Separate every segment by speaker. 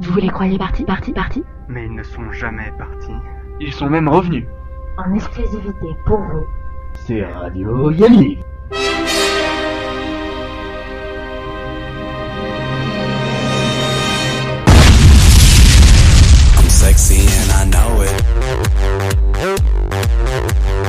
Speaker 1: Vous les croyez partis, partis, partis
Speaker 2: Mais ils ne sont jamais partis. Ils sont même revenus.
Speaker 1: En exclusivité pour vous.
Speaker 3: C'est Radio Yali.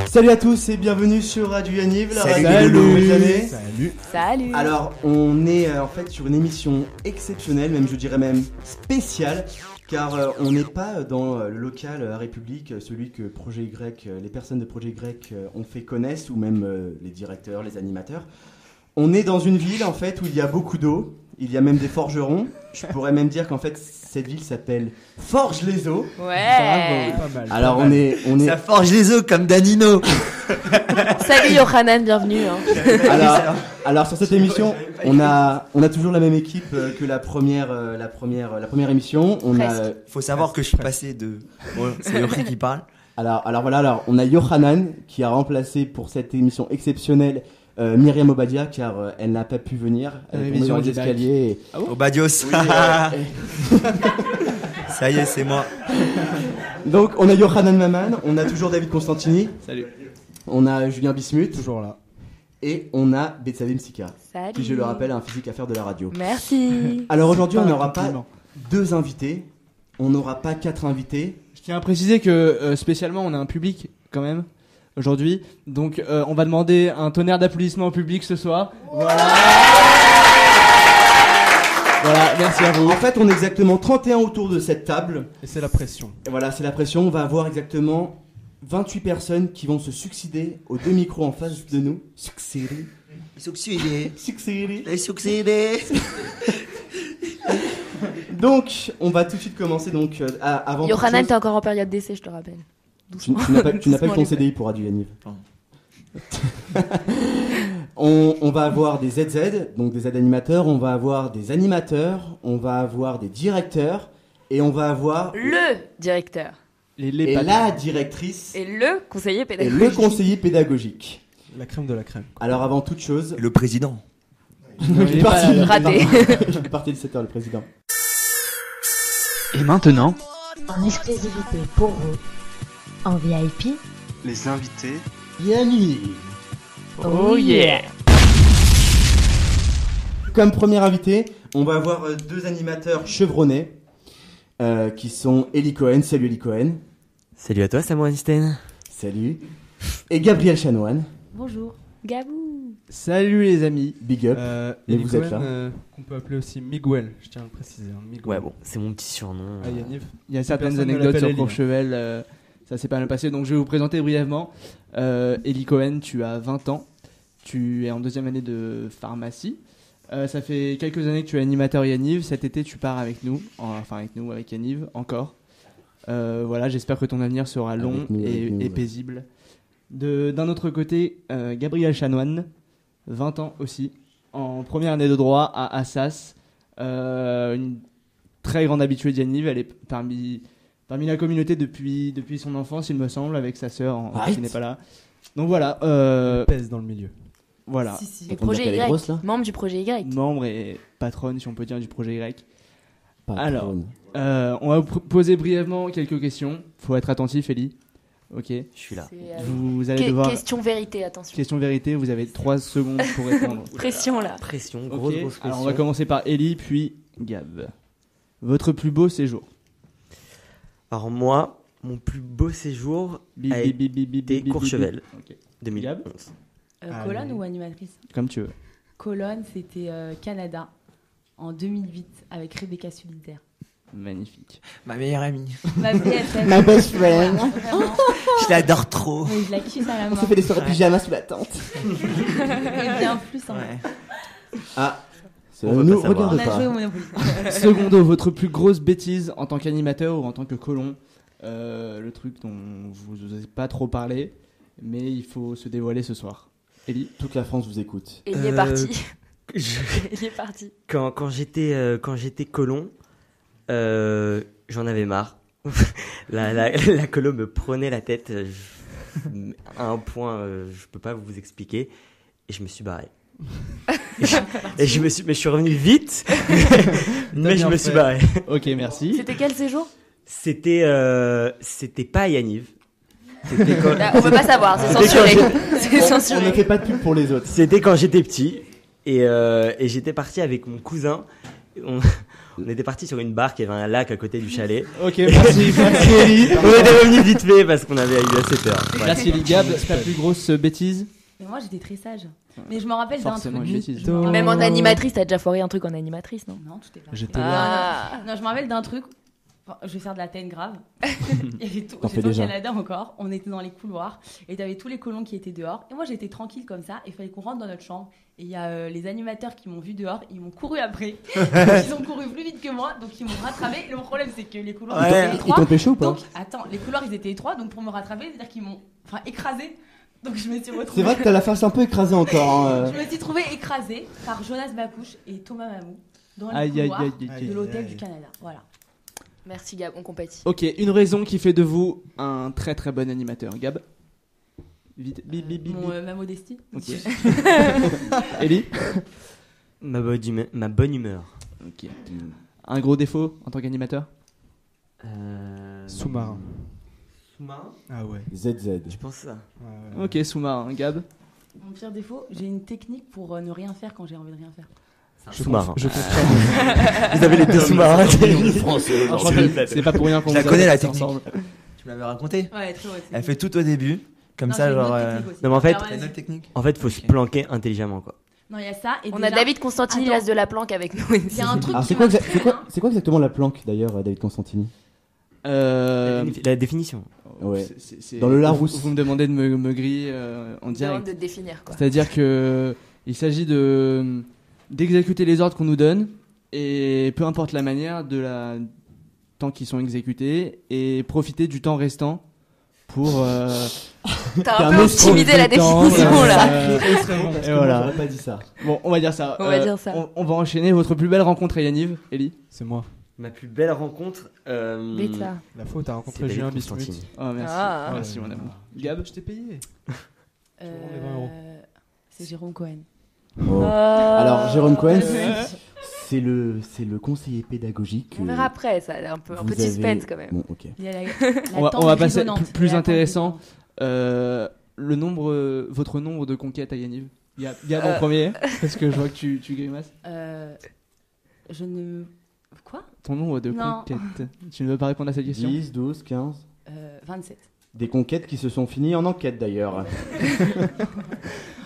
Speaker 4: Salut à tous et bienvenue sur Radio Yaniv, la
Speaker 5: Salut.
Speaker 4: radio de
Speaker 5: Salut.
Speaker 4: mes années.
Speaker 3: Salut.
Speaker 5: Salut
Speaker 4: Alors, on est euh, en fait sur une émission exceptionnelle, même je dirais même spéciale, car euh, on n'est pas dans euh, le local euh, à République, euh, celui que Projet Y, euh, les personnes de Projet Y euh, ont fait connaissent, ou même euh, les directeurs, les animateurs. On est dans une ville en fait où il y a beaucoup d'eau, il y a même des forgerons. Je pourrais même dire qu'en fait cette ville s'appelle Forge-les-Eaux.
Speaker 5: Ouais
Speaker 3: Pas mal.
Speaker 4: Alors on est, on est
Speaker 6: Ça forge les os comme Danino.
Speaker 5: Salut Yohanan, bienvenue hein.
Speaker 4: Alors, alors sur cette émission, on a, on a toujours la même équipe euh, que la première, euh, la première, euh, la première émission. On a,
Speaker 5: Presque.
Speaker 4: euh,
Speaker 6: Faut savoir que je suis passé de. Bon, c'est Yoshi qui parle.
Speaker 4: alors, alors voilà, alors on a Yohanan qui a remplacé pour cette émission exceptionnelle euh, Myriam Obadia car euh, elle n'a pas pu venir. Elle
Speaker 3: La
Speaker 4: est tombée
Speaker 3: révision
Speaker 4: dans les
Speaker 3: du bac.
Speaker 4: escaliers. euh, et-
Speaker 3: Ah
Speaker 6: Obadios. Ça y est, c'est moi.
Speaker 4: Donc on a Yohanan Maman, on a toujours David Constantini,
Speaker 3: Salut.
Speaker 4: on a Julien Bismuth
Speaker 3: Toujours là.
Speaker 4: et on a Betsabé Msika
Speaker 5: Salut
Speaker 4: qui, je le rappelle, est un physique à faire de la radio.
Speaker 5: Merci
Speaker 4: Alors aujourd'hui, on
Speaker 3: Pas un
Speaker 4: n'aura pas
Speaker 3: compliment.
Speaker 4: deux invités, on n'aura pas quatre invités.
Speaker 7: Je tiens à préciser que euh, spécialement on a un public quand même aujourd'hui. Donc euh, on va demander un tonnerre d'applaudissements au public ce soir. Voilà. Voilà, merci à vous.
Speaker 4: En fait, on est exactement 31 autour de cette table.
Speaker 3: Et c'est la pression.
Speaker 4: Et voilà, c'est la pression. On va avoir exactement 28 personnes qui vont se succéder aux deux micros en face de nous. Succéder.
Speaker 6: Les succédés.
Speaker 4: Succéder.
Speaker 6: Les succédés.
Speaker 4: Donc, on va tout de suite commencer. Donc, euh, à- avant. toute
Speaker 5: Yohanan,
Speaker 4: chose-
Speaker 5: t'es encore en période d'essai, je te rappelle.
Speaker 4: tu, tu n'as pas, tu n'as pas eu ton
Speaker 5: Doucement,
Speaker 4: CDI pour Radio Yaniv.
Speaker 6: Pardon.
Speaker 4: on, on va avoir des ZZ, donc des aides animateurs. On va avoir des animateurs. On va avoir des directeurs. Et on va avoir.
Speaker 5: Le directeur
Speaker 7: Les,
Speaker 4: Et
Speaker 7: les pattes.
Speaker 4: la directrice.
Speaker 5: et le conseiller
Speaker 4: et
Speaker 5: pédagogique.
Speaker 4: le conseiller pédagogique.
Speaker 3: La crème de la crème.
Speaker 4: Alors avant toute chose,
Speaker 6: Le président.
Speaker 7: Non, il est pas là.
Speaker 4: parti.
Speaker 5: Raté.
Speaker 4: je suis parti de 7h le président.
Speaker 2: Et maintenant,
Speaker 1: En exclusivité pour vous. En VIP.
Speaker 2: les invités.
Speaker 4: Yanni
Speaker 1: Oh yeah
Speaker 4: Comme premier invité, on va avoir euh, deux animateurs chevronnés euh, qui sont Eli Cohen, salut Eli Cohen,
Speaker 6: Salut à toi, Sam Weinstein.
Speaker 4: salut, et Gabriel Chanoine,
Speaker 5: Bonjour Gabou
Speaker 7: Salut les amis.
Speaker 4: big up.
Speaker 3: Euh,
Speaker 4: Mais
Speaker 3: Eli
Speaker 4: vous êtes
Speaker 3: Cohen,
Speaker 4: là.
Speaker 3: euh, qu'on peut appeler aussi Miguel, je tiens à le préciser. hein, Miguel.
Speaker 6: c'est mon petit surnom.
Speaker 3: Ah,
Speaker 4: euh,
Speaker 3: Yaniv.
Speaker 7: Il y a certaines
Speaker 3: Personne ne
Speaker 7: anecdotes
Speaker 3: l'appelle
Speaker 7: sur
Speaker 3: Ellie, hein.
Speaker 7: Courchevel. euh, ça s'est pas mal passé. Donc je vais vous présenter brièvement. Euh, Eli Cohen, tu as 20 ans. Tu es en deuxième année de pharmacie. Euh, ça fait quelques années que tu es animateur Yaniv. Cet été, tu pars avec nous. en- Enfin, avec nous, avec Yaniv, encore. Euh, voilà, j'espère que ton avenir sera long
Speaker 4: Avec nous,
Speaker 7: et,
Speaker 4: avec nous,
Speaker 7: et
Speaker 4: ouais.
Speaker 7: paisible. De- D'un autre côté, euh, Gabriel Chanoine, 20 ans aussi, en première année de droit à Assas. Euh, une très grande habituée d'Yaniv. Elle est parmi, parmi la communauté depuis, depuis son enfance, il me semble, avec sa sœur en-
Speaker 4: Arrête.
Speaker 7: qui n'est pas là. Donc voilà, euh,
Speaker 3: Pèse dans le milieu.
Speaker 7: voilà.
Speaker 5: Et
Speaker 4: On dirait
Speaker 5: projet
Speaker 4: qu'elle est
Speaker 5: Y,
Speaker 4: grosse, là
Speaker 5: membre du projet Y.
Speaker 7: Membre et patronne, si on peut dire, du projet Y.
Speaker 4: Pas
Speaker 7: alors.
Speaker 4: trône.
Speaker 7: Euh, on va vous pr- poser brièvement quelques questions. Faut être attentif, Ellie. Ok.
Speaker 6: Je suis là.
Speaker 5: C'est, euh,
Speaker 7: Vous
Speaker 5: que-
Speaker 7: allez devoir.
Speaker 5: Question vérité, attention.
Speaker 7: Question vérité, vous avez 3 secondes pour répondre.
Speaker 5: Pression là.
Speaker 6: Pression,
Speaker 7: Ok, Alors on va commencer par Ellie, puis Gab. Votre plus beau séjour
Speaker 8: Alors moi, mon plus beau séjour
Speaker 7: Bip,
Speaker 8: a
Speaker 7: bip, bip, bip, bip, bip,
Speaker 8: été
Speaker 7: bip,
Speaker 8: Courchevel Ah
Speaker 7: Ok.
Speaker 8: 2011.
Speaker 9: Euh,
Speaker 3: Allez.
Speaker 9: colonne ou animatrice
Speaker 7: Ah, Comme tu veux.
Speaker 9: Colonne, c'était euh, Canada en 2008 avec Rebecca Solitaire.
Speaker 7: Magnifique.
Speaker 6: Ma meilleure amie.
Speaker 9: Ma BFF.
Speaker 4: My best friend.
Speaker 9: Voilà, vraiment.
Speaker 6: Je l'adore trop.
Speaker 9: Oui, je la kiffe à la
Speaker 4: On
Speaker 9: main.
Speaker 4: s'est fait des soirées
Speaker 6: Ouais.
Speaker 4: pyjama sous la tente.
Speaker 9: Et bien plus, hein.
Speaker 6: Ouais.
Speaker 4: Ah,
Speaker 6: On va
Speaker 4: ne nous
Speaker 6: pas savoir.
Speaker 9: on
Speaker 4: regarde
Speaker 9: a joué au
Speaker 4: pas.
Speaker 9: Monopoly.
Speaker 7: Secondo, votre plus grosse bêtise en tant qu'animateur ou en tant que colon Euh, Le truc dont vous n'osez pas trop parler, mais il faut se dévoiler ce soir. Ellie
Speaker 4: Toute la France vous écoute.
Speaker 5: Et il est
Speaker 8: Euh,
Speaker 5: parti.
Speaker 8: Je-
Speaker 5: Il est parti.
Speaker 8: Quand, quand j'étais euh, quand j'étais colon, euh, j'en avais marre. la, la, la colo me prenait la tête euh, je- à un point, euh, je peux pas vous expliquer. Et je me suis barré. Et je, et je me suis, mais je suis revenu vite, mais je
Speaker 7: bien
Speaker 8: me suis
Speaker 7: fait.
Speaker 8: barré.
Speaker 7: Ok, merci.
Speaker 5: C'était quel séjour
Speaker 8: C'était, euh, c'était pas à Yaniv. C'était quand,
Speaker 5: Là, Bah, On peut pas savoir, c'est
Speaker 8: C'était
Speaker 5: censuré.
Speaker 8: quand
Speaker 5: C'est
Speaker 4: On ne
Speaker 5: censuré.
Speaker 4: fait pas de pub pour les autres.
Speaker 8: c'était quand j'étais petit et, euh, et j'étais parti avec mon cousin. On, on était parti sur une barque, il y avait un lac à côté du chalet.
Speaker 7: Ok, merci. merci Ellie.
Speaker 8: On était revenu vite fait parce qu'on avait eu assez peur. Voilà.
Speaker 7: Merci Ellie. Gab, ta plus grosse euh, bêtise
Speaker 9: Mais moi, j'étais très sage. Mais je me rappelle d'un truc.
Speaker 7: Forcément une bêtise.
Speaker 9: Je me rappelle-
Speaker 5: Même en animatrice, t'as déjà foiré un truc en animatrice, non
Speaker 9: Non, tout est parfait.
Speaker 3: J'étais là.
Speaker 5: Ah.
Speaker 9: Non, je me rappelle d'un truc. Enfin, je vais faire de la peine grave. Il y avait tout.
Speaker 4: T'en fais
Speaker 9: J'étais au
Speaker 4: déjà.
Speaker 9: Canada encore. On était dans les couloirs et t'avais tous les colons qui étaient dehors. Et moi, j'étais tranquille comme ça. Il fallait qu'on rentre dans notre chambre. Et il y a euh, les animateurs qui m'ont vu dehors. Ils m'ont couru après. ils ont couru plus vite que moi, donc ils m'ont rattrapé. Le problème, c'est que les couloirs
Speaker 8: Ouais.
Speaker 9: étaient
Speaker 4: Ils
Speaker 9: étroits.
Speaker 4: t'ont pêché ou pas
Speaker 9: Donc, attends, les couloirs, ils étaient étroits. Donc, pour me rattraper, c'est-à-dire qu'ils m'ont, enfin, écrasé. Donc, je me suis retrouvée.
Speaker 4: C'est vrai que t'as la face un peu écrasée encore. hein, euh.
Speaker 9: Je me suis trouvée écrasée par Jonas Bakouche et Thomas Mamou dans les
Speaker 7: Aïe aïe
Speaker 9: couloirs
Speaker 7: aïe aïe.
Speaker 9: de
Speaker 7: aïe.
Speaker 9: l'hôtel du Canada. Voilà.
Speaker 5: Merci Gab, on compatit.
Speaker 7: Ok, une raison qui fait de vous un très très bon animateur. Gab Vite, bip bip bip.
Speaker 9: Mon,
Speaker 7: bip.
Speaker 9: euh, ma modestie.
Speaker 7: Ok. Ellie
Speaker 8: Ma bonne humeur. Ma bonne humeur.
Speaker 7: Ok. Un gros défaut en tant qu'animateur
Speaker 8: Euh,
Speaker 3: Sous-marin.
Speaker 8: Sous-marin
Speaker 3: Ah ouais.
Speaker 4: ZZ.
Speaker 8: Je pense ça.
Speaker 3: Ouais, ouais.
Speaker 7: Ok, sous-marin. Gab
Speaker 9: Mon pire défaut, j'ai une technique pour euh, ne rien faire quand j'ai envie de rien faire.
Speaker 3: Je
Speaker 8: Sous-marin.
Speaker 3: conf- Je confirme.
Speaker 8: Vous avez les deux sous-marins.
Speaker 4: Ah,
Speaker 3: euh,
Speaker 7: C'est pas pour rien qu'on
Speaker 6: Oh, Je la
Speaker 7: vous a
Speaker 6: connais, la
Speaker 7: mis
Speaker 6: technique.
Speaker 7: ensemble.
Speaker 6: Tu m'avais raconté
Speaker 9: Ouais, très ouais.
Speaker 6: Elle fait tout au début, comme ça, genre. euh,
Speaker 8: Non, mais en fait-
Speaker 6: t'as une autre technique
Speaker 8: En fait, faut se
Speaker 6: Ok.
Speaker 8: planquer intelligemment, quoi.
Speaker 9: Non, il y a ça. Et
Speaker 5: On
Speaker 9: déjà,
Speaker 5: a David Constantini,
Speaker 9: Attends.
Speaker 5: l'as de la planque avec nous.
Speaker 9: Il y a un truc
Speaker 4: Alors
Speaker 9: qui
Speaker 4: c'est quoi,
Speaker 9: marche
Speaker 4: exa-
Speaker 9: très
Speaker 4: c'est quoi-
Speaker 9: bien.
Speaker 4: c'est quoi exactement la planque d'ailleurs, euh, David Constantini
Speaker 7: Euh,
Speaker 8: La défi- La définition.
Speaker 4: Ouais.
Speaker 7: c'est- c'est- c'est-
Speaker 4: Dans le Larousse.
Speaker 7: Vous, vous me demandez de me, me griller euh, en
Speaker 5: On demande de
Speaker 7: direct.
Speaker 5: te définir quoi.
Speaker 7: C'est-à-dire que euh, il s'agit de euh, d'exécuter les ordres qu'on nous donne et peu importe la manière de la temps qu'ils sont exécutés et profiter du temps restant pour euh,
Speaker 5: T'as un
Speaker 4: T'as
Speaker 5: peu
Speaker 4: mot sur
Speaker 5: optimisé la
Speaker 7: le temps,
Speaker 5: définition
Speaker 7: euh,
Speaker 5: là.
Speaker 7: euh,
Speaker 4: Parce
Speaker 7: et
Speaker 4: que moi,
Speaker 7: voilà.
Speaker 4: J'aurais pas dit ça.
Speaker 7: Bon, on va dire ça. Euh,
Speaker 5: On va dire ça.
Speaker 7: On, on va enchaîner votre plus belle rencontre à Yaniv, Ellie.
Speaker 3: C'est moi.
Speaker 8: Ma plus belle rencontre. euh,
Speaker 5: Bête là.
Speaker 3: hein. Mm. La faute, t'as rencontré
Speaker 8: c'est
Speaker 3: Julien
Speaker 8: David
Speaker 3: Bismuth.
Speaker 8: Constantini.
Speaker 7: Oh, merci.
Speaker 5: Ah.
Speaker 7: merci, mon amour. Gab,
Speaker 3: je t'ai payé. On
Speaker 9: Euh,
Speaker 3: est 20 euros.
Speaker 9: C'est Jérôme Cohen.
Speaker 5: Euh,
Speaker 4: Oh. Alors Jérôme Cohen,
Speaker 9: Euh.
Speaker 4: c'est le, c'est le conseiller pédagogique.
Speaker 5: On
Speaker 4: euh,
Speaker 5: verra après ça, un peu, un
Speaker 4: vous
Speaker 5: peu de
Speaker 4: avez-
Speaker 5: suspense quand même.
Speaker 4: Bon, ok.
Speaker 9: Il y a la- la
Speaker 7: On va-
Speaker 9: tente
Speaker 7: on va passer
Speaker 9: résonante.
Speaker 7: plus- plus
Speaker 9: La tente
Speaker 7: intéressant.
Speaker 9: résonante.
Speaker 7: euh, le nombre, euh, votre nombre de conquêtes à Yaniv Gab, Gab en
Speaker 5: Euh.
Speaker 7: premier, parce que je vois que tu, tu grimaces.
Speaker 9: Euh, Je ne. Quoi
Speaker 7: Ton nombre de
Speaker 9: Non.
Speaker 7: conquêtes. Tu ne veux pas répondre à cette question
Speaker 4: 10, 12, 15.
Speaker 9: Euh, 27.
Speaker 4: Des conquêtes qui se sont finies en enquête d'ailleurs.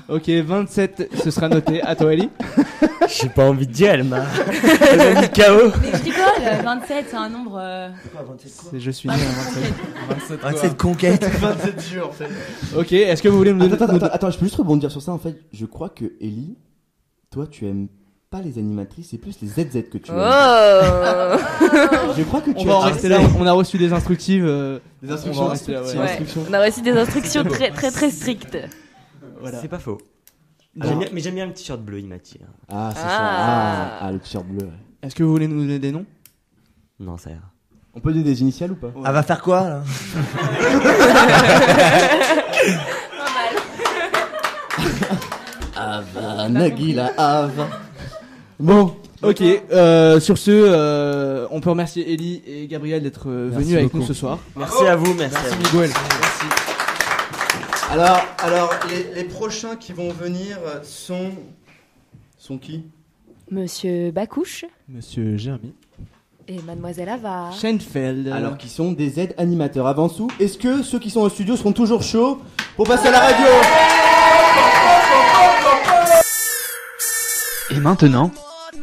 Speaker 7: Ok, 27, ce sera noté. À toi, Ellie.
Speaker 8: J'ai pas envie de dire, elle
Speaker 7: Bah.
Speaker 8: m'a. Elle m'a mis KO.
Speaker 9: Mais je rigole, 27, c'est un nombre. euh,
Speaker 7: C'est- Je suis né à 27.
Speaker 6: Ah, Cette conquête.
Speaker 7: Ok, est-ce que vous voulez me donner.
Speaker 4: Attends, attends, attends, attends, je peux juste rebondir sur ça. En fait, je crois que Ellie, toi, tu aimes pas les animatrices, c'est plus les ZZ que tu aimes.
Speaker 5: Oh
Speaker 4: Je crois que
Speaker 7: On
Speaker 4: tu
Speaker 7: va en
Speaker 4: as-
Speaker 7: rester là. On a reçu des instructives. euh,
Speaker 4: Des
Speaker 7: on
Speaker 4: instructions.
Speaker 7: va en rester là, ouais.
Speaker 4: Des
Speaker 5: Ouais.
Speaker 4: instructions.
Speaker 5: On a reçu des instructions très très très strictes.
Speaker 7: Voilà.
Speaker 8: C'est pas faux.
Speaker 4: Alors-
Speaker 8: J'aime bien- mais j'aime bien le t-shirt bleu, il m'attire.
Speaker 4: Ah, c'est
Speaker 5: Ah.
Speaker 4: ça. Ah, ah, le t-shirt bleu. ouais.
Speaker 7: Est-ce que vous voulez nous donner des noms
Speaker 8: Non, ça ira.
Speaker 4: On peut donner des initiales ou pas
Speaker 8: Ah,
Speaker 6: Elle va faire quoi là
Speaker 4: Ava, Nagila, Ava. Bon,
Speaker 7: Ok, euh, sur ce, euh, on peut remercier Ellie et Gabriel d'être euh,
Speaker 4: Merci
Speaker 7: venus avec
Speaker 4: beaucoup.
Speaker 7: nous ce soir.
Speaker 8: Merci à vous, merci, à vous.
Speaker 7: Miguel.
Speaker 4: alors, alors les, les prochains qui vont venir euh, sont. sont qui
Speaker 5: Monsieur Bakouche
Speaker 3: Monsieur Germi.
Speaker 5: et Mademoiselle Ava.
Speaker 7: Schoenfeld.
Speaker 4: Alors, qui sont des aides animateurs. Avant tout, est-ce que ceux qui sont au studio seront toujours chauds pour passer à la radio
Speaker 2: Et maintenant,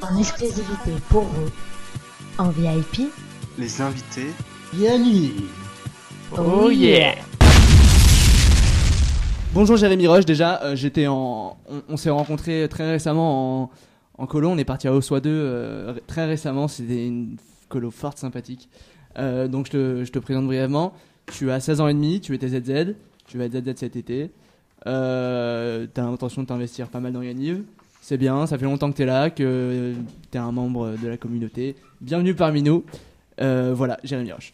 Speaker 1: en exclusivité pour vous, en VIP.
Speaker 2: les invités.
Speaker 4: Yannick
Speaker 1: Oh yeah
Speaker 7: Bonjour Jérémy Roche, déjà, euh, j'étais en... On, on s'est rencontrés très récemment en, en colo, on est parti à Ossois 2 euh, ré- très récemment, c'était une colo forte sympathique. Euh, donc je te, je te présente brièvement, tu as 16 ans et demi, tu étais ZZ, tu vas être ZZ cet été, euh, tu as l'intention de t'investir pas mal dans Yaniv, c'est bien, ça fait longtemps que tu es là, que tu es un membre de la communauté, bienvenue parmi nous, Euh, voilà Jérémy Roche.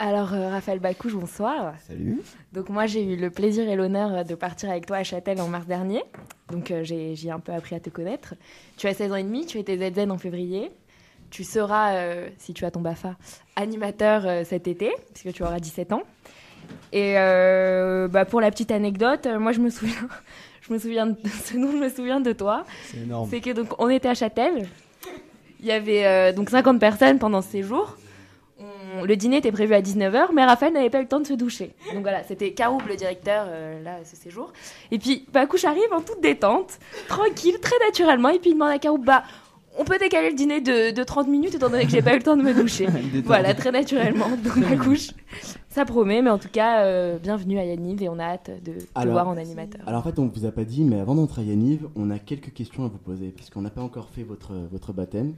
Speaker 5: Alors, euh, Raphaël Bacouche, bonsoir.
Speaker 4: Salut.
Speaker 5: Donc moi j'ai eu le plaisir et l'honneur euh, de partir avec toi à Châtel en mars dernier. Donc euh, j'ai j'ai un peu appris à te connaître. Tu as 16 ans et demi, tu étais ZZ en février. Tu seras, euh, si tu as ton BAFA, animateur euh, cet été, puisque tu auras 17 ans. Et euh, bah, pour la petite anecdote, euh, moi je me souviens, je me souviens de ce nom, je me souviens de toi.
Speaker 3: C'est énorme.
Speaker 5: C'est que donc on était à Châtel. Il y avait euh, donc 50 personnes pendant ces jours. On- Le dîner était prévu à 19h, mais Raphaël n'avait pas eu le temps de se doucher. Donc voilà, c'était Caroub le directeur euh, là ce séjour. Et puis Pacouche arrive en toute détente, tranquille, très naturellement, et puis il demande à Caroub bah on peut décaler le dîner de, de 30 minutes étant donné que j'ai pas eu le temps de me doucher. voilà, très naturellement. Donc Pacouche, ça promet, mais en tout cas, euh, bienvenue à Yanniv et on a hâte de te
Speaker 4: Alors-
Speaker 5: voir en animateur.
Speaker 4: Alors en fait, on vous a pas dit, mais avant d'entrer à Yaniv, on a quelques questions à vous poser parce qu'on n'a pas encore fait votre, votre baptême.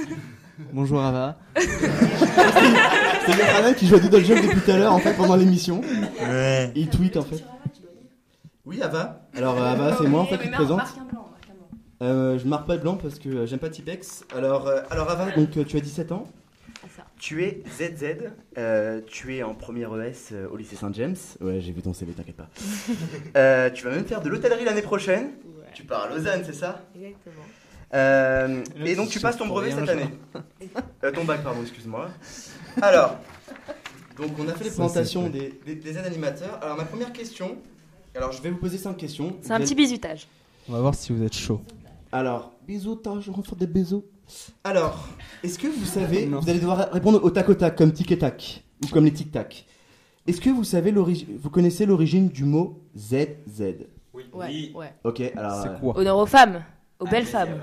Speaker 7: Bonjour Ava.
Speaker 4: C'est bien Ravel qui joue à Doodle Jump depuis tout à l'heure en fait pendant l'émission.
Speaker 6: Ouais.
Speaker 4: Il tweet en fait. Oui, Ava. Alors euh, Ava, c'est moi en fait qui te présente. Euh, je marque pas de blanc parce que euh, j'aime pas Tipex. Alors, euh, alors Ava, donc euh, tu as 17 ans.
Speaker 8: Tu es ZZ.
Speaker 4: Euh, tu es en première ES euh, au lycée Saint-James. Ouais, j'ai vu ton CV, t'inquiète pas. Euh, tu vas même faire de l'hôtellerie l'année prochaine. Tu pars à Lausanne, c'est ça
Speaker 5: Exactement.
Speaker 4: Euh,
Speaker 7: Et là,
Speaker 4: et
Speaker 7: tu
Speaker 4: donc tu passes ton
Speaker 7: pour
Speaker 4: brevet
Speaker 7: rien,
Speaker 4: cette
Speaker 7: genre.
Speaker 4: année. Euh, ton bac, pardon, excuse-moi. Alors, donc on a fait les présentations des, des, des aides animateurs. Alors ma première question, alors je vais vous poser cinq questions.
Speaker 5: C'est un
Speaker 4: Vous
Speaker 5: petit
Speaker 4: êtes-
Speaker 5: bizutage.
Speaker 3: On va voir si vous êtes chaud.
Speaker 4: Alors, bisous, t'as, je rentre des bisous. Alors, est-ce que vous savez,
Speaker 7: Non.
Speaker 4: vous allez devoir répondre au tac au tac, comme tic et tac, ou comme les tic tac. Est-ce que vous savez l'origine, vous connaissez l'origine du mot ZZ
Speaker 1: Ouais, ouais.
Speaker 4: Ok, alors. euh,
Speaker 3: C'est quoi
Speaker 5: Honneur aux femmes, aux
Speaker 4: Ah,
Speaker 5: belles femmes.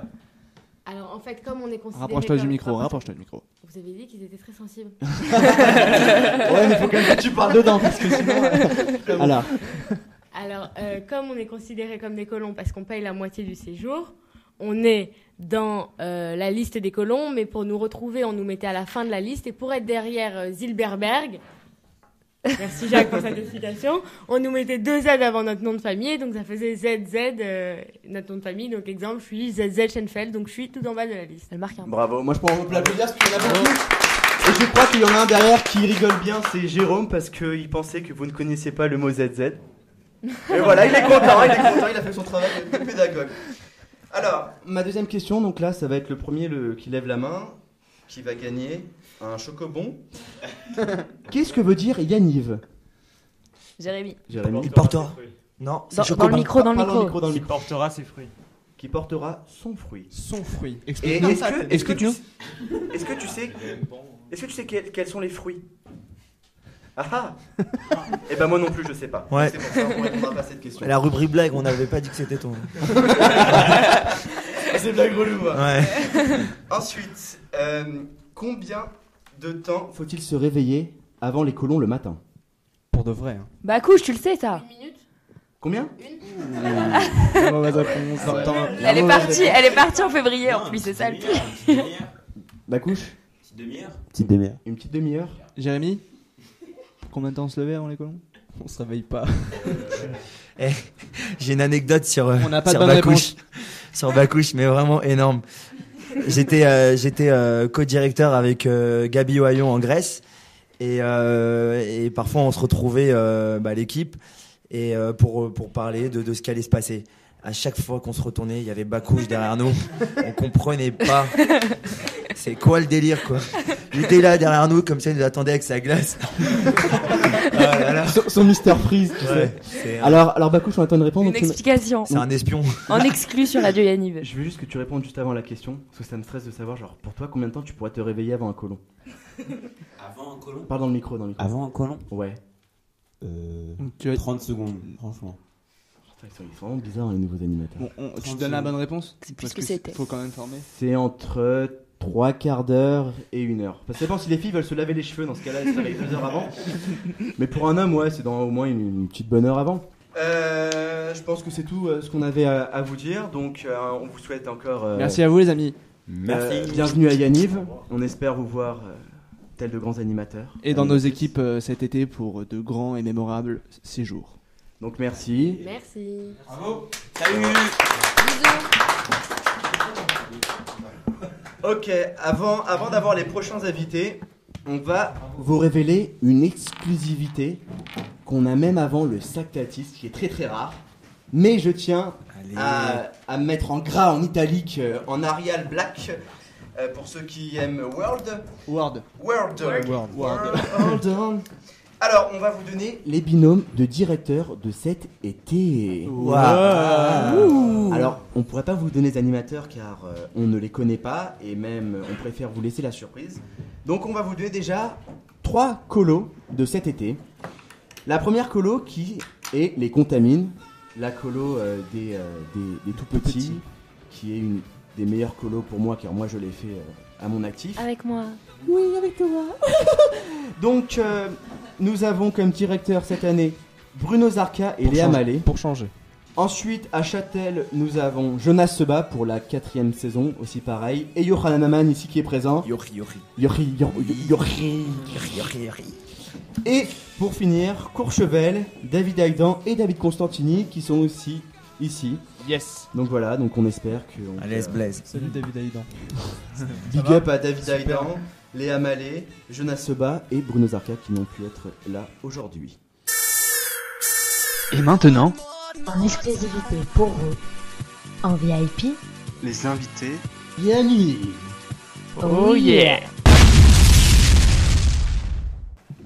Speaker 1: Alors en fait, comme on est considéré.
Speaker 7: Rapproche-toi du
Speaker 1: comme-
Speaker 7: micro, rapproche-toi du micro.
Speaker 1: Vous avez dit qu'ils étaient très sensibles.
Speaker 4: Ouais, mais faut quand même que tu parles dedans, parce que sinon. euh, alors,
Speaker 1: Alors, euh, comme on est considéré comme des colons parce qu'on paye la moitié du séjour, on est dans euh, la liste des colons, mais pour nous retrouver, on nous mettait à la fin de la liste. Et pour être derrière euh, Zilberberg, merci Jacques pour cette explication, on nous mettait deux Z avant notre nom de famille, donc ça faisait ZZ, euh, notre nom de famille. Donc, exemple, je suis ZZ Schenfeld, donc je suis tout en bas de la liste.
Speaker 5: Elle marque un
Speaker 4: Bravo, moi je pense qu'on peut l'applaudir parce qu'il y en a beaucoup. Et je crois qu'il y en a un derrière qui rigole bien, c'est Jérôme parce qu'il pensait que vous ne connaissiez pas le mot ZZ. Et voilà, il est content, il est content, il a fait son travail de pédagogue. Alors, ma deuxième question, donc là ça va être le premier le- qui lève la main, qui va gagner un chocobon. Qu'est-ce que veut dire Yaniv
Speaker 5: Jérémy.
Speaker 4: Jérémy
Speaker 6: Il portera. Non, c'est
Speaker 5: Dans, dans le
Speaker 6: Chocobin.
Speaker 5: micro, dans le
Speaker 4: Parle
Speaker 5: micro.
Speaker 4: dans le micro.
Speaker 10: portera ses fruits.
Speaker 4: Qui portera son fruit.
Speaker 3: Son fruit.
Speaker 4: Et
Speaker 3: Explique-nous
Speaker 4: est-ce
Speaker 3: ça.
Speaker 4: que, est-ce que tu
Speaker 3: Explique-nous.
Speaker 4: Est-ce que tu sais Est-ce que tu sais quels, quels sont les fruits Ah ah Eh ben moi non plus je sais pas.
Speaker 6: Ouais.
Speaker 4: C'est pour ça qu'on répondra pas à cette question.
Speaker 6: La rubrique blague, on n'avait pas dit que c'était ton.
Speaker 4: C'est bien relou. hein.
Speaker 6: Ouais.
Speaker 4: Ensuite, euh, combien de temps faut-il se réveiller avant les colons le matin
Speaker 3: Pour de vrai. hein.
Speaker 5: Bah couche, tu le sais ça.
Speaker 4: Combien
Speaker 7: Mauvaise réponse.
Speaker 4: Ah ouais.
Speaker 7: Attends.
Speaker 4: La
Speaker 5: Elle est
Speaker 4: mauvaise
Speaker 5: partie, elle est partie en février en plus, c'est ça le pire.
Speaker 4: Bah couche.
Speaker 10: Petite demi-heure.
Speaker 8: Petite demi-heure.
Speaker 4: Une petite demi-heure.
Speaker 7: Jérémy Combien de temps on se levait avant les colons
Speaker 3: On se réveille pas.
Speaker 6: Eh, J'ai une anecdote sur, euh,
Speaker 7: On n'a pas de
Speaker 6: sur
Speaker 7: bonne
Speaker 6: Bacouche. Sur Bacouche, mais vraiment énorme. J'étais euh, j'étais euh, co-directeur avec euh, Gabi Oyon en Grèce. Et, euh, et parfois, on se retrouvait, euh, bah, l'équipe, et euh, pour, pour parler de, de ce qui allait se passer. À chaque fois qu'on se retournait, il y avait Bacouche derrière nous. On comprenait pas. C'est quoi le délire, quoi Il était là derrière nous, comme ça, il nous attendait avec sa glace. Ah là là.
Speaker 4: Son, Mister Freeze, tu
Speaker 6: Ouais, c'est un-
Speaker 4: Alors, alors Bakouche, on attend une réponse.
Speaker 5: Une explication.
Speaker 6: c'est un espion.
Speaker 5: En exclu sur Radio Yanniv.
Speaker 4: Je veux juste que tu répondes juste avant la question, parce que ça me stresse de savoir, genre, pour toi, combien de temps tu pourrais te réveiller avant un colon
Speaker 10: Avant un colon
Speaker 4: Parle dans le micro, dans le micro.
Speaker 10: Avant un colon
Speaker 4: Ouais.
Speaker 10: euh,
Speaker 7: Tu as-
Speaker 10: 30 secondes, franchement.
Speaker 4: Ils sont, ils sont vraiment bizarres, les nouveaux animateurs.
Speaker 7: Bon, on- tu donnes la bonne réponse
Speaker 5: C'est plus
Speaker 7: Parce
Speaker 5: ce que
Speaker 7: c'est-
Speaker 5: c'était.
Speaker 7: Faut quand même former.
Speaker 4: C'est entre 3 quarts d'heure et 1 heure. Parce que je pense si les filles veulent se laver les cheveux, dans ce cas-là, elles se réveillent 2 heures avant. Mais pour un homme, ouais, c'est dans au moins une, une petite bonne heure avant. Euh, je pense que c'est tout euh, ce qu'on avait à, à vous dire. Donc, euh, on vous souhaite encore. euh,
Speaker 7: Merci à vous les amis.
Speaker 4: euh, bienvenue à Yaniv. On espère vous voir euh, tel de grands animateurs.
Speaker 7: Et dans nos équipes euh, cet été pour de grands et mémorables séjours.
Speaker 4: Donc, merci.
Speaker 1: Merci.
Speaker 10: Bravo Salut
Speaker 4: Ok, avant, avant d'avoir les prochains invités, On va vous révéler une exclusivité qu'on a même avant le Sactatis, qui est très très rare. Mais je tiens
Speaker 6: Allez.
Speaker 4: à, à mettre en gras, en italique, euh, en Arial Black, euh, pour ceux qui aiment World.
Speaker 7: Ward.
Speaker 4: World.
Speaker 3: World.
Speaker 4: World. Alors, on va vous donner les binômes de directeurs de cet été.
Speaker 6: Waouh.
Speaker 4: Alors, on pourrait pas vous donner les animateurs car euh, on ne les connaît pas et même euh, on préfère vous laisser la surprise. Donc, on va vous donner déjà trois colos de cet été. La première colo qui est les contamines, la colo euh, des, euh, des, des tout petits, qui est une des meilleures colos pour moi car moi je l'ai fait euh, à mon actif.
Speaker 5: Avec moi.
Speaker 4: Oui, avec toi. Donc, euh, nous avons comme directeur cette année Bruno Zarca et
Speaker 3: Pour
Speaker 4: Léa
Speaker 3: changer-
Speaker 4: Mallet.
Speaker 3: Pour changer.
Speaker 4: Ensuite, à Châtel, nous avons Jonas Seba pour la quatrième saison, aussi pareil. Et Yohanan Aman ici qui est présent.
Speaker 6: Yori, yori.
Speaker 4: Yori, Yori, Yori, Yori.
Speaker 6: Yori, yori, yori.
Speaker 4: Et pour finir, Courchevel, David Aïdan et David Constantini qui sont aussi ici.
Speaker 7: Yes.
Speaker 4: Donc voilà, donc on espère que. on
Speaker 6: Allez,
Speaker 4: peut-
Speaker 6: Blaise.
Speaker 3: Salut David Aïdan.
Speaker 4: Big up à David
Speaker 3: hein.
Speaker 4: Aïdan, Léa Mallet, Jonas Seba et Bruno Zarca qui n'ont pu être là aujourd'hui.
Speaker 2: Et maintenant,
Speaker 11: En exclusivité pour vous, en VIP.
Speaker 2: les invités.
Speaker 4: Yannick
Speaker 11: Oh yeah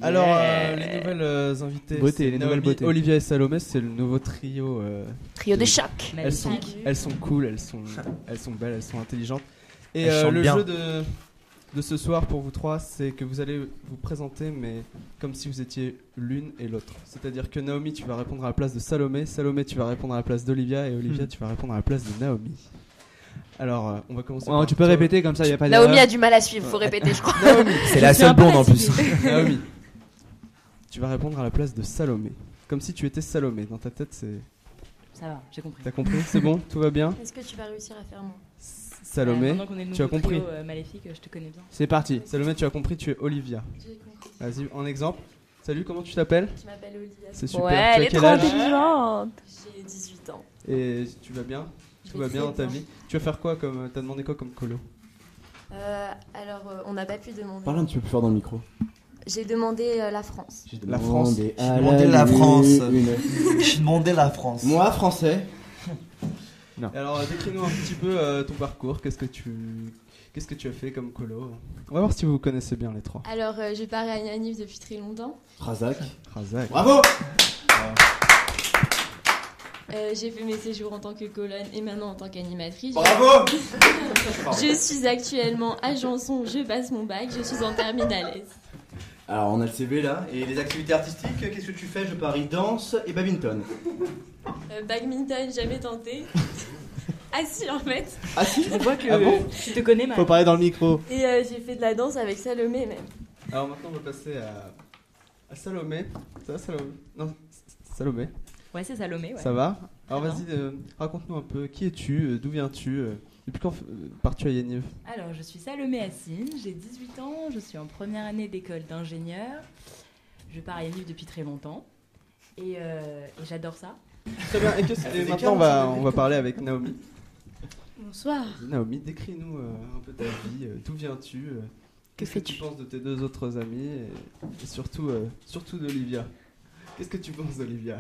Speaker 3: Alors, euh, les nouvelles euh, invitées.
Speaker 7: Beauté,
Speaker 3: c'est
Speaker 7: les nouvelles
Speaker 3: Naomi,
Speaker 7: beautés.
Speaker 3: Olivia et Salomé, c'est le nouveau trio. euh,
Speaker 5: Trio de choc.
Speaker 3: elles, sont,
Speaker 9: Magnifique.
Speaker 3: elles sont cool, elles sont, elles sont belles, elles sont intelligentes. Et
Speaker 6: Elles
Speaker 3: euh,
Speaker 6: chantent
Speaker 3: le
Speaker 6: bien.
Speaker 3: jeu de, de ce soir pour vous trois, c'est que vous allez vous présenter, mais comme si vous étiez l'une et l'autre. C'est-à-dire que Naomi, tu vas répondre à la place de Salomé, Salomé, tu vas répondre à la place d'Olivia, et Olivia,
Speaker 7: Hmm.
Speaker 3: tu vas répondre à la place de Naomi. Alors, euh, on va commencer. par
Speaker 7: tu peux
Speaker 3: toi.
Speaker 7: répéter comme ça, il a pas
Speaker 5: Naomi a
Speaker 7: d'erreur.
Speaker 5: du mal à suivre, faut répéter, je crois.
Speaker 6: C'est la seule blonde en plus.
Speaker 3: Naomi, tu vas répondre à la place de Salomé. Comme si tu étais Salomé. Dans ta tête, c'est.
Speaker 9: Ça va, j'ai compris.
Speaker 3: T'as compris C'est bon Tout va bien
Speaker 11: Est-ce que tu vas réussir à faire moi
Speaker 3: Salomé.
Speaker 9: Euh, maintenant qu'on est le
Speaker 3: tu as
Speaker 9: nouveau
Speaker 3: compris.
Speaker 9: trio, euh, maléfique, euh, je te connais bien.
Speaker 7: C'est parti.
Speaker 3: Salomé, tu as compris, tu es Olivia.
Speaker 11: J'ai compris.
Speaker 3: Vas-y, en exemple. Salut, comment tu t'appelles
Speaker 11: Je m'appelle Olivia,
Speaker 3: C'est super.
Speaker 5: Ouais,
Speaker 3: tu
Speaker 5: elle
Speaker 3: as
Speaker 5: est
Speaker 3: quel
Speaker 5: trop
Speaker 3: âge
Speaker 5: intelligente.
Speaker 11: j'ai 18 ans.
Speaker 3: Et tu vas bien
Speaker 11: Je
Speaker 3: Tout
Speaker 11: vais
Speaker 3: va bien
Speaker 11: très
Speaker 3: dans ta vie Tu vas faire quoi comme. euh, T'as demandé quoi comme colo
Speaker 11: Euh, alors, euh, on n'a pas pu demander.
Speaker 4: Parle un petit peu plus fort dans le micro.
Speaker 11: J'ai demandé euh, la France.
Speaker 4: J'ai
Speaker 3: La France.
Speaker 4: demandé
Speaker 6: J'ai
Speaker 4: à
Speaker 6: demandé la
Speaker 4: lune
Speaker 6: France.
Speaker 4: une-
Speaker 6: J'ai demandé la France.
Speaker 4: Moi, français.
Speaker 3: Alors, euh, décris-nous un petit peu euh, ton parcours. Qu'est-ce que tu. Qu'est-ce que tu as fait comme colo On va voir si vous vous connaissez bien les trois.
Speaker 11: Alors, euh, je pars à Yanniv depuis très longtemps.
Speaker 4: Razak.
Speaker 3: Razak.
Speaker 4: Bravo
Speaker 11: Euh, j'ai fait mes séjours en tant que colonne et maintenant en tant qu'animatrice.
Speaker 4: Bravo
Speaker 11: Je suis actuellement à Janson, je passe mon bac, je suis en terminale S.
Speaker 4: Alors, on a le CV là. Et les activités artistiques, qu'est-ce que tu fais Je parie danse et badminton.
Speaker 11: Euh, badminton, jamais tenté. ah si, en fait. euh,
Speaker 4: Ah si
Speaker 9: On voit que
Speaker 4: Ah bon
Speaker 9: tu te connais mal.
Speaker 7: Faut parler dans le micro.
Speaker 11: Et euh, j'ai fait de la danse avec Salomé même.
Speaker 3: Alors maintenant, on va passer à, à Salomé. Ça va, Salomé Non, Salomé,
Speaker 9: Ouais, c'est Salomé, ouais.
Speaker 3: ça va Alors
Speaker 9: Ça va.
Speaker 3: vas-y, euh, raconte-nous un peu. Qui es-tu euh, D'où viens-tu euh, Depuis quand euh, pars-tu à Yaniv
Speaker 9: Alors, je suis Salomé Assine, j'ai 18 ans, je suis en première année d'école d'ingénieur. Je pars à Yanniv depuis très longtemps et, euh, et j'adore ça.
Speaker 3: Très bien, et, que- et
Speaker 4: des
Speaker 3: maintenant, on va, on va parler avec Naomi.
Speaker 11: Bonsoir.
Speaker 3: Naomi, décris-nous euh, un peu ta vie. euh, D'où viens-tu euh, Qu'est-ce que tu penses de tes deux autres amis et, et surtout, euh, surtout d'Olivia Qu'est-ce que tu penses d'Olivia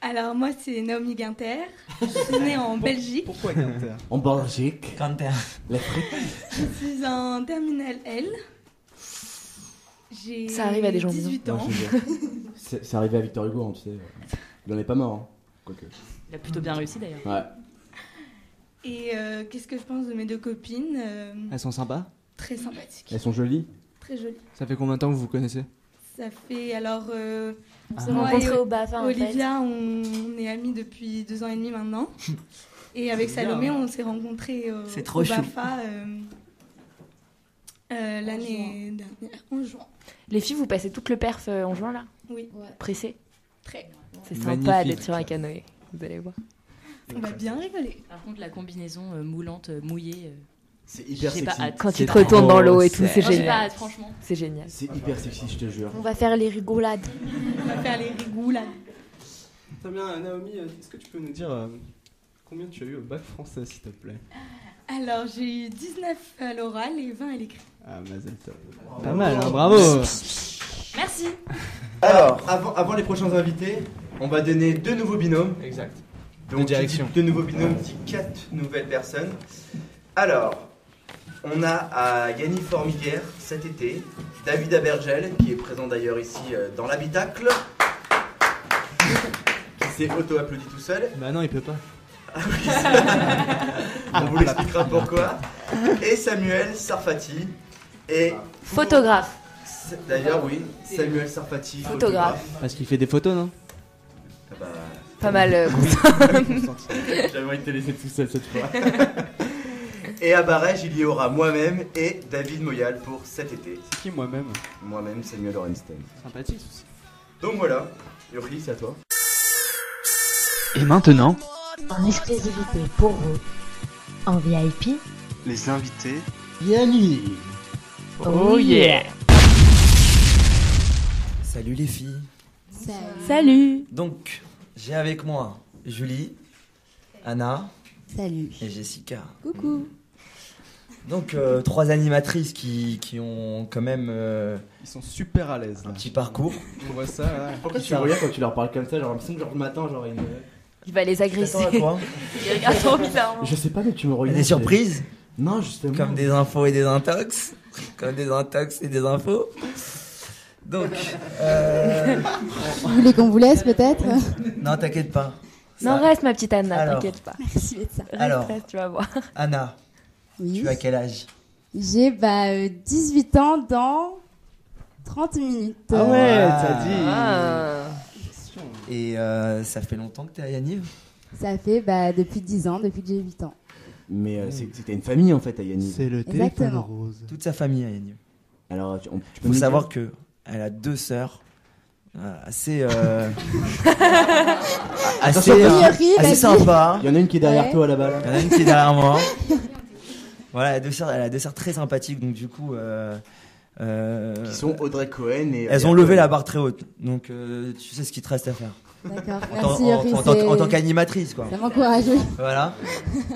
Speaker 11: Alors moi c'est Naomi Guinter, je suis née en
Speaker 3: Pour-
Speaker 11: Belgique,
Speaker 3: Pourquoi Guinter
Speaker 4: En Belgique.
Speaker 11: je suis en terminal L. J'ai
Speaker 5: Ça arrive à des gens
Speaker 11: 18
Speaker 4: Ouais,
Speaker 11: ans.
Speaker 4: je sais. C'est c'est arrivé à Victor Hugo, hein, tu sais. Il en est pas mort, hein. Quoique.
Speaker 9: Il a plutôt bien réussi d'ailleurs.
Speaker 4: Ouais.
Speaker 11: Et euh, qu'est-ce que je pense de mes deux copines Euh,
Speaker 7: Elles sont sympas.
Speaker 11: Très sympathiques,
Speaker 4: Elles sont jolies.
Speaker 11: très jolies.
Speaker 7: Ça fait combien de temps que vous vous connaissez
Speaker 11: Ça fait alors euh,
Speaker 5: On s'est
Speaker 11: moi et
Speaker 5: rencontrés au BAFA en fait.
Speaker 11: Olivia on, on est amies depuis deux ans et demi maintenant. Et avec Salomé on s'est rencontrés euh,
Speaker 6: C'est trop
Speaker 11: au
Speaker 6: chou.
Speaker 11: BAFA euh, euh, l'année dernière en juin.
Speaker 5: Les filles, vous passez toute le perf euh, en juin là
Speaker 11: Oui,
Speaker 5: Pressé
Speaker 11: très.
Speaker 5: C'est
Speaker 7: Magnifique.
Speaker 5: sympa d'être sur un canoë. Vous allez voir.
Speaker 11: On
Speaker 6: euh,
Speaker 11: va bien rigoler.
Speaker 9: Par contre, la combinaison euh, moulante, euh, mouillée, euh,
Speaker 4: C'est hyper
Speaker 9: J'ai
Speaker 4: sexy.
Speaker 9: pas hâte.
Speaker 5: Quand
Speaker 7: C'est
Speaker 5: tu te retournes
Speaker 7: trop-
Speaker 5: dans l'eau et tout, c'est
Speaker 9: oh, j'ai pas
Speaker 5: génial.
Speaker 9: hâte, franchement.
Speaker 5: C'est génial.
Speaker 4: C'est hyper sexy, je te jure.
Speaker 11: On va faire les rigolades. On va faire les rigolades.
Speaker 3: Très euh, bien, Naomi, euh, est-ce que tu peux nous dire euh, combien tu as eu au bac français, s'il te plaît
Speaker 11: Alors, j'ai eu 19 à l'oral et 20 à l'écrit.
Speaker 7: Ah, Mazel Tov. Pas mal, hein, bravo.
Speaker 11: Merci.
Speaker 4: Alors, avant, avant les prochains invités, on va donner deux nouveaux binômes. Exact.
Speaker 7: De
Speaker 4: Donc,
Speaker 7: direction.
Speaker 4: qui dit deux nouveaux binômes, dit quatre nouvelles personnes. Alors, on a à Yannick Formiguère cet été, David Abergel, qui est présent d'ailleurs ici euh, dans l'habitacle, qui s'est auto-applaudi tout seul.
Speaker 7: Bah non, il peut pas.
Speaker 4: on vous l'expliquera pourquoi. Et Samuel Sarfati. Et
Speaker 5: Photographe.
Speaker 4: d'ailleurs, oui, Samuel Sarfati,
Speaker 5: Photographe.
Speaker 7: Parce qu'il fait des photos, non
Speaker 4: Ah bah,
Speaker 5: Pas mal. euh,
Speaker 4: J'avais envie de te laisser tout seul cette fois. et à Barège, il y aura moi-même et David Moyal pour cet été.
Speaker 3: C'est qui moi-même
Speaker 4: Moi-même, Samuel Orenstein.
Speaker 3: Sympathique, aussi.
Speaker 4: Donc voilà, Yuri, c'est à toi.
Speaker 2: Et maintenant,
Speaker 12: En exclusivité pour vous, en VIP,
Speaker 2: les invités.
Speaker 12: Yannick.
Speaker 2: Oh yeah
Speaker 6: Salut les filles.
Speaker 13: Salut.
Speaker 6: Donc, j'ai avec moi Julie, Anna
Speaker 13: Salut.
Speaker 6: et Jessica.
Speaker 13: Coucou.
Speaker 6: Donc, euh, trois animatrices qui, qui ont quand même. euh,
Speaker 3: Ils sont super à l'aise.
Speaker 6: Un petit parcours.
Speaker 3: On voit ça. ouais.
Speaker 4: Pourquoi tu regardes quand tu leur parles comme ça Genre, il me semble que genre le matin, genre euh, une.
Speaker 5: Il va les agresser.
Speaker 4: T'attends à quoi
Speaker 5: Il regarde trop bizarrement.
Speaker 4: Je sais pas, mais tu me regardes.
Speaker 6: Des surprises
Speaker 4: Non, justement.
Speaker 6: Comme des infos et des intox. Comme des intox et des infos. Donc. euh,
Speaker 13: Vous voulez qu'on vous laisse peut-être
Speaker 6: Non, t'inquiète pas.
Speaker 5: Non, reste ma petite Anna,
Speaker 6: Alors.
Speaker 5: t'inquiète pas.
Speaker 13: Merci d'être ça.
Speaker 5: Reste,
Speaker 6: Alors.
Speaker 5: reste, tu vas voir.
Speaker 6: Anna,
Speaker 13: Oui.
Speaker 6: tu as quel âge
Speaker 13: J'ai bah, euh, 18 ans dans 30 minutes.
Speaker 6: Ah ouais, t'as dit.
Speaker 5: Ah.
Speaker 6: Et euh, ça fait longtemps que t'es à Yaniv
Speaker 13: Ça fait bah, depuis 10 ans, depuis que j'ai 8 ans.
Speaker 4: Mais euh, c'est c'était une famille en fait à Yannick.
Speaker 7: C'est le
Speaker 13: téléphone Exactement. rose.
Speaker 6: Toute sa famille à Yaniv.
Speaker 4: Alors, tu, on- tu peux
Speaker 6: Il faut
Speaker 4: me
Speaker 6: savoir
Speaker 4: dire-
Speaker 6: que elle a deux sœurs euh, assez euh, assez,
Speaker 4: Attention,
Speaker 6: euh,
Speaker 4: Yuri,
Speaker 6: assez
Speaker 4: vas-y.
Speaker 6: sympa.
Speaker 4: Il y en a une qui est derrière Ouais. toi, là-bas, là.
Speaker 6: Il y en a une qui est derrière moi. Voilà, elle a deux sœurs, elle a deux sœurs très sympathiques, donc du coup. euh, euh,
Speaker 4: Qui sont Audrey Cohen et.
Speaker 6: Elles ont levé la barre très haute, donc euh, tu sais ce qu'il te reste à faire.
Speaker 13: D'accord,
Speaker 6: En tant-
Speaker 13: merci
Speaker 6: en-
Speaker 13: Yuri,
Speaker 6: en, tant que- en
Speaker 13: c'est-
Speaker 6: tant qu'animatrice, quoi.
Speaker 13: Ça m'encourage, oui.
Speaker 6: Voilà.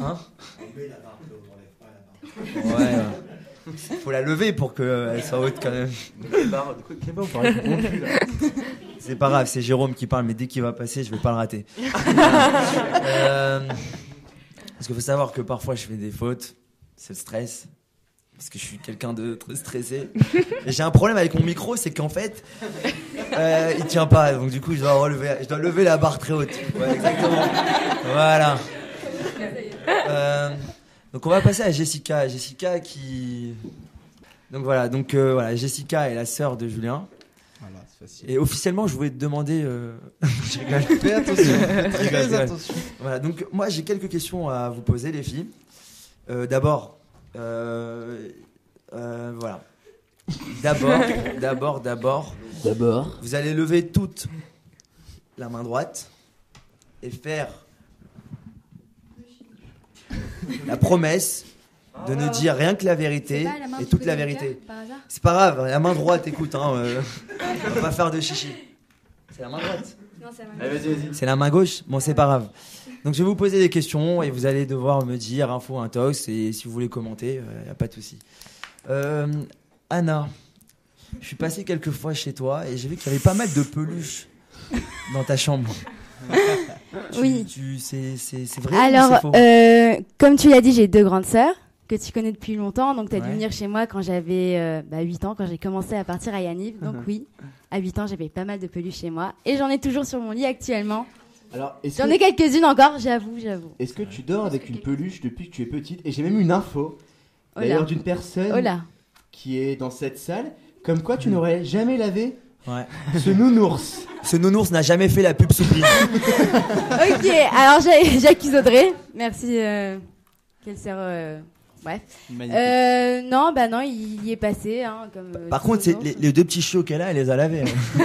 Speaker 6: Hein Ouais. Faut la lever pour qu'elle soit haute quand même.
Speaker 4: Quelle
Speaker 10: Ah,
Speaker 4: barre de quoi- quelle barre on parlait de ton cul, là
Speaker 6: C'est pas grave, c'est Jérôme qui parle, mais dès qu'il va passer, je vais pas le rater. Euh, parce qu'il faut savoir que parfois je fais des fautes, c'est le stress. Parce que je suis quelqu'un de très stressé. Et J'ai un problème avec mon micro, c'est qu'en fait, euh, il tient pas. Donc du coup, je dois relever, je dois lever la barre très haute. Ouais, exactement. Voilà. Euh, donc on va passer à Jessica. Jessica qui. Donc voilà, donc euh, voilà, Jessica est la sœur de Julien.
Speaker 3: Voilà, c'est facile.
Speaker 6: Et officiellement, je voulais te demander. euh, je rigole.
Speaker 3: Fais attention,
Speaker 6: Je
Speaker 3: très
Speaker 6: rigole, je rigole.
Speaker 3: attention.
Speaker 6: Voilà, donc moi j'ai quelques questions à vous poser, les filles. Euh, D'abord, euh, euh, voilà. D'abord, d'abord, d'abord.
Speaker 4: D'abord.
Speaker 6: Vous allez lever toute la main droite et faire la promesse de ne dire rien que la vérité
Speaker 11: pas la main
Speaker 6: et
Speaker 11: de
Speaker 6: toute la
Speaker 11: Frédérica,
Speaker 6: vérité.
Speaker 11: par hasard
Speaker 6: C'est pas grave, la main droite, écoute, hein, euh, on va pas faire de chichi. C'est la main droite.
Speaker 11: Non, c'est la main
Speaker 4: Allez, vas-y, vas-y.
Speaker 6: C'est la main gauche Bon, c'est pas grave. Donc, je vais vous poser des questions et vous allez devoir me dire info, intox. Et si vous voulez commenter, euh, y a pas de souci. Euh, Anna, je suis passé quelques fois chez toi et j'ai vu qu'il y avait pas mal de peluches dans ta chambre. Tu-
Speaker 13: Oui.
Speaker 6: tu- c'est, c'est- c'est vrai ou c'est
Speaker 13: Alors,
Speaker 6: faux
Speaker 13: euh, comme tu l'as dit, j'ai deux grandes sœurs que tu connais depuis longtemps. Donc, tu as dû
Speaker 6: Ouais.
Speaker 13: venir chez moi quand j'avais euh, bah, 8 ans, quand j'ai commencé à partir à Yaniv. Donc,
Speaker 6: Uh-huh.
Speaker 13: oui, à 8 ans, j'avais pas mal de peluches chez moi. Et j'en ai toujours sur mon lit actuellement.
Speaker 4: Alors, est-ce
Speaker 13: J'en
Speaker 4: que-
Speaker 13: ai quelques-unes encore, j'avoue, j'avoue.
Speaker 4: Est-ce que tu dors avec une peluche depuis que tu es petite Et j'ai même une info,
Speaker 13: Oh là.
Speaker 4: d'ailleurs, d'une personne
Speaker 13: Oh là.
Speaker 4: qui est dans cette salle, comme quoi tu n'aurais jamais lavé
Speaker 6: Mm. Ouais.
Speaker 4: ce nounours.
Speaker 6: Ce nounours n'a jamais fait la pub soupline.
Speaker 13: ok, alors j'ai- j'accuse Audrey. Merci. euh, quelle sœur. euh, Bref.
Speaker 6: Magnifique.
Speaker 13: Euh, non, bah non, il y est passé. hein, comme, euh,
Speaker 6: Par
Speaker 13: tous
Speaker 6: contre,
Speaker 13: les
Speaker 6: c'est-
Speaker 13: autres.
Speaker 6: les, les deux petits chiots qu'elle a, elle les a lavés. hein.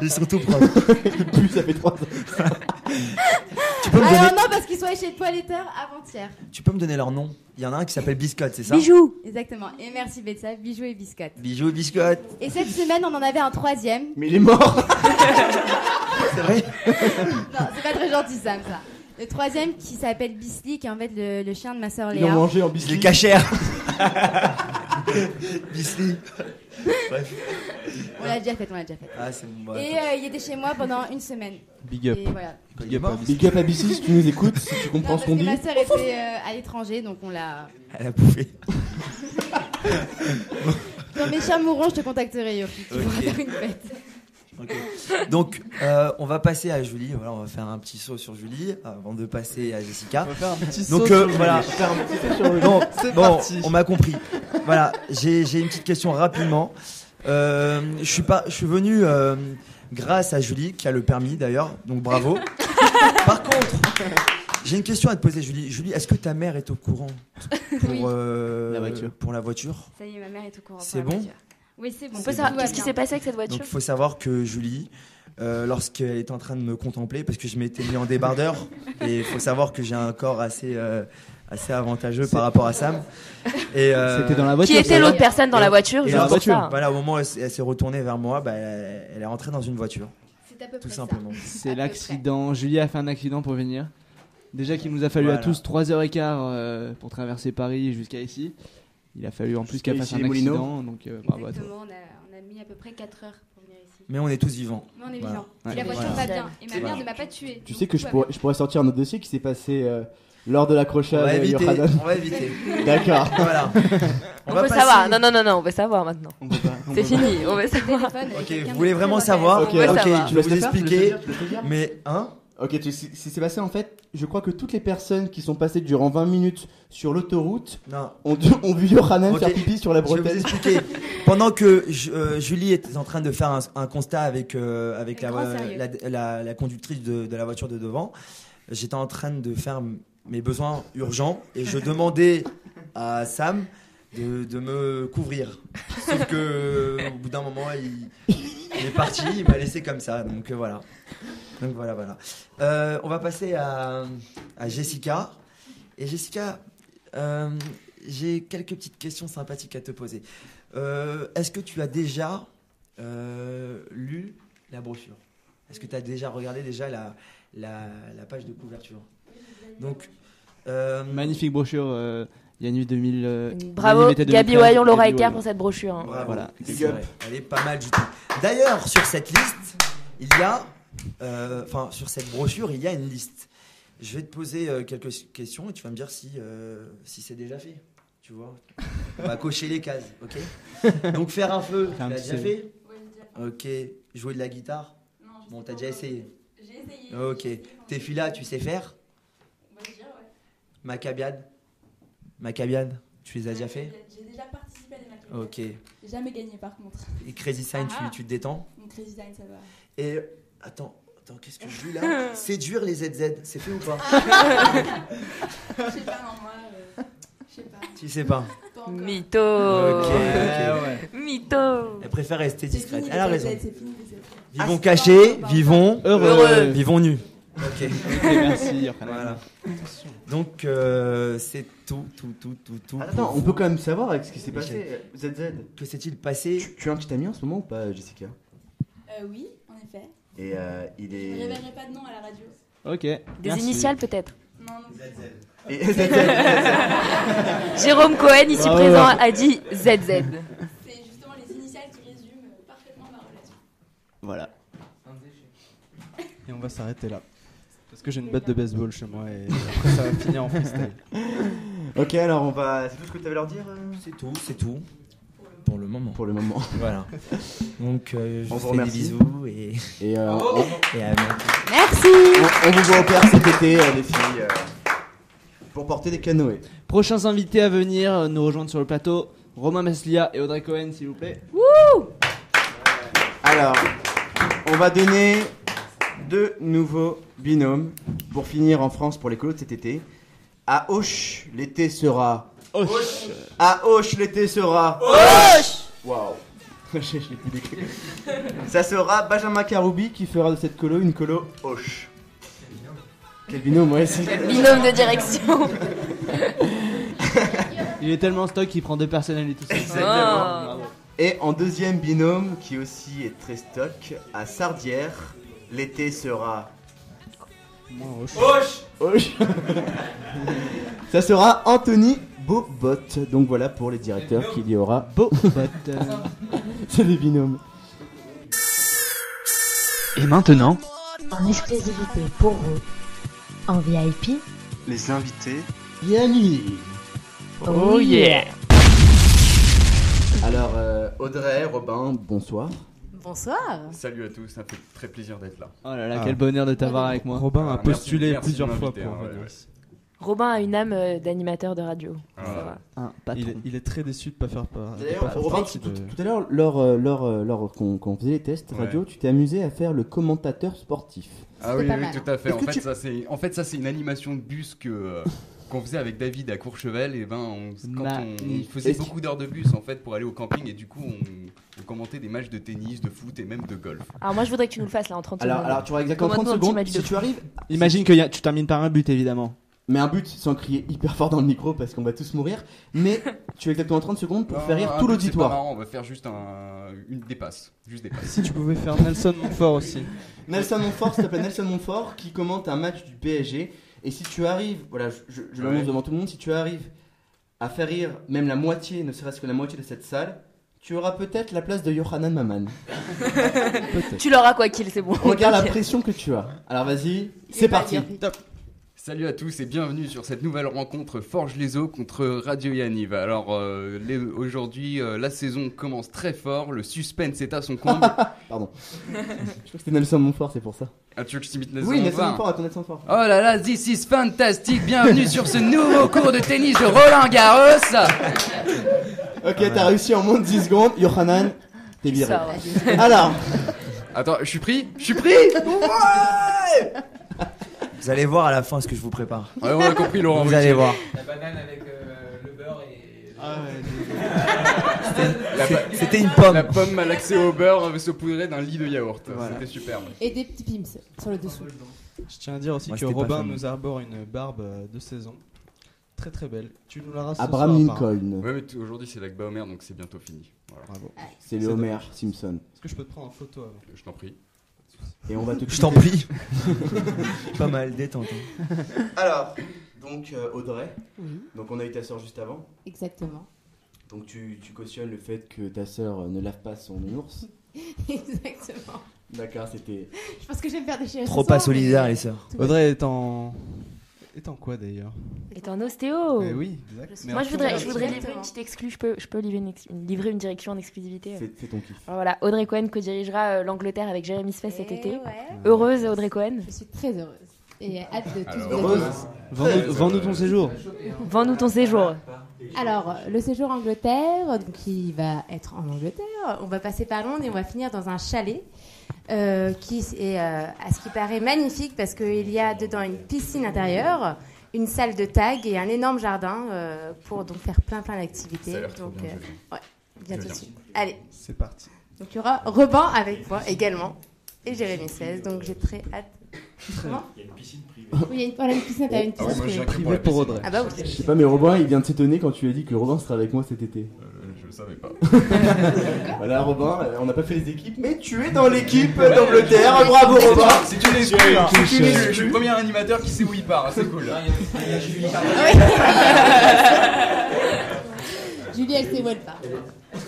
Speaker 6: Ils sont tout propres.
Speaker 4: Plus ça fait trois ans.
Speaker 6: tu, peux me
Speaker 13: Alors
Speaker 6: donner,
Speaker 13: non, parce qu'ils sont allés chez le toiletteur avant-hier.
Speaker 6: tu peux me donner leur nom Il y en a un qui s'appelle Biscotte, c'est ça
Speaker 13: Bijoux. Exactement. Et merci Betsa, bijoux et biscottes.
Speaker 6: Bijoux, Biscotte.
Speaker 13: Et cette semaine, on en avait un troisième.
Speaker 4: Mais il est mort
Speaker 6: C'est vrai
Speaker 13: Non, c'est pas très gentil, Sam, ça. Le troisième qui s'appelle Bisli, qui est en fait le, le chien de ma sœur
Speaker 4: Ils
Speaker 13: Oh, Léa.
Speaker 4: l'ont mangé en biscuit.
Speaker 6: Les cachères Bisli Bref.
Speaker 13: On l'a déjà fait, on l'a déjà fait.
Speaker 6: Ah, c'est bon, bah,
Speaker 13: Et euh, il était chez moi pendant une semaine.
Speaker 3: Big up.
Speaker 13: Et voilà.
Speaker 3: Big up à Bissi.
Speaker 4: Big up à Bissi, si tu nous écoutes, si tu
Speaker 13: Non,
Speaker 4: comprends
Speaker 13: parce
Speaker 4: ce qu'on
Speaker 13: que
Speaker 4: dit.
Speaker 13: ma sœur était euh, à l'étranger, donc on l'a.
Speaker 6: Elle a bouffé.
Speaker 13: Quand mes chiens mourront, je te contacterai, Yofi. Tu
Speaker 6: Ok.
Speaker 13: pourras faire une fête.
Speaker 6: Donc, euh, on va passer à Julie. Voilà, on va faire un petit saut sur Julie euh, avant de passer à Jessica.
Speaker 3: On va faire un petit saut
Speaker 6: Donc,
Speaker 3: sur
Speaker 6: euh,
Speaker 3: Julie.
Speaker 6: voilà.
Speaker 3: On va faire un petit saut sur Julie.
Speaker 6: Non,
Speaker 3: C'est
Speaker 6: bon,
Speaker 3: parti.
Speaker 6: on m'a compris. Voilà, j'ai j'ai une petite question rapidement. Euh, je suis pas, je suis venu euh, grâce à Julie qui a le permis d'ailleurs. Donc bravo. Par contre, j'ai une question à te poser, Julie. Julie, est-ce que ta mère est au courant pour euh,
Speaker 7: La voiture.
Speaker 6: Pour la voiture
Speaker 13: Ça y est, ma mère est au courant.
Speaker 6: C'est bon
Speaker 13: Oui, c'est bon.
Speaker 5: On peut savoir
Speaker 13: Tout va
Speaker 5: qu'est-ce qui
Speaker 13: bien.
Speaker 5: s'est passé avec cette voiture
Speaker 6: Donc il faut savoir que Julie, euh, lorsqu'elle était en train de me contempler, parce que je m'étais mis en débardeur, et il faut savoir que j'ai un corps assez, euh, assez avantageux par rapport à Sam. Et, euh,
Speaker 7: C'était dans la voiture,
Speaker 5: Qui était ça. l'autre personne dans la voiture,
Speaker 6: et
Speaker 5: juste
Speaker 6: dans la
Speaker 5: pour
Speaker 6: voiture.
Speaker 5: ça.
Speaker 6: Voilà, au moment où elle, s- elle s'est retournée vers moi, bah, elle elle est rentrée dans une voiture.
Speaker 13: C'est à peu
Speaker 6: Tout simplement.
Speaker 7: C'est l'accident. Julie a fait un accident pour venir. Déjà qu'il nous a fallu
Speaker 6: Voilà.
Speaker 7: à tous 3h15 euh, pour traverser Paris jusqu'à ici. Il a fallu en plus
Speaker 6: Jusqu'à
Speaker 7: qu'elle fasse
Speaker 6: ici,
Speaker 7: un
Speaker 6: les Moulineaux.
Speaker 7: accident. Donc, euh,
Speaker 3: bah,
Speaker 7: bravo à toi.
Speaker 11: Exactement, on a, on a mis à peu près 4 heures pour venir ici.
Speaker 6: Mais on est tous vivants.
Speaker 11: Mais on est
Speaker 6: Voilà.
Speaker 11: vivants.
Speaker 6: Ouais.
Speaker 11: Et la voiture va
Speaker 6: Voilà.
Speaker 11: bien. Et ma
Speaker 6: Voilà.
Speaker 11: mère ne m'a pas tué.
Speaker 4: Tu sais que je pourrais, je pourrais sortir notre dossier qui s'est passé euh, lors de l'accrochage
Speaker 6: On va
Speaker 4: à
Speaker 6: éviter,
Speaker 4: Yohanan.
Speaker 6: on va éviter.
Speaker 4: D'accord.
Speaker 6: Voilà.
Speaker 5: On,
Speaker 6: On va
Speaker 5: veut
Speaker 6: passer-
Speaker 5: savoir. Non, non, non, non, on veut savoir maintenant.
Speaker 6: on
Speaker 5: C'est
Speaker 6: peut
Speaker 5: fini,
Speaker 6: pas.
Speaker 5: on veut savoir.
Speaker 6: Ok, vous voulez vraiment savoir
Speaker 5: On veut savoir.
Speaker 6: je vais
Speaker 4: Tu
Speaker 6: vous
Speaker 4: laisses le faire, tu
Speaker 6: expliquer.
Speaker 4: laisses le faire, tu laisses le faire.
Speaker 6: Mais, hein
Speaker 4: Ok, tu- c'est c'est passé en fait. Je crois que toutes les personnes qui sont passées durant 20 minutes sur l'autoroute
Speaker 6: Non.
Speaker 4: ont, dû- ont vu Yohanan
Speaker 6: Ok,
Speaker 4: faire pipi sur la
Speaker 6: Je vais vous
Speaker 4: bretelle.
Speaker 6: expliquer. Pendant que Ju- euh, Julie était en train de faire un, un constat avec, euh, avec la,
Speaker 4: Grand
Speaker 6: euh,
Speaker 4: sérieux.
Speaker 6: la- la- la conductrice de, de la voiture de devant, j'étais en train de faire m- mes besoins urgents et je demandais à Sam de, de me couvrir. Sauf que euh, au bout d'un moment, il, il est parti, il m'a laissé comme ça. Donc euh, voilà. Donc voilà, voilà. Euh, on va passer à, à Jessica. Et Jessica, euh, j'ai quelques petites questions sympathiques à te poser. Euh, Est-ce que tu as déjà euh, lu la brochure Est-ce que tu as déjà regardé déjà la, la, la page de couverture Donc, euh,
Speaker 7: Magnifique brochure, euh, Yannick 2000. euh,
Speaker 5: Bravo,
Speaker 7: Yannick était
Speaker 5: Gabi
Speaker 7: 2013,
Speaker 5: Wayon, Laura
Speaker 7: Gabi
Speaker 5: Ecker
Speaker 7: Wayon.
Speaker 5: pour cette brochure. hein.
Speaker 6: Bravo.
Speaker 7: Voilà.
Speaker 6: C'est
Speaker 7: Big up.
Speaker 6: vrai. Elle est pas mal du tout. D'ailleurs, sur cette liste, il y a, euh, enfin, sur cette brochure, il y a une liste. Je vais te poser euh, quelques questions et tu vas me dire si, euh, si c'est déjà fait. Tu vois, on va cocher les cases, ok Donc faire un feu, tu
Speaker 7: Faire un
Speaker 6: l'as
Speaker 7: petit
Speaker 6: déjà
Speaker 7: feu.
Speaker 6: fait Ok. Jouer de la guitare Bon, t'as déjà essayé J'ai essayé. Bah, Ok. Tes filas, tu sais faire Macabiade Macabiade, tu les as déjà fait
Speaker 14: J'ai déjà participé à des matchs.
Speaker 6: Ok.
Speaker 14: J'ai jamais gagné par contre.
Speaker 6: Oh. Et Crazy Sign, tu-
Speaker 14: Ah.
Speaker 6: tu te détends
Speaker 14: Mon Crazy Design, ça va.
Speaker 6: Et attends, attends, qu'est-ce que je lis là Séduire les ZZ, c'est fait ou pas
Speaker 14: Ah, Je sais pas, non, moi. euh, Je sais pas.
Speaker 6: Tu sais pas.
Speaker 14: Pas encore.
Speaker 5: Mytho.
Speaker 6: Ok, ok.
Speaker 5: Mytho.
Speaker 6: Elle préfère rester discrète.
Speaker 14: fini,
Speaker 6: Elle a
Speaker 14: les
Speaker 6: raison.
Speaker 14: ZZ, Ah, c'est fini, les ZZ.
Speaker 6: Vivons cachés, vivons
Speaker 7: Heureux.
Speaker 6: vivons nus. Ok.
Speaker 7: merci, Yohann.
Speaker 6: Voilà. Donc euh, c'est tout, tout, tout, tout, tout.
Speaker 4: Attends, on peut quand même savoir avec ce qui s'est passé. euh,
Speaker 6: ZZ. Que s'est-il passé
Speaker 4: Tu, tu as un petit ami en ce moment ou pas, Jessica
Speaker 14: Euh, oui, en effet.
Speaker 4: Et euh, il
Speaker 14: Je
Speaker 4: est.
Speaker 14: révélerai pas de nom à la radio.
Speaker 7: Ok.
Speaker 5: Des initiales peut-être.
Speaker 14: Non, non.
Speaker 4: Et-
Speaker 5: Jérôme Cohen, ici
Speaker 7: Bravo.
Speaker 5: présent, a dit ZZ.
Speaker 14: C'est justement les initiales qui résument euh, parfaitement ma relation.
Speaker 7: Voilà.
Speaker 3: Et on va s'arrêter là. Parce que j'ai une batte de baseball chez moi et après ça va finir en freestyle.
Speaker 4: Ok, alors on va. Ah, C'est tout ce que tu avais à leur dire euh
Speaker 6: C'est tout, c'est tout. Pour le moment.
Speaker 4: Pour le moment.
Speaker 6: Voilà. Donc euh, je
Speaker 4: On
Speaker 6: vous
Speaker 4: vous
Speaker 6: fais des
Speaker 4: remercie.
Speaker 6: bisous et
Speaker 4: Et, euh,
Speaker 6: et à bientôt.
Speaker 13: Merci
Speaker 4: on, on vous voit au père cet été, euh, les filles, euh, pour porter des canoës.
Speaker 7: Prochains invités à venir euh, nous rejoindre sur le plateau Romain Maslia et Audrey Cohen, s'il vous plaît.
Speaker 4: Alors, on va donner deux nouveaux binômes pour finir en France pour les colos de cet été. À Auch, l'été sera.
Speaker 7: Auch.
Speaker 4: À Auch, l'été sera.
Speaker 7: Auch.
Speaker 4: Waouh. J'ai- j'ai plus d'écrit. Ça sera Benjamin Karoubi qui fera de cette colo une colo Auch. Quel binôme, ouais, si.
Speaker 5: Binôme de direction.
Speaker 7: Il est tellement stock qu'il prend deux personnalités. tout seul.
Speaker 4: Exactement.
Speaker 5: Oh.
Speaker 4: Et en deuxième binôme, qui aussi est très stock, à Sardière, l'été sera.
Speaker 3: Moi, Hoche.
Speaker 4: Hoche. Ça sera Anthony Bobot. Donc voilà pour les directeurs qu'il y aura Bobot. C'est des binômes.
Speaker 2: Et maintenant,
Speaker 12: En exclusivité pour vous, en VIP,
Speaker 2: les invités.
Speaker 4: Yannick
Speaker 12: Oh yeah.
Speaker 4: Alors euh, Audrey, Robin, bonsoir.
Speaker 15: Bonsoir.
Speaker 16: Salut à tous, ça me fait très plaisir d'être là.
Speaker 7: Oh là là, quel bonheur de t'avoir avec moi.
Speaker 3: Robin a
Speaker 7: Ah,
Speaker 3: postulé
Speaker 16: merci,
Speaker 3: plusieurs
Speaker 16: merci de
Speaker 3: fois
Speaker 16: m'inviter,
Speaker 3: pour euh,
Speaker 16: hein,
Speaker 3: venir
Speaker 16: ouais,
Speaker 3: ici.
Speaker 5: Robin a une âme euh, d'animateur de radio. Ça va.
Speaker 3: il, est, il est très déçu de pas faire par- de
Speaker 4: D'ailleurs,
Speaker 3: pas faire
Speaker 4: Robin,
Speaker 3: partie
Speaker 4: tout,
Speaker 3: de-
Speaker 4: tout à l'heure, lors, euh, lors, euh, lors qu'on qu'on faisait les tests
Speaker 16: Ouais.
Speaker 4: radio, tu t'es amusé à faire le commentateur sportif.
Speaker 16: Ah oui, oui, tout à fait.
Speaker 4: Est-ce
Speaker 16: En
Speaker 4: que
Speaker 16: fait,
Speaker 4: tu-
Speaker 16: ça, c'est, en fait, ça, c'est une animation de bus que, euh, qu'on faisait avec David à Courchevel. Et ben, on, quand on, on faisait
Speaker 4: Est-ce que-
Speaker 16: beaucoup d'heures de bus en fait pour aller au camping. Et du coup, on, on commentait des matchs de tennis, de foot et même de golf.
Speaker 5: Alors moi je voudrais que tu nous le fasses là en 30 secondes. Commande-nous un petit match de foot.
Speaker 4: Imagine que tu termines par un but, évidemment. Mais un but sans crier hyper fort dans le micro parce qu'on va tous mourir. Mais tu as exactement 30 secondes pour
Speaker 16: Non,
Speaker 4: faire rire
Speaker 16: Ah, un
Speaker 4: tout
Speaker 16: but, c'est pas
Speaker 4: l'auditoire.
Speaker 16: marrant, on va faire juste un, une des passes. Juste des passes.
Speaker 4: Si tu pouvais faire
Speaker 3: Nelson Montfort aussi.
Speaker 4: Nelson Montfort, s'il te plaît, Nelson Montfort qui commente un match du PSG. Et si tu arrives, voilà, je, je, je l'annonce
Speaker 16: Ouais.
Speaker 4: devant tout le monde, si tu arrives à faire rire même la moitié, ne serait-ce que la moitié de cette salle, tu auras peut-être la place de Yohanan Maman. Peut-être.
Speaker 5: Tu l'auras quoi qu'il, c'est bon.
Speaker 4: Regarde la
Speaker 5: T'inquiète.
Speaker 4: pression que tu as. Alors vas-y, c'est parti.
Speaker 16: Salut à tous et bienvenue sur cette nouvelle rencontre Forge les eaux contre Radio Yaniv. Alors euh, les- aujourd'hui, euh, la saison commence très fort, le suspense est à son comble.
Speaker 4: Pardon. Je crois que c'était Nelson Montfort, c'est pour ça.
Speaker 16: Ah, tu veux que je t'imite
Speaker 4: Oui, Nelson
Speaker 16: Montfort
Speaker 4: Montfort, attends Nelson Montfort.
Speaker 16: Oh là là, this is fantastic. Bienvenue sur ce nouveau cours de tennis de Roland Garros. Ah,
Speaker 4: Ok, t'as réussi en moins de 10 secondes. Yohanan, t'es
Speaker 16: Tu
Speaker 4: viré.
Speaker 16: sors.
Speaker 4: Alors,
Speaker 16: Attends, je suis pris Je suis pris
Speaker 6: Vous allez voir à la fin ce que je vous prépare.
Speaker 16: Ouais, on a compris, Laurent.
Speaker 6: Vous
Speaker 16: Ruquier.
Speaker 6: allez voir.
Speaker 10: La banane avec euh, le beurre et.
Speaker 16: La pa-
Speaker 6: C'était une pomme.
Speaker 16: La pomme malaxée au beurre euh, se poudrait d'un lit de yaourt.
Speaker 3: Voilà.
Speaker 16: C'était superbe.
Speaker 15: Et des petits pimps sur le dessous.
Speaker 3: Je tiens à dire aussi
Speaker 6: Moi,
Speaker 3: que
Speaker 6: c'était pas
Speaker 3: Robin
Speaker 6: fameux.
Speaker 3: nous arbore une barbe euh, de saison. Très très belle. Tu nous la rases ce
Speaker 4: Abraham
Speaker 3: soir,
Speaker 4: Lincoln.
Speaker 3: apparemment.
Speaker 16: Ouais, mais t- aujourd'hui c'est l'acte Homer, donc c'est bientôt fini. Voilà.
Speaker 4: c'est le
Speaker 3: C'est
Speaker 4: Homer
Speaker 3: dommage.
Speaker 4: Simpson.
Speaker 3: Est-ce que je peux te prendre en photo avant
Speaker 16: Je t'en prie.
Speaker 4: Et on va te
Speaker 6: Je t'en
Speaker 4: quitter.
Speaker 6: prie. Pas mal, détente.
Speaker 4: hein.
Speaker 6: hein.
Speaker 4: Alors, donc euh, Audrey,
Speaker 15: Oui.
Speaker 4: donc on a eu ta soeur juste avant.
Speaker 15: Exactement.
Speaker 4: Donc tu, tu cautionnes le fait que ta soeur ne lave pas son ours.
Speaker 15: Exactement.
Speaker 4: D'accord, c'était.
Speaker 15: Je pense que je vais me faire déchirer. ce
Speaker 6: Trop pas
Speaker 15: soir, mais-
Speaker 6: solidaire, les sœurs.
Speaker 15: Tout va bien.
Speaker 3: Audrey est en. est en quoi d'ailleurs
Speaker 5: Et t'es en ostéo.
Speaker 3: Eh oui, exact. Je Mais
Speaker 5: Moi
Speaker 3: en
Speaker 5: je
Speaker 3: tout
Speaker 5: voudrais,
Speaker 3: cas,
Speaker 5: je voudrais livrer
Speaker 15: exactement.
Speaker 5: une petite exclue. Je peux, je peux livrer, une ex- une- livrer une direction en exclusivité.
Speaker 4: C'est- c'est ton kiff.
Speaker 5: Alors voilà, Audrey Cohen co-dirigera euh, l'Angleterre avec Jérémy Speth cet
Speaker 15: Eh
Speaker 5: été.
Speaker 15: ouais.
Speaker 5: Heureuse Audrey Cohen.
Speaker 15: Je suis très heureuse. Et hâte de tous
Speaker 5: Alors,
Speaker 15: vous
Speaker 5: heureuse.
Speaker 15: accueillir.
Speaker 7: Vends-nous vends-nous ton séjour.
Speaker 5: Vends-nous ton séjour.
Speaker 15: Alors, le séjour Angleterre, donc il va être en Angleterre. On va passer par Londres et on va finir dans un chalet euh, qui est, euh, à ce qui paraît, magnifique parce qu'il y a dedans une piscine intérieure, une salle de tag et un énorme jardin euh, pour donc faire plein plein d'activités.
Speaker 3: Ça a l'air trop
Speaker 15: Donc, euh,
Speaker 3: bien, je
Speaker 15: ouais, bien
Speaker 3: Je viens.
Speaker 15: dessus. Allez.
Speaker 3: C'est parti.
Speaker 15: Donc il y aura Robin avec moi également et Jérémy 16. Donc j'ai très hâte. Comment
Speaker 10: Il y a une piscine privée.
Speaker 15: Oui, il y a une, voilà, une piscine, t'as une
Speaker 16: Ah oui,
Speaker 15: piscine.
Speaker 16: moi, je viens
Speaker 15: privée.
Speaker 16: que pour la piscine.
Speaker 15: Ah bah
Speaker 4: Je
Speaker 15: oui.
Speaker 4: sais pas, mais Robin, il vient de s'étonner quand tu lui as dit que Robin serait avec moi cet été.
Speaker 16: Euh, Je le savais pas.
Speaker 4: voilà, Robin, euh, on n'a pas fait les équipes, mais tu es dans l'équipe d'Angleterre. Bravo, Robin.
Speaker 16: Si tu les
Speaker 4: Tu es
Speaker 16: suis,
Speaker 4: là.
Speaker 16: je suis
Speaker 4: Tu es
Speaker 16: le- je suis le premier animateur qui sait où il part, Ah, c'est cool.
Speaker 15: Julie, elle sait où elle part.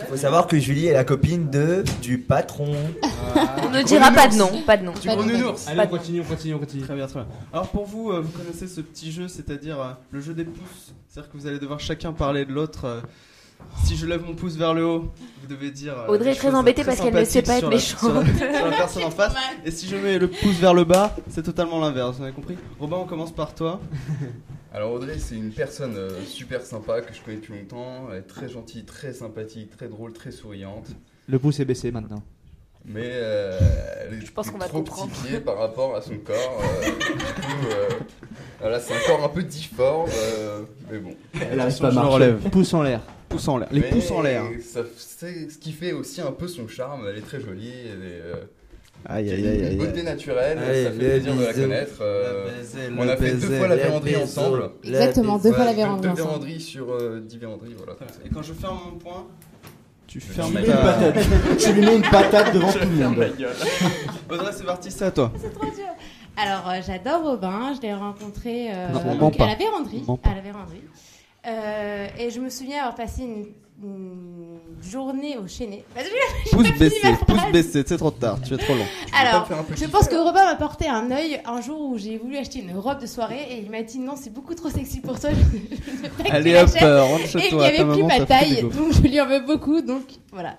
Speaker 6: Faut savoir que Julie est la copine de du patron. Ah,
Speaker 7: Ah,
Speaker 16: Ah.
Speaker 5: On ne dira pas de nom, pas de nom. Pas
Speaker 3: Allez,
Speaker 5: de nom. Pas
Speaker 3: on
Speaker 5: de nom.
Speaker 3: continue, on continue, on continue. Très bien, très bien. Alors pour vous, euh, vous connaissez ce petit jeu, c'est-à-dire euh, le jeu des pouces. C'est-à-dire que vous allez devoir chacun parler de l'autre. euh, si je lève mon pouce vers le haut, vous devez dire. euh,
Speaker 5: Audrey
Speaker 3: des
Speaker 5: est très
Speaker 3: choses
Speaker 5: embêtée parce qu'elle ne sait
Speaker 3: sympathiques
Speaker 5: pas être
Speaker 3: sur la- sur la-
Speaker 5: méchante.
Speaker 3: sur la personne en face. Et si je mets le pouce vers le bas, c'est totalement l'inverse. Vous avez compris Robin, on commence par toi.
Speaker 16: Alors Audrey, c'est une personne euh, super sympa que je connais depuis longtemps. Elle est très gentille, très sympathique, très drôle, très souriante.
Speaker 7: Le pouce est baissé maintenant.
Speaker 16: Mais euh, elle est
Speaker 5: Je pense qu'on va
Speaker 16: trop
Speaker 5: comprendre.
Speaker 16: petit pied par rapport à son corps. euh, du coup, euh, voilà, c'est un corps un peu difforme. euh, mais bon.
Speaker 4: Elle arrive
Speaker 7: pas à marcher.
Speaker 3: Pouce en l'air. Pouce en l'air. Les
Speaker 16: Mais
Speaker 3: pouces en l'air.
Speaker 16: ça- C'est ce qui fait aussi un peu son charme. Elle est très jolie. Elle est, euh,
Speaker 3: Aïe, aïe,
Speaker 16: elle a
Speaker 3: aïe,
Speaker 16: une
Speaker 3: aïe,
Speaker 16: beauté
Speaker 3: aïe.
Speaker 16: naturelle.
Speaker 3: Allez,
Speaker 16: ça
Speaker 3: le
Speaker 16: fait plaisir de la
Speaker 3: bisou.
Speaker 16: connaître. euh,
Speaker 3: Le baiser,
Speaker 16: on
Speaker 3: le
Speaker 16: a fait deux
Speaker 3: baiser,
Speaker 16: fois la
Speaker 3: le
Speaker 16: véranderie
Speaker 3: baiser.
Speaker 16: ensemble.
Speaker 15: Exactement, deux fois la
Speaker 16: Voilà,
Speaker 15: véranderie
Speaker 16: Deux
Speaker 15: ensemble.
Speaker 16: véranderies sur euh, dix véranderies. Voilà.
Speaker 3: Et quand je ferme mon point, tu
Speaker 4: Tu
Speaker 3: fermes
Speaker 4: lui mets
Speaker 3: ta-
Speaker 4: une patate. Tu lui mets une patate devant
Speaker 3: Je
Speaker 4: tout le
Speaker 3: ferme
Speaker 4: monde.
Speaker 3: ma gueule. Audrey, c'est parti, c'est à toi.
Speaker 15: C'est trop dur. Alors, euh, j'adore Robin. Je l'ai rencontrée euh,
Speaker 3: Non, on
Speaker 15: donc,
Speaker 3: ment pas.
Speaker 15: à la véranderie.
Speaker 3: On ment pas.
Speaker 15: À la véranderie. Euh, et je me souviens avoir passé une, une journée au Chénet. Bah, j'ai pas
Speaker 3: Pouce
Speaker 15: fini
Speaker 3: baissé,
Speaker 15: ma phrase.
Speaker 3: pouce baissé, c'est trop tard, tu es trop long.
Speaker 15: Alors, je pense que Robin m'a porté un œil un jour où j'ai voulu acheter une robe de soirée et il m'a dit non, c'est beaucoup trop sexy pour toi. je- je ne veux pas que
Speaker 3: Allez
Speaker 15: tu la
Speaker 3: hop,
Speaker 15: jettes.
Speaker 3: euh, rentre chez
Speaker 15: Et il n'y
Speaker 3: toi,
Speaker 15: avait
Speaker 3: ta
Speaker 15: plus
Speaker 3: maman
Speaker 15: ma
Speaker 3: t'a foutu
Speaker 15: taille,
Speaker 3: des gaufres.
Speaker 15: donc je lui en veux beaucoup. Donc voilà.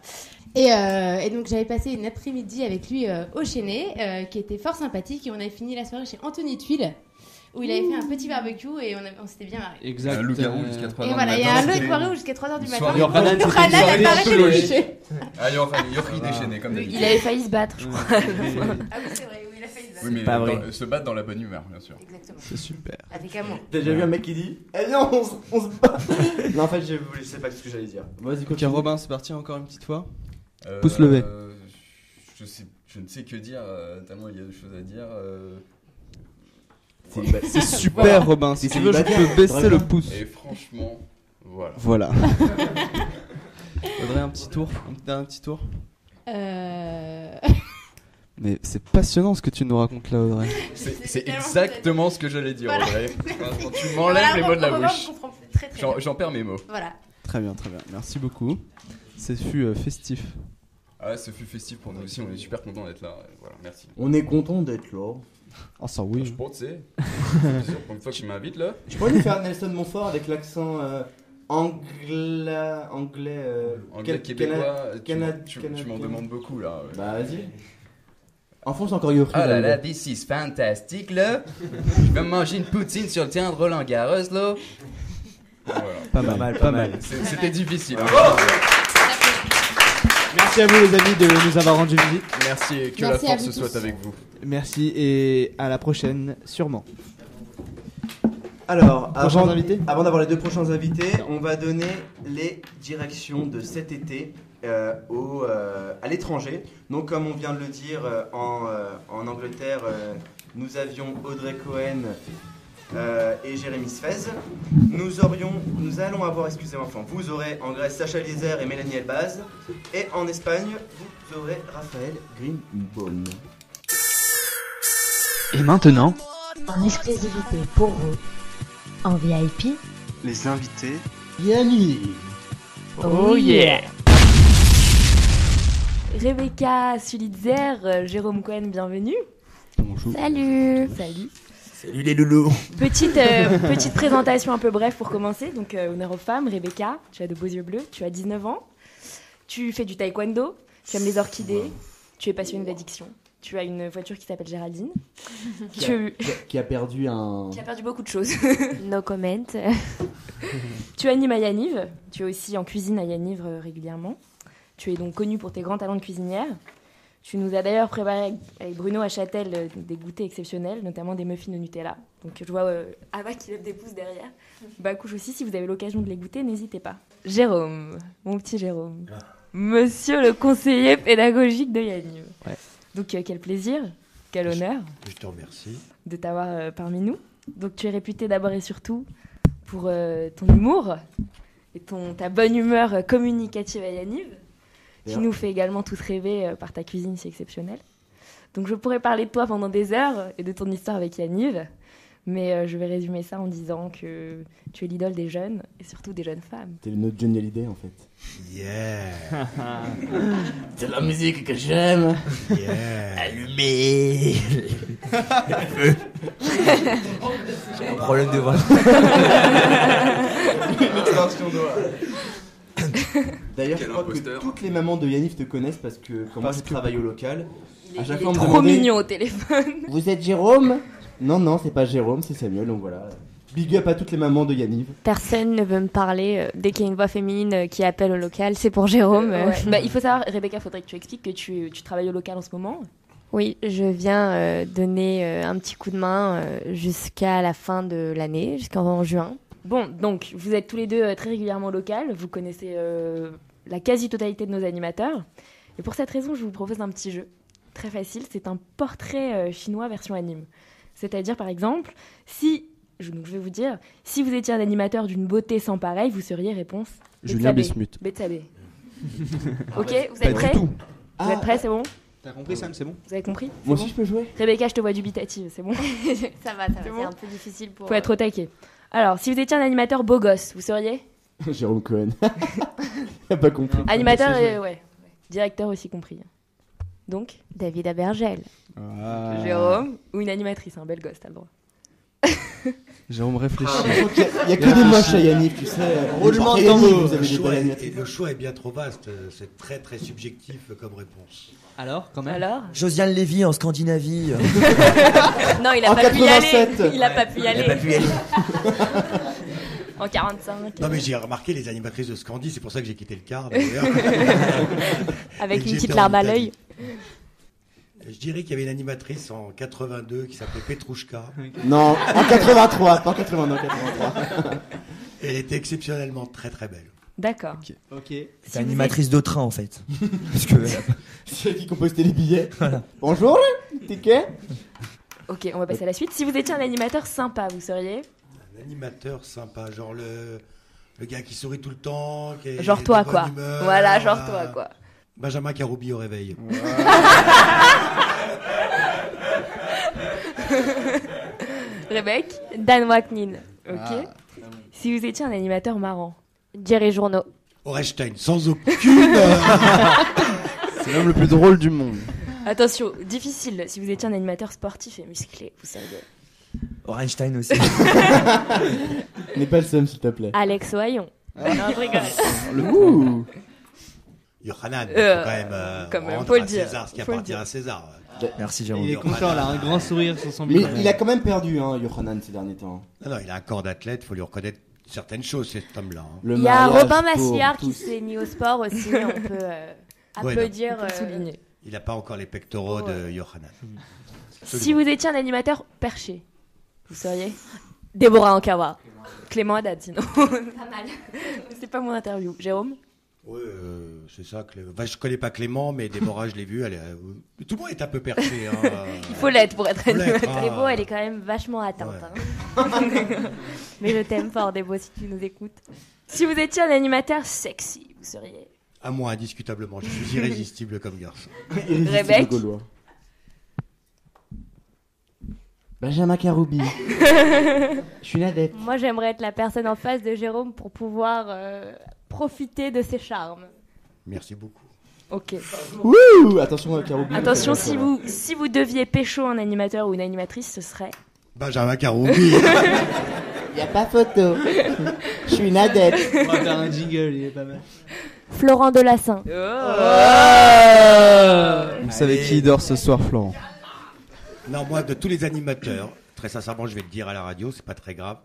Speaker 15: Et, euh, et donc j'avais passé une après-midi avec lui euh, au Chênay, euh, qui était fort sympathique, et on avait fini la soirée chez Anthony Tuile, où il avait fait un petit barbecue et on, avait- on s'était bien marré.
Speaker 7: Exact.
Speaker 16: Un loup-garou
Speaker 7: euh,
Speaker 16: jusqu'à 3
Speaker 15: Et voilà, il y a un lot de poireaux jusqu'à 3h du
Speaker 16: Une
Speaker 15: matin.
Speaker 16: soirée au Ranan, c'était une
Speaker 15: Ranan
Speaker 16: soirée
Speaker 15: apparaît chez le
Speaker 16: sociologique.
Speaker 15: bûcher.
Speaker 16: Allez, enfin, Yorki déchaîné, comme d'habitude.
Speaker 5: Il avait failli se battre, je crois.
Speaker 15: Ah oui, c'est vrai, oui, il a failli se
Speaker 16: Oui, mais
Speaker 6: Pas
Speaker 16: dans-
Speaker 6: vrai.
Speaker 16: se battre dans la bonne humeur, bien sûr.
Speaker 15: Exactement.
Speaker 3: C'est super.
Speaker 15: Avec amour.
Speaker 4: T'as déjà vu un mec qui dit Eh non, on, se- on se bat Non, en fait, je vous sais pas ce que j'allais dire. Vas-y,
Speaker 3: Ok,
Speaker 4: continue.
Speaker 3: Robin, c'est parti encore une petite fois.
Speaker 16: Euh,
Speaker 3: Pouce levé.
Speaker 16: euh, Je, sais- je ne sais que dire, euh, tellement il y a des choses à dire. euh.
Speaker 4: Célibataire.
Speaker 3: C'est super, Robin. Si
Speaker 4: T'es
Speaker 3: tu veux, je
Speaker 4: célibataire,
Speaker 3: peux baisser
Speaker 4: Robin.
Speaker 3: le pouce.
Speaker 16: Et franchement, voilà.
Speaker 3: Voilà. Faudrait un petit tour, un petit- un petit tour.
Speaker 15: Euh...
Speaker 3: Mais c'est passionnant ce que tu nous racontes là, Audrey.
Speaker 16: C'est c'est exactement ce que j'allais dire,
Speaker 15: Voilà.
Speaker 16: Audrey. Quand tu m'enlèves
Speaker 15: Voilà,
Speaker 16: les mots de la
Speaker 15: Robin,
Speaker 16: bouche,
Speaker 15: on comprend très, très
Speaker 16: J'en-
Speaker 15: bien.
Speaker 16: j'en perds mes mots.
Speaker 15: Voilà.
Speaker 3: Très bien, très bien. Merci beaucoup. Ce fut euh, festif.
Speaker 16: Ah, ce fut festif pour nous aussi, on est super contents d'être là. et Voilà, merci.
Speaker 4: On est content d'être là.
Speaker 3: Oh, ça oui.
Speaker 16: Je pense, c'est c'est sûr, pour une fois que tu m'invites là.
Speaker 4: Tu pourrais nous faire Nelson Montfort avec l'accent euh, angla- anglais. euh,
Speaker 16: Anglais,
Speaker 4: can-
Speaker 16: québécois,
Speaker 4: cana- cana-
Speaker 16: tu- tu, tu
Speaker 4: cana-
Speaker 16: m'en
Speaker 4: cana-
Speaker 16: demandes beaucoup là. ouais.
Speaker 4: Bah, vas-y. En France, encore Yoffrey.
Speaker 16: Ah là là, this is fantastique là. Je vais me manger une poutine sur le terrain de Roland Garros là. Voilà.
Speaker 3: Pas mal, pas mal.
Speaker 16: C'est- C'était difficile. hein.
Speaker 7: Merci à vous les amis de nous avoir rendu visite.
Speaker 16: Merci et que
Speaker 7: Merci
Speaker 16: la
Speaker 7: à
Speaker 16: force
Speaker 7: vous
Speaker 16: soit
Speaker 7: tous.
Speaker 16: avec vous.
Speaker 7: Merci et à la prochaine sûrement.
Speaker 4: Alors,
Speaker 7: Prochains
Speaker 4: avant,
Speaker 7: invités
Speaker 4: avant d'avoir les deux prochains invités, on va donner les directions de cet été euh, au, euh, à l'étranger. Donc, comme on vient de le dire, euh, en, euh, en Angleterre, euh, nous avions Audrey Cohen euh, et Jérémy Sfez. Nous, aurions, nous allons avoir, excusez-moi, enfin, vous aurez en Grèce Sacha Lizer et Mélanie Elbaz. Et en Espagne, vous aurez Raphaël Greenbaum.
Speaker 2: Et maintenant,
Speaker 12: En exclusivité pour vous, en VIP,
Speaker 2: les invités.
Speaker 12: Yannick.
Speaker 5: Oh yeah. Rebecca Sulitzer, euh, Jérôme Cohen, bienvenue.
Speaker 3: Bonjour.
Speaker 5: Salut. Salut.
Speaker 6: Salut les loulous.
Speaker 5: Petite, euh, petite présentation un peu brève pour commencer. Donc, euh, honneur aux femmes, Rebecca, tu as de beaux yeux bleus, tu as 19 ans, tu fais du taekwondo, tu aimes les orchidées, tu es passionnée d'addiction, tu as une voiture qui s'appelle Géraldine,
Speaker 4: Qui a,
Speaker 5: tu,
Speaker 4: qui a- qui a perdu un.
Speaker 5: tu as perdu beaucoup de choses. no comment. tu animes à Yaniv, tu es aussi en cuisine à Yaniv euh, régulièrement. Tu es donc connue pour tes grands talents de cuisinière. Tu nous as d'ailleurs préparé avec- avec Bruno à Châtel euh, des goûters exceptionnels, notamment des muffins au Nutella. Donc je vois euh,
Speaker 14: Ah, bah,
Speaker 5: Ava qui lève des pouces derrière. Bakouche aussi, si vous avez l'occasion de les goûter, n'hésitez pas. Jérôme, mon petit Jérôme. Monsieur le conseiller pédagogique de Yaniv. Donc euh, quel plaisir, quel honneur
Speaker 17: Je te remercie.
Speaker 5: de t'avoir euh, parmi nous. Donc tu es réputé d'abord et surtout pour euh, ton humour et ton, ta bonne humeur euh, communicative à Yaniv, qui
Speaker 17: Bien.
Speaker 5: nous fait également tous rêver euh, par ta cuisine si exceptionnelle. Donc je pourrais parler de toi pendant des heures et de ton histoire avec Yaniv, mais euh, je vais résumer ça en disant que tu es l'idole des jeunes et surtout des jeunes femmes.
Speaker 4: T'es notre Johnny Hallyday en fait.
Speaker 17: Yeah.
Speaker 4: C'est la musique que j'aime.
Speaker 17: Yeah. Allumez le feu. J'ai un problème de voix.
Speaker 4: D'ailleurs, je
Speaker 16: Quel
Speaker 4: crois
Speaker 16: imposteur.
Speaker 4: que toutes les mamans de Yanniv te connaissent parce que quand moi je travaille au local,
Speaker 5: Il est,
Speaker 4: à chaque
Speaker 5: il
Speaker 4: fois
Speaker 5: est
Speaker 4: on me
Speaker 5: trop
Speaker 4: demandait,
Speaker 5: mignon au téléphone.
Speaker 4: Vous êtes Jérôme Non, non, c'est pas Jérôme, c'est Samuel, donc voilà. Big up à toutes les mamans de Yanniv.
Speaker 18: Personne ne veut me parler euh, dès qu'il y a une voix féminine euh, qui appelle au local. C'est pour Jérôme.
Speaker 5: Euh,
Speaker 18: euh.
Speaker 5: ouais. Bah, il faut savoir, Rebecca, faudrait que tu expliques que tu, tu travailles au local en ce moment.
Speaker 18: Oui, je viens euh, donner euh, un petit coup de main euh, jusqu'à la fin de l'année, jusqu'en juin.
Speaker 5: Bon, donc, vous êtes tous les deux euh, très régulièrement au local, vous connaissez euh, la quasi-totalité de nos animateurs. Et pour cette raison, je vous propose un petit jeu. Très facile, c'est un portrait euh, chinois version anime. C'est-à-dire, par exemple, si, je, donc, je vais vous dire, si vous étiez un animateur d'une beauté sans pareille, vous seriez réponse
Speaker 3: Julien
Speaker 5: Betsabé.
Speaker 3: Bismuth.
Speaker 5: Betsabé.
Speaker 3: ok,
Speaker 5: Ok, vous êtes prêts Vous êtes prêts, c'est bon
Speaker 7: Ah, T'as compris, Sam C'est bon
Speaker 5: Vous avez compris
Speaker 7: Moi
Speaker 5: C'est
Speaker 7: aussi,
Speaker 5: bon
Speaker 7: je peux jouer
Speaker 5: Rebecca, je te vois dubitative, c'est bon
Speaker 18: Ça va, ça va,
Speaker 5: C'est
Speaker 18: c'est
Speaker 5: bon
Speaker 18: un peu difficile pour.
Speaker 5: Faut être au taquet. Alors, si vous étiez un animateur beau gosse, vous seriez
Speaker 4: Jérôme Cohen. Il a pas compris.
Speaker 5: Animateur et euh, ouais. Directeur aussi compris. Donc
Speaker 18: David Abergel.
Speaker 4: Ah.
Speaker 7: Euh.
Speaker 5: Jérôme ou une animatrice, hein, un bel gosse, t'as le droit.
Speaker 3: Jérôme réfléchit.
Speaker 4: Il y a que des moches à Yannick, tu sais. euh,
Speaker 17: Roulement
Speaker 4: Les
Speaker 17: de
Speaker 4: gens- Yannick,
Speaker 17: tambour.
Speaker 4: vous avez
Speaker 17: Le
Speaker 4: des
Speaker 17: choix,
Speaker 4: belles
Speaker 17: est, le choix est bien trop vaste. euh, C'est très très subjectif euh, comme réponse.
Speaker 7: Alors, quand
Speaker 5: même Alors
Speaker 6: Josiane Lévy en Scandinavie.
Speaker 5: non, il a
Speaker 6: En
Speaker 5: pas pu y
Speaker 6: 87.
Speaker 5: aller. Il a pas
Speaker 17: Ouais,
Speaker 5: pu y
Speaker 17: il a
Speaker 5: aller.
Speaker 17: pas pu y aller.
Speaker 5: en 45.
Speaker 17: Non mais j'ai remarqué les animatrices de Scandi, c'est pour ça que j'ai quitté le car d'ailleurs.
Speaker 5: Avec
Speaker 17: Et
Speaker 5: une
Speaker 17: que
Speaker 5: petite
Speaker 17: j'étais en
Speaker 5: larme à
Speaker 17: Italie.
Speaker 5: l'œil.
Speaker 17: Je dirais qu'il y avait une animatrice en 82 qui s'appelait Petrouchka.
Speaker 4: Non, en 83, pas en 82, en 83.
Speaker 17: Elle était exceptionnellement très très belle.
Speaker 5: D'accord.
Speaker 7: Ok.
Speaker 6: C'est animatrice de train en fait. Parce que.
Speaker 4: C'est elle qui compostait les billets. Bonjour, ticket.
Speaker 5: Ok, on va passer à la suite. Si vous étiez un animateur sympa, vous seriez
Speaker 17: Un animateur sympa, genre le, le gars qui sourit tout le temps. Qui est
Speaker 5: Genre
Speaker 17: de
Speaker 5: toi,
Speaker 17: bonne
Speaker 5: quoi.
Speaker 17: humeur,
Speaker 5: Voilà, genre
Speaker 17: euh,
Speaker 7: Ah.
Speaker 5: toi, quoi.
Speaker 17: Benjamin Caroubi au réveil.
Speaker 5: Rebecca, Dan Waknin. Ok.
Speaker 17: Ah,
Speaker 5: si vous étiez un animateur marrant, Jerry Journaux.
Speaker 17: Orestein, sans aucune. euh.
Speaker 4: C'est l'homme le plus drôle du monde.
Speaker 5: Attention, difficile. Si vous étiez un animateur sportif et musclé, vous seriez
Speaker 6: Einstein aussi.
Speaker 4: N'aie pas le seum, s'il te plaît.
Speaker 5: Alex Wayon. Non, je rigole.
Speaker 4: Ouh.
Speaker 17: Yohanan,
Speaker 5: Euh,
Speaker 17: faut quand même. euh,
Speaker 5: quand même,
Speaker 17: rendre
Speaker 5: faut le
Speaker 17: à
Speaker 5: dire,
Speaker 17: César ce qui
Speaker 5: faut le
Speaker 17: appartient
Speaker 5: dire.
Speaker 17: à César.
Speaker 6: Merci
Speaker 7: Il est content là, un grand sourire sur son
Speaker 4: Mais
Speaker 7: visage.
Speaker 4: il a quand même perdu, hein, Yohanan, ces derniers temps.
Speaker 17: Non, non, il a un corps d'athlète, il faut lui reconnaître certaines choses, cet homme-là. hein.
Speaker 4: Le
Speaker 18: Il y a
Speaker 4: mariage
Speaker 18: Robin
Speaker 4: pour
Speaker 18: Massiard qui
Speaker 4: tous.
Speaker 18: s'est mis au sport aussi. On peut euh,
Speaker 17: Ouais,
Speaker 18: applaudir.
Speaker 5: non. On peut le
Speaker 18: euh,
Speaker 5: souligner.
Speaker 17: Il n'a pas encore les pectoraux de Yohanan.
Speaker 5: Si vous étiez un animateur perché, vous seriez Déborah Ankawa. Clément Haddad, sinon.
Speaker 18: Pas mal.
Speaker 5: C'est pas mon interview. Jérôme
Speaker 17: Ouais, euh, c'est ça. Clé... Enfin, je connais pas Clément, mais Déborah, je l'ai vu. Elle est... euh, Tout le monde est un peu perché. Hein.
Speaker 5: Il faut l'être pour être
Speaker 17: Faut l'être,
Speaker 5: animateur.
Speaker 17: hein.
Speaker 4: ah.
Speaker 18: Débo, elle est quand même vachement atteinte. hein. Mais je t'aime fort, Débo, si tu nous écoutes.
Speaker 5: Si vous étiez un animateur sexy, vous seriez
Speaker 17: À moi, indiscutablement. Je suis irrésistible comme garçon.
Speaker 4: Irrésistible
Speaker 5: Rebecca
Speaker 4: Gaulois. Benjamin Caroubi. Je suis une adepte.
Speaker 18: Moi, j'aimerais être la personne en face de Jérôme pour pouvoir euh, profiter de ses charmes.
Speaker 17: Merci beaucoup.
Speaker 5: Ok.
Speaker 4: Ouh, attention euh, à Caroubi.
Speaker 5: Attention, si vous, si vous deviez pécho un animateur ou une animatrice, ce serait.
Speaker 17: Benjamin Caroubi.
Speaker 4: Y a pas photo. Je suis une adepte.
Speaker 7: On va faire un jingle, il est pas mal.
Speaker 18: Florent Delassin.
Speaker 3: Oh.
Speaker 12: Ah
Speaker 3: Vous savez qui dort ce soir, Florent
Speaker 17: Non, moi, de tous les animateurs, très sincèrement, je vais le dire à la radio, c'est pas très grave,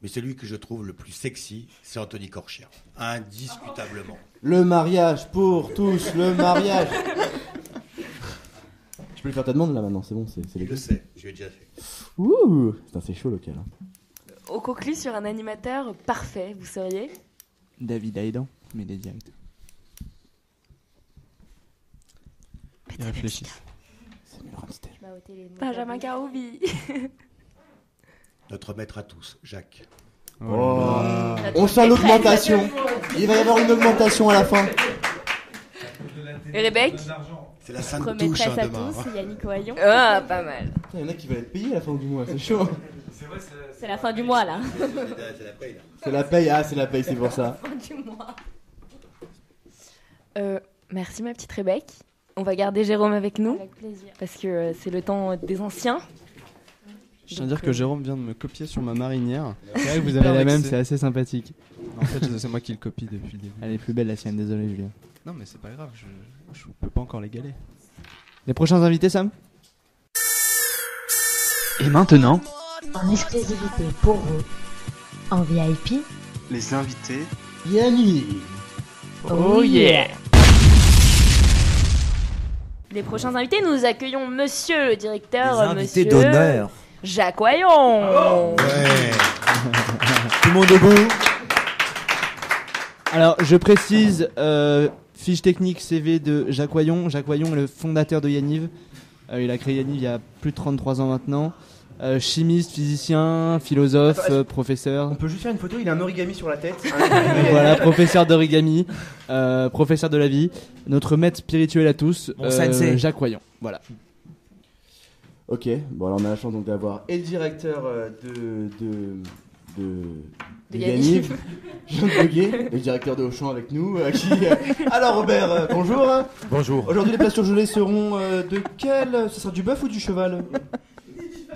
Speaker 17: mais celui que je trouve le plus sexy, c'est Anthony Corchia. Indiscutablement.
Speaker 4: Le mariage pour tous, le mariage. Je peux lui faire ta demande là maintenant, c'est bon, c'est c'est
Speaker 17: Je
Speaker 4: légal.
Speaker 17: sais, je l'ai déjà fait.
Speaker 4: Ouh, putain, c'est chaud local. hein.
Speaker 5: On conclut sur un animateur parfait, vous seriez
Speaker 7: David Aidan, mais des directs.
Speaker 3: Il réfléchit.
Speaker 5: Benjamin Caroubi.
Speaker 17: Notre maître à tous, Jacques.
Speaker 4: Oh. On sent l'augmentation. Il va y avoir une augmentation à la fin.
Speaker 5: Rebecca
Speaker 17: C'est la sainte
Speaker 5: Notre
Speaker 17: touche, hein,
Speaker 5: maîtresse à
Speaker 17: demain.
Speaker 5: tous,
Speaker 17: hein.
Speaker 5: Yannick Oyon. Ah, pas mal.
Speaker 4: Putain, Il y en a qui veulent être payés à la fin du mois, c'est chaud.
Speaker 5: C'est la fin du mois, là.
Speaker 17: C'est la paye, là.
Speaker 4: C'est la paye, ah, c'est la paye, c'est pour ça.
Speaker 11: Oh,
Speaker 5: fin du mois. Euh, merci, ma petite Rebecca. On va garder Jérôme avec nous.
Speaker 18: Avec plaisir.
Speaker 5: Parce que euh, c'est le temps des anciens.
Speaker 3: Je tiens à dire que Jérôme vient de me copier sur ma marinière.
Speaker 7: C'est vrai que vous
Speaker 3: Hyper
Speaker 7: avez la même,
Speaker 3: vexé.
Speaker 7: c'est assez sympathique.
Speaker 3: En fait, c'est moi qui le copie depuis le début.
Speaker 7: Elle est plus belle la sienne, désolé Julien.
Speaker 3: Non, mais c'est pas grave, je, je peux pas encore l'égaler.
Speaker 7: Les prochains invités, Sam
Speaker 2: Et maintenant,
Speaker 12: En exclusivité pour vous, en VIP,
Speaker 2: les invités.
Speaker 4: Yannick
Speaker 12: Oh yeah.
Speaker 5: Les prochains invités, nous accueillons monsieur le directeur.
Speaker 6: Les
Speaker 5: monsieur
Speaker 6: invités d'honneur.
Speaker 5: Jacques Wayon.
Speaker 6: Tout le monde debout.
Speaker 7: Alors, je précise, euh, fiche technique CV de Jacques Wayon. Jacques Wayon est le fondateur de Yaniv. Euh, il a créé Yaniv il y a plus de 33 ans maintenant. Euh, chimiste, physicien, philosophe,
Speaker 19: Attends, est-ce-
Speaker 7: euh, professeur.
Speaker 19: On peut juste faire une photo, il a un origami sur la tête.
Speaker 7: Donc voilà, professeur euh, d'origami, euh, professeur de la vie, notre maître spirituel à tous,
Speaker 6: Mon sensei.
Speaker 7: Jacques Royon. Voilà.
Speaker 4: Ok, bon alors on a la chance donc d'avoir et le directeur euh, de de de,
Speaker 5: De
Speaker 4: de
Speaker 5: Yaniv.
Speaker 4: Yaniv, Jean Boguet, et le directeur de Auchan avec nous. euh, qui, euh, Alors Robert, euh, bonjour.
Speaker 20: Bonjour.
Speaker 4: Aujourd'hui les plats surgelés seront euh, de quel Ce sera du bœuf ou du cheval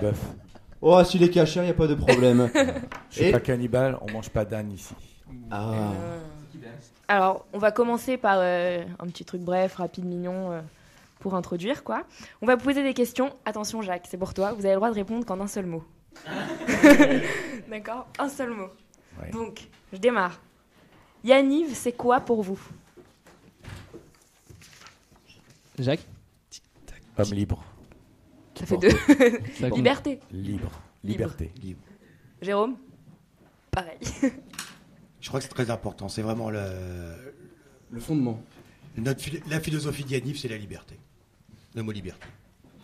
Speaker 20: Bœuf.
Speaker 4: Oh s'il est caché, il n'y a pas de problème.
Speaker 20: Je suis pas cannibale, on mange pas d'âne ici.
Speaker 4: Ah.
Speaker 5: Alors, on va commencer par euh, un petit truc bref, rapide, mignon, euh, pour introduire, quoi. On va poser des questions. Attention, Jacques, c'est pour toi. Vous avez le droit de répondre qu'en un seul mot. D'accord Un seul mot.
Speaker 20: Ouais.
Speaker 5: Donc, je démarre. Yaniv, c'est quoi pour vous
Speaker 7: Jacques
Speaker 20: Homme libre.
Speaker 5: Ça fait deux.
Speaker 20: Bon.
Speaker 5: Liberté.
Speaker 20: Libre. Liberté. Libre.
Speaker 5: Jérôme Pareil.
Speaker 17: Je crois que c'est très important. C'est vraiment le,
Speaker 4: le fondement.
Speaker 17: Notre philo- la philosophie d'Yanif, c'est la liberté. Le mot liberté.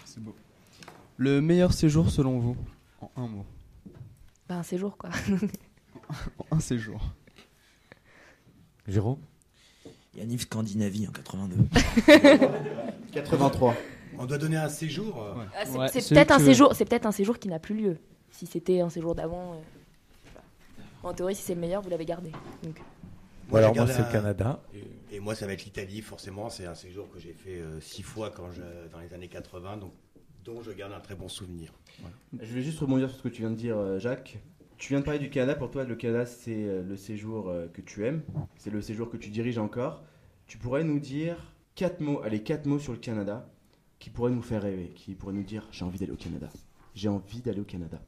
Speaker 3: C'est beau. Le meilleur séjour selon vous En un mot.
Speaker 5: ben, un séjour, quoi.
Speaker 3: En un séjour.
Speaker 6: Jérôme Yaniv Scandinavie en 82.
Speaker 4: 83.
Speaker 17: On doit donner un séjour. euh.
Speaker 5: Ah, c'est c'est peut-être un, séjour- c'est peut-être un séjour qui n'a plus lieu. Si c'était un séjour d'avant. euh, je sais pas. en théorie, si c'est le meilleur, vous l'avez gardé. Donc.
Speaker 17: Moi,
Speaker 20: Alors,
Speaker 17: j'ai
Speaker 20: moi,
Speaker 17: gardé
Speaker 20: c'est le Canada.
Speaker 17: Et- Et moi, ça va être l'Italie, forcément. C'est un séjour que j'ai fait euh, six fois quand je- dans les années 80, donc, dont je garde un très bon souvenir.
Speaker 4: Je vais juste rebondir sur ce que tu viens de dire, euh, Jacques. Tu viens de parler du Canada. Pour toi, le Canada, c'est euh, le séjour euh, que tu aimes. C'est le séjour que tu diriges encore. Tu pourrais nous dire quatre mots, allez, quatre mots sur le Canada qui pourraient nous faire rêver, qui pourraient nous dire j'ai envie d'aller au Canada. J'ai envie d'aller au Canada.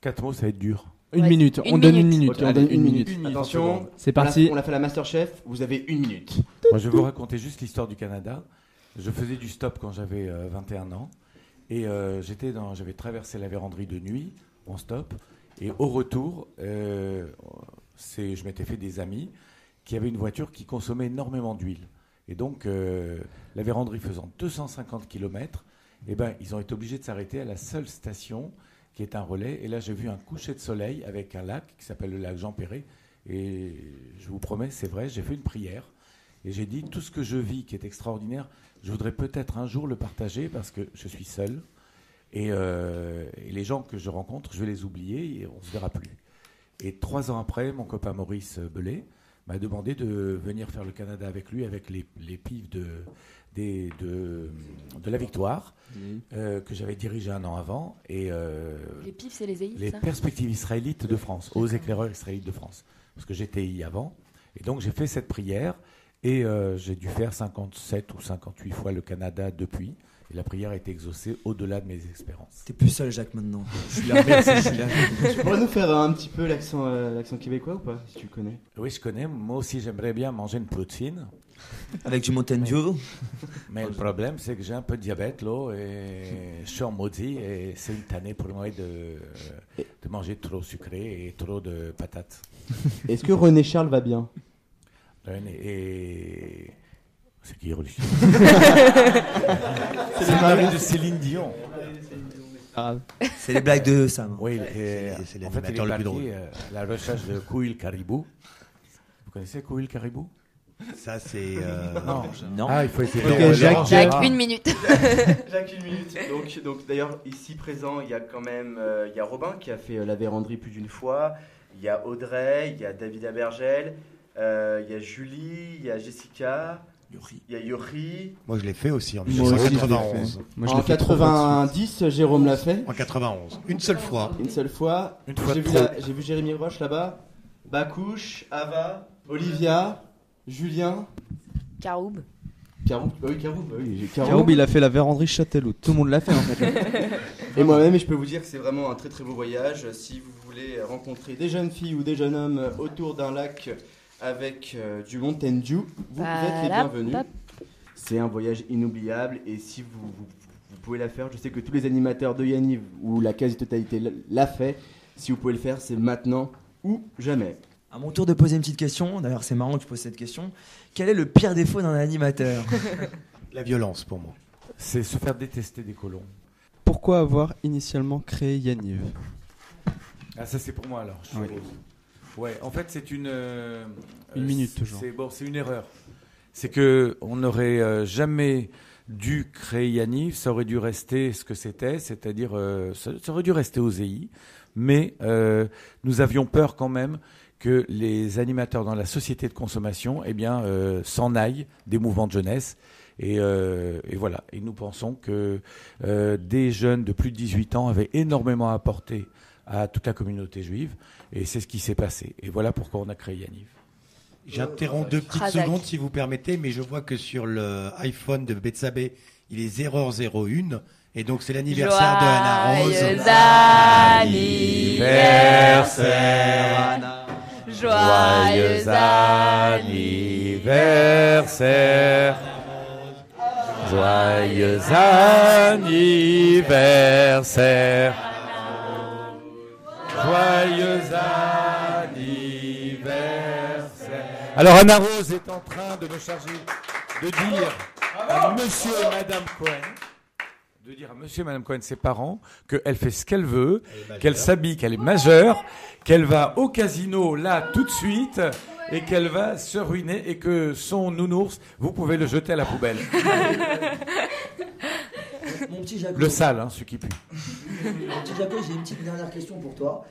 Speaker 20: Quatre mots, ça va être dur.
Speaker 7: Une minute. on donne une minute.
Speaker 4: Ok, on
Speaker 7: Allez,
Speaker 4: donne
Speaker 7: une minute.
Speaker 4: Attention,
Speaker 7: C'est
Speaker 4: on l'a-
Speaker 7: parti.
Speaker 4: On a fait la Masterchef, vous avez une minute.
Speaker 20: Moi, je vais vous raconter juste l'histoire du Canada. Je faisais du stop quand j'avais euh, 21 ans. Et euh, j'étais dans, j'avais traversé la véranderie de nuit en stop. Et au retour, euh, c'est, je m'étais fait des amis qui avaient une voiture qui consommait énormément d'huile. Et donc, euh, la véranderie faisant 250 km, eh ben, ils ont été obligés de s'arrêter à la seule station qui est un relais. Et là, j'ai vu un coucher de soleil avec un lac qui s'appelle le lac Jean Perret. Et je vous promets, c'est vrai, j'ai fait une prière. Et j'ai dit, tout ce que je vis qui est extraordinaire, je voudrais peut-être un jour le partager parce que je suis seul. Et, euh, et les gens que je rencontre, je vais les oublier et on se verra plus. Et trois ans après, mon copain Maurice Belay m'a demandé de venir faire le Canada avec lui, avec les, les pives de, des- de, de la Victoire,
Speaker 7: Oui.
Speaker 20: euh, que j'avais dirigé un an avant. Et, euh,
Speaker 5: Les pifs, c'est les élites,
Speaker 20: Les
Speaker 5: ça
Speaker 20: perspectives israélites de France, aux éclaireurs israélites de France, parce que j'étais y avant. Et donc j'ai fait cette prière et euh, j'ai dû faire 57 ou 58 fois le Canada depuis. Et la prière a été exaucée au-delà de mes espérances.
Speaker 6: T'es plus seul, Jacques, maintenant. Je suis là, merci, je suis là.
Speaker 4: tu pourrais nous faire un petit peu l'accent euh, l'accent québécois ou pas, si tu le connais
Speaker 20: Oui, je connais. Moi aussi, j'aimerais bien manger une poutine.
Speaker 6: Avec du Mountain Dew.
Speaker 20: Mais le problème, c'est que j'ai un peu de diabète, là, et je suis en maudit, et c'est une tannée pour moi de, de manger trop sucré et trop de patates.
Speaker 4: Est-ce que René Charles va bien
Speaker 20: René, et... C'est qui, René
Speaker 4: C'est
Speaker 20: C'est
Speaker 4: le
Speaker 20: le
Speaker 4: mari
Speaker 20: mari de Céline Dion.
Speaker 6: C'est les blagues de Sam.
Speaker 20: Oui, et,
Speaker 6: c'est
Speaker 20: en fait, il est
Speaker 6: l'animateur le
Speaker 20: parti
Speaker 6: plus drôle.
Speaker 20: euh, à la recherche de Kouil Caribou. Vous connaissez Kouil Caribou
Speaker 17: Ça, c'est. euh,
Speaker 20: Non.
Speaker 17: Non.
Speaker 20: Ah, il faut essayer.
Speaker 17: Ok,
Speaker 20: Non,
Speaker 17: Jacques-
Speaker 20: non.
Speaker 17: Jacques,
Speaker 5: une minute.
Speaker 4: Jacques, une minute. Donc, donc d'ailleurs, ici présent, il y a quand même euh, il y a Robin qui a fait euh, la véranderie plus d'une fois. Il y a Audrey, il y a David Abergel, euh, il y a Julie, il y a Jessica, il y a Yuri.
Speaker 17: Moi, je l'ai fait aussi en
Speaker 4: Moi aussi, je l'ai
Speaker 17: 1991.
Speaker 4: fait. en 90, Jérôme l'a fait.
Speaker 17: En 91. Une seule fois.
Speaker 4: Une seule fois.
Speaker 17: Une fois
Speaker 4: J'ai
Speaker 17: de
Speaker 4: vu,
Speaker 17: trop.
Speaker 4: la- j'ai vu Jérémy Roche là-bas. Bakouche, Ava, Olivia, Julien.
Speaker 5: Caroub.
Speaker 4: Caroub, bah oui, Caroub, bah oui, j'ai Caroub.
Speaker 3: Caroub, il a fait la véranderie Châtellou.
Speaker 7: Tout le monde l'a fait, en
Speaker 4: Et moi-même, et je peux vous dire que c'est vraiment un très très beau voyage. Si vous voulez rencontrer des jeunes filles ou des jeunes hommes autour d'un lac avec euh, du Mountain Dew, vous êtes les
Speaker 5: Voilà,
Speaker 4: bienvenus.
Speaker 5: Bah, hop.
Speaker 4: C'est un voyage inoubliable et si vous, vous, vous pouvez la faire, je sais que tous les animateurs de Yaniv ou la quasi-totalité l- l'a fait. Si vous pouvez le faire, c'est maintenant ou jamais.
Speaker 6: À mon tour de poser une petite question. D'ailleurs, c'est marrant que je pose cette question. Quel est le pire défaut d'un animateur
Speaker 17: La violence, pour moi.
Speaker 20: C'est se faire détester des colons.
Speaker 3: Pourquoi avoir initialement créé Yaniv
Speaker 20: Ah, ça c'est pour moi alors. Je
Speaker 3: Oui.
Speaker 20: suppose. Ouais, en fait c'est une. euh,
Speaker 3: Une
Speaker 20: euh,
Speaker 3: minute,
Speaker 20: c'est-
Speaker 3: toujours.
Speaker 20: C'est bon, c'est une erreur. C'est que on n'aurait euh, jamais dû créer Yaniv, ça aurait dû rester ce que c'était, c'est-à-dire euh, ça, ça aurait dû rester OSEI, mais euh, nous avions peur quand même que les animateurs dans la société de consommation eh bien, euh, s'en aillent des mouvements de jeunesse. Et, euh, et voilà. Et nous pensons que euh, des jeunes de plus de 18 ans avaient énormément apporté à toute la communauté juive. Et c'est ce qui s'est passé. Et voilà pourquoi on a créé Yaniv.
Speaker 17: J'interromps deux petites
Speaker 20: Razak.
Speaker 17: secondes si vous permettez, mais je vois que sur le iPhone de Betsabé, il est 0001 et donc c'est l'anniversaire de Anna Rose.
Speaker 5: Joyeux
Speaker 17: Anniversaire, Anna.
Speaker 5: Joyeux
Speaker 21: anniversaire. Joyeux anniversaire. Joyeux anniversaire.
Speaker 20: Alors Anna Rose est en train de me charger de dire à monsieur et madame Cohen de dire à monsieur et madame Cohen ses parents qu'elle fait ce qu'elle veut, qu'elle s'habille, qu'elle est majeure, qu'elle va au casino là tout de suite et qu'elle va se ruiner et que son nounours, vous pouvez le jeter à la poubelle.
Speaker 19: Euh, Mon petit Jaco.
Speaker 20: le sale, hein, celui qui pue.
Speaker 19: Mon petit Jaco, j'ai une petite dernière question pour toi.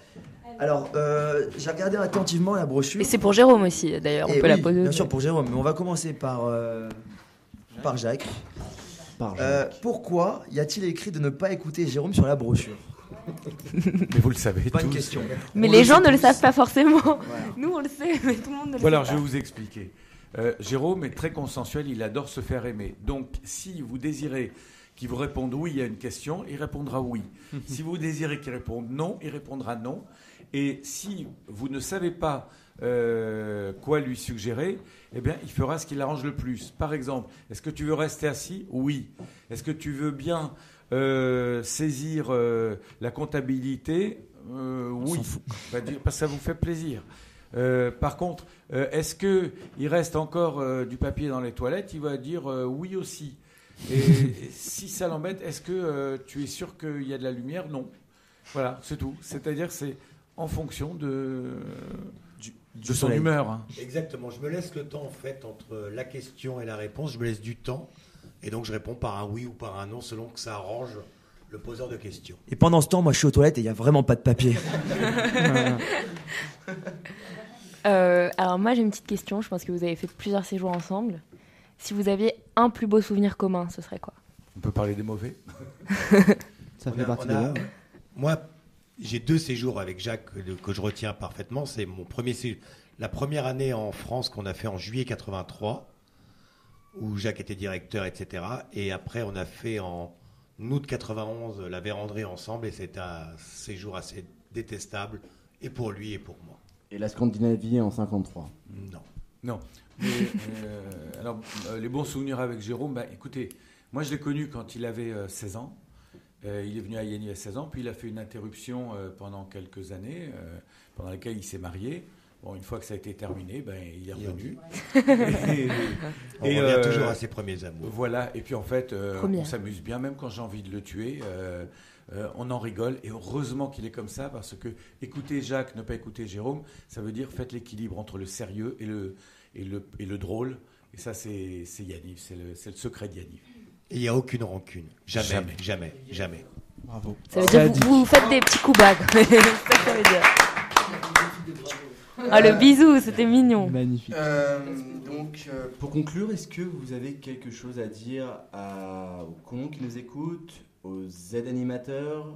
Speaker 19: Alors, euh, j'ai regardé attentivement la brochure.
Speaker 5: Et c'est pour Jérôme aussi, d'ailleurs. On
Speaker 6: Eh
Speaker 19: Et
Speaker 5: peut la
Speaker 19: oui,
Speaker 5: poser.
Speaker 19: Bien sûr, pour Jérôme, mais on va commencer par, euh, par Jacques. Euh, pourquoi y a-t-il écrit de ne pas écouter Jérôme sur la brochure
Speaker 20: Mais vous le savez
Speaker 19: Bonne
Speaker 20: tous.
Speaker 19: question.
Speaker 5: Mais
Speaker 19: On
Speaker 5: les
Speaker 19: le
Speaker 5: gens
Speaker 19: sait
Speaker 5: ne le
Speaker 19: tous.
Speaker 5: savent pas forcément. Nous, on le sait, mais tout le monde ne le
Speaker 20: Voilà,
Speaker 5: sait
Speaker 20: je
Speaker 5: pas.
Speaker 20: vais vous expliquer. Euh, Jérôme est très consensuel, il adore se faire aimer. Donc, si vous désirez qu'il vous réponde oui à une question, il répondra oui. si vous désirez qu'il réponde non, il répondra non. Et si vous ne savez pas euh, quoi lui suggérer, eh bien, il fera ce qui l'arrange le plus. Par exemple, est-ce que tu veux rester assis Oui. Est-ce que tu veux bien euh, saisir euh, la comptabilité Euh, Oui. On va dire, parce que ça vous fait plaisir. Euh, par contre, euh, est-ce que il reste encore euh, du papier dans les toilettes Il va dire euh, oui aussi. Et si ça l'embête, est-ce que euh, tu es sûr qu'il y a de la lumière Non. Voilà, c'est tout. C'est-à-dire que c'est en fonction de, de son
Speaker 17: soleil.
Speaker 20: humeur. hein.
Speaker 17: Exactement. Je me laisse le temps en fait entre la question et la réponse. Je me laisse du temps et donc je réponds par un oui ou par un non selon que ça arrange le poseur de questions.
Speaker 19: Et pendant ce temps, moi je suis aux toilettes et il n'y a vraiment pas de papier.
Speaker 5: Euh, alors moi j'ai une petite question, je pense que vous avez fait plusieurs séjours ensemble. Si vous aviez un plus beau souvenir commun, ce serait quoi
Speaker 20: On peut parler des mauvais.
Speaker 17: Ça
Speaker 20: fait partie des leurs.
Speaker 17: Moi, j'ai deux séjours avec Jacques que, que je retiens parfaitement. C'est mon premier sé- la première année en France qu'on a fait en juillet 83, où Jacques était directeur, etc. Et après, on a fait en août 91 la véranderie ensemble, et c'est un séjour assez détestable, et pour lui et pour moi.
Speaker 22: Et la Scandinavie en 53.
Speaker 17: Non.
Speaker 20: Non. Mais, euh, alors, euh, les bons souvenirs avec Jérôme, bah, écoutez, moi je l'ai connu quand il avait euh, 16 ans. Euh, il est venu à Yanni à 16 ans, puis il a fait une interruption euh, pendant quelques années, euh, pendant lesquelles il s'est marié. Bon, une fois que ça a été terminé, ben, il est revenu.
Speaker 17: On revient toujours à ses premiers amours.
Speaker 20: Voilà, et puis en fait, euh,
Speaker 17: Première.
Speaker 20: on s'amuse bien, même quand j'ai envie de le tuer. euh, euh, on en rigole et heureusement qu'il est comme ça parce que écouter Jacques, ne pas écouter Jérôme, ça veut dire faites l'équilibre entre le sérieux et le, et le, et le drôle. Et ça, c'est c'est Yaniv, c'est le, c'est le secret de Yaniv.
Speaker 17: Et Il n'y a aucune rancune. Jamais,
Speaker 20: Jamais.
Speaker 17: jamais, jamais.
Speaker 20: Bravo.
Speaker 5: Ça veut dire que vous, vous faites des petits coups bas. quoi. C'est ça que ça veut dire. Ah le bisou, c'était mignon.
Speaker 7: Magnifique.
Speaker 22: donc, euh, pour conclure, est-ce que vous avez quelque chose à dire à- aux colons qui nous écoutent, aux aides animateurs,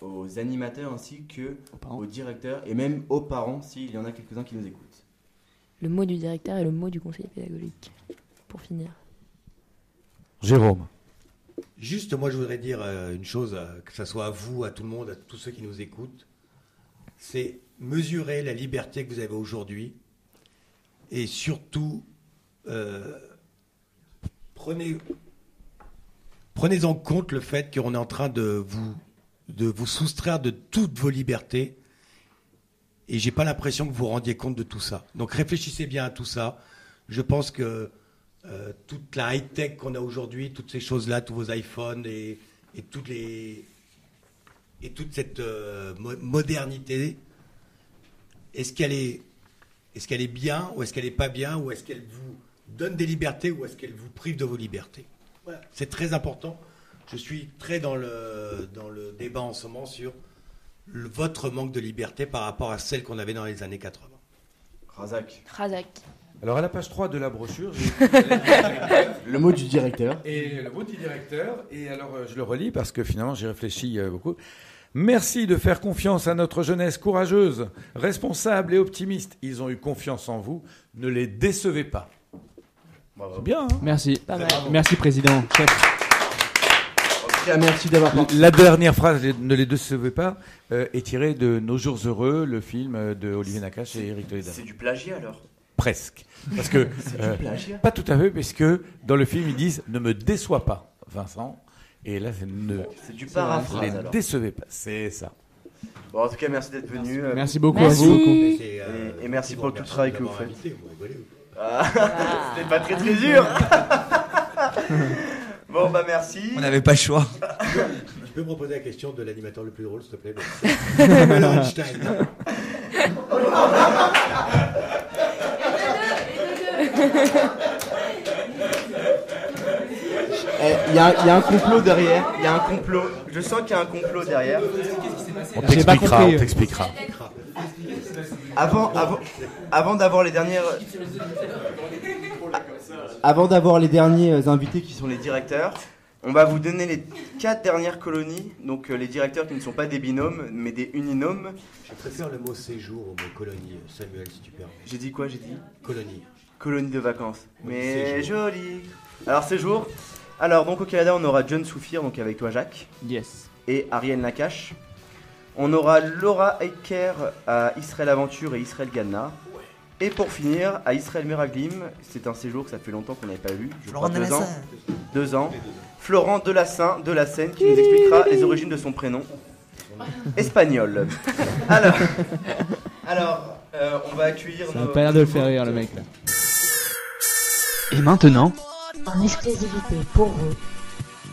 Speaker 22: aux animateurs ainsi que aux, directeurs et même aux parents s'il y en a quelques-uns qui nous écoutent
Speaker 5: Le mot du directeur et le mot du conseiller pédagogique. Pour finir.
Speaker 20: Jérôme.
Speaker 17: Juste, moi, je voudrais dire euh, une chose, euh, que ce soit à vous, à tout le monde, à tous ceux qui nous écoutent. C'est mesurer la liberté que vous avez aujourd'hui et surtout, euh, prenez, prenez en compte le fait qu'on est en train de vous, de vous soustraire de toutes vos libertés et j'ai pas l'impression que vous vous rendiez compte de tout ça. Donc réfléchissez bien à tout ça. Je pense que euh, toute la high-tech qu'on a aujourd'hui, toutes ces choses-là, tous vos iPhones et, et toutes les, et toute cette euh, mo- modernité, est-ce qu'elle est, est, qu'elle est bien ou est-ce qu'elle n'est pas bien ou est-ce qu'elle vous donne des libertés ou est-ce qu'elle vous prive de vos libertés Voilà, C'est très important. Je suis très dans le, dans le débat en ce moment sur le- votre manque de liberté par rapport à celle qu'on avait dans les années 80.
Speaker 1: Razak.
Speaker 5: Razak.
Speaker 20: Alors à la page 3 de la brochure, j'ai-
Speaker 1: Le mot du directeur.
Speaker 20: Et le mot du directeur. Et alors euh, je le relis parce que finalement j'ai réfléchi euh, beaucoup. Merci de faire confiance à notre jeunesse courageuse, responsable et optimiste. Ils ont eu confiance en vous. Ne les décevez pas. C'est bien. hein
Speaker 7: Merci.
Speaker 20: Pas mal.
Speaker 7: Merci, président. Chef.
Speaker 1: merci d'avoir
Speaker 20: La dernière phrase, ne les décevez pas, euh, est tirée de Nos jours heureux, le film euh, de Olivier Nakache et Eric Toledano.
Speaker 4: C'est du plagiat alors
Speaker 20: Presque. Parce que. euh,
Speaker 4: C'est du plagiat.
Speaker 20: Pas tout à fait, parce que dans le film, ils disent ne me déçois pas, Vincent. Et là, c'est ne.
Speaker 4: C'est du paraphrase,
Speaker 20: Ne les
Speaker 4: alors.
Speaker 20: décevez pas. C'est ça.
Speaker 4: Bon, en tout cas, merci d'être venu. euh,
Speaker 20: Merci beaucoup à vous. Merci.
Speaker 4: Et,
Speaker 20: Euh,
Speaker 4: et merci pour tout le travail que vous faites. Ah,
Speaker 20: Ah.
Speaker 4: C'était pas très très dur. bon, bah merci.
Speaker 6: On n'avait pas le choix.
Speaker 17: Tu peux me reposer la question de l'animateur le plus drôle, s'il te plaît Albert Einstein.
Speaker 4: Eh,
Speaker 1: Il y, a il y a un complot derrière.
Speaker 4: Il y a un complot. Je sens qu'il y a un complot derrière.
Speaker 20: On t'expliquera, on t'expliquera.
Speaker 4: Avant, avant, avant d'avoir les dernières.
Speaker 1: Avant d'avoir les derniers euh, invités qui
Speaker 4: qui sont les directeurs. On va vous donner les quatre dernières colonies, donc euh, les directeurs qui ne sont pas des binômes, mais des uninomes.
Speaker 17: Je préfère le mot séjour au mot colonie, Samuel, si tu permets.
Speaker 4: J'ai dit quoi J'ai dit
Speaker 17: Colonie.
Speaker 4: Colonie de vacances. Mais
Speaker 17: séjour.
Speaker 4: joli. Alors séjour. Alors donc au Canada, on aura John Soufir, donc avec toi Jacques.
Speaker 7: Yes.
Speaker 4: Et Ariane Nakache. On aura Laura Eiker à Israël Aventure et Israël Ghana. Et pour finir, à Israël Meraglim, c'est un séjour que ça fait longtemps qu'on n'avait pas vu. Je
Speaker 6: Florent
Speaker 4: crois deux
Speaker 6: Delassin.
Speaker 4: ans. Deux ans. Florent Delassin, de la Seine, qui nous expliquera les origines de son prénom. Espagnol. Alors, alors euh, on va accueillir
Speaker 7: Ça a
Speaker 4: nos-
Speaker 7: pas l'air de le faire rire, le mec, là.
Speaker 3: Et maintenant,
Speaker 12: En exclusivité pour vous,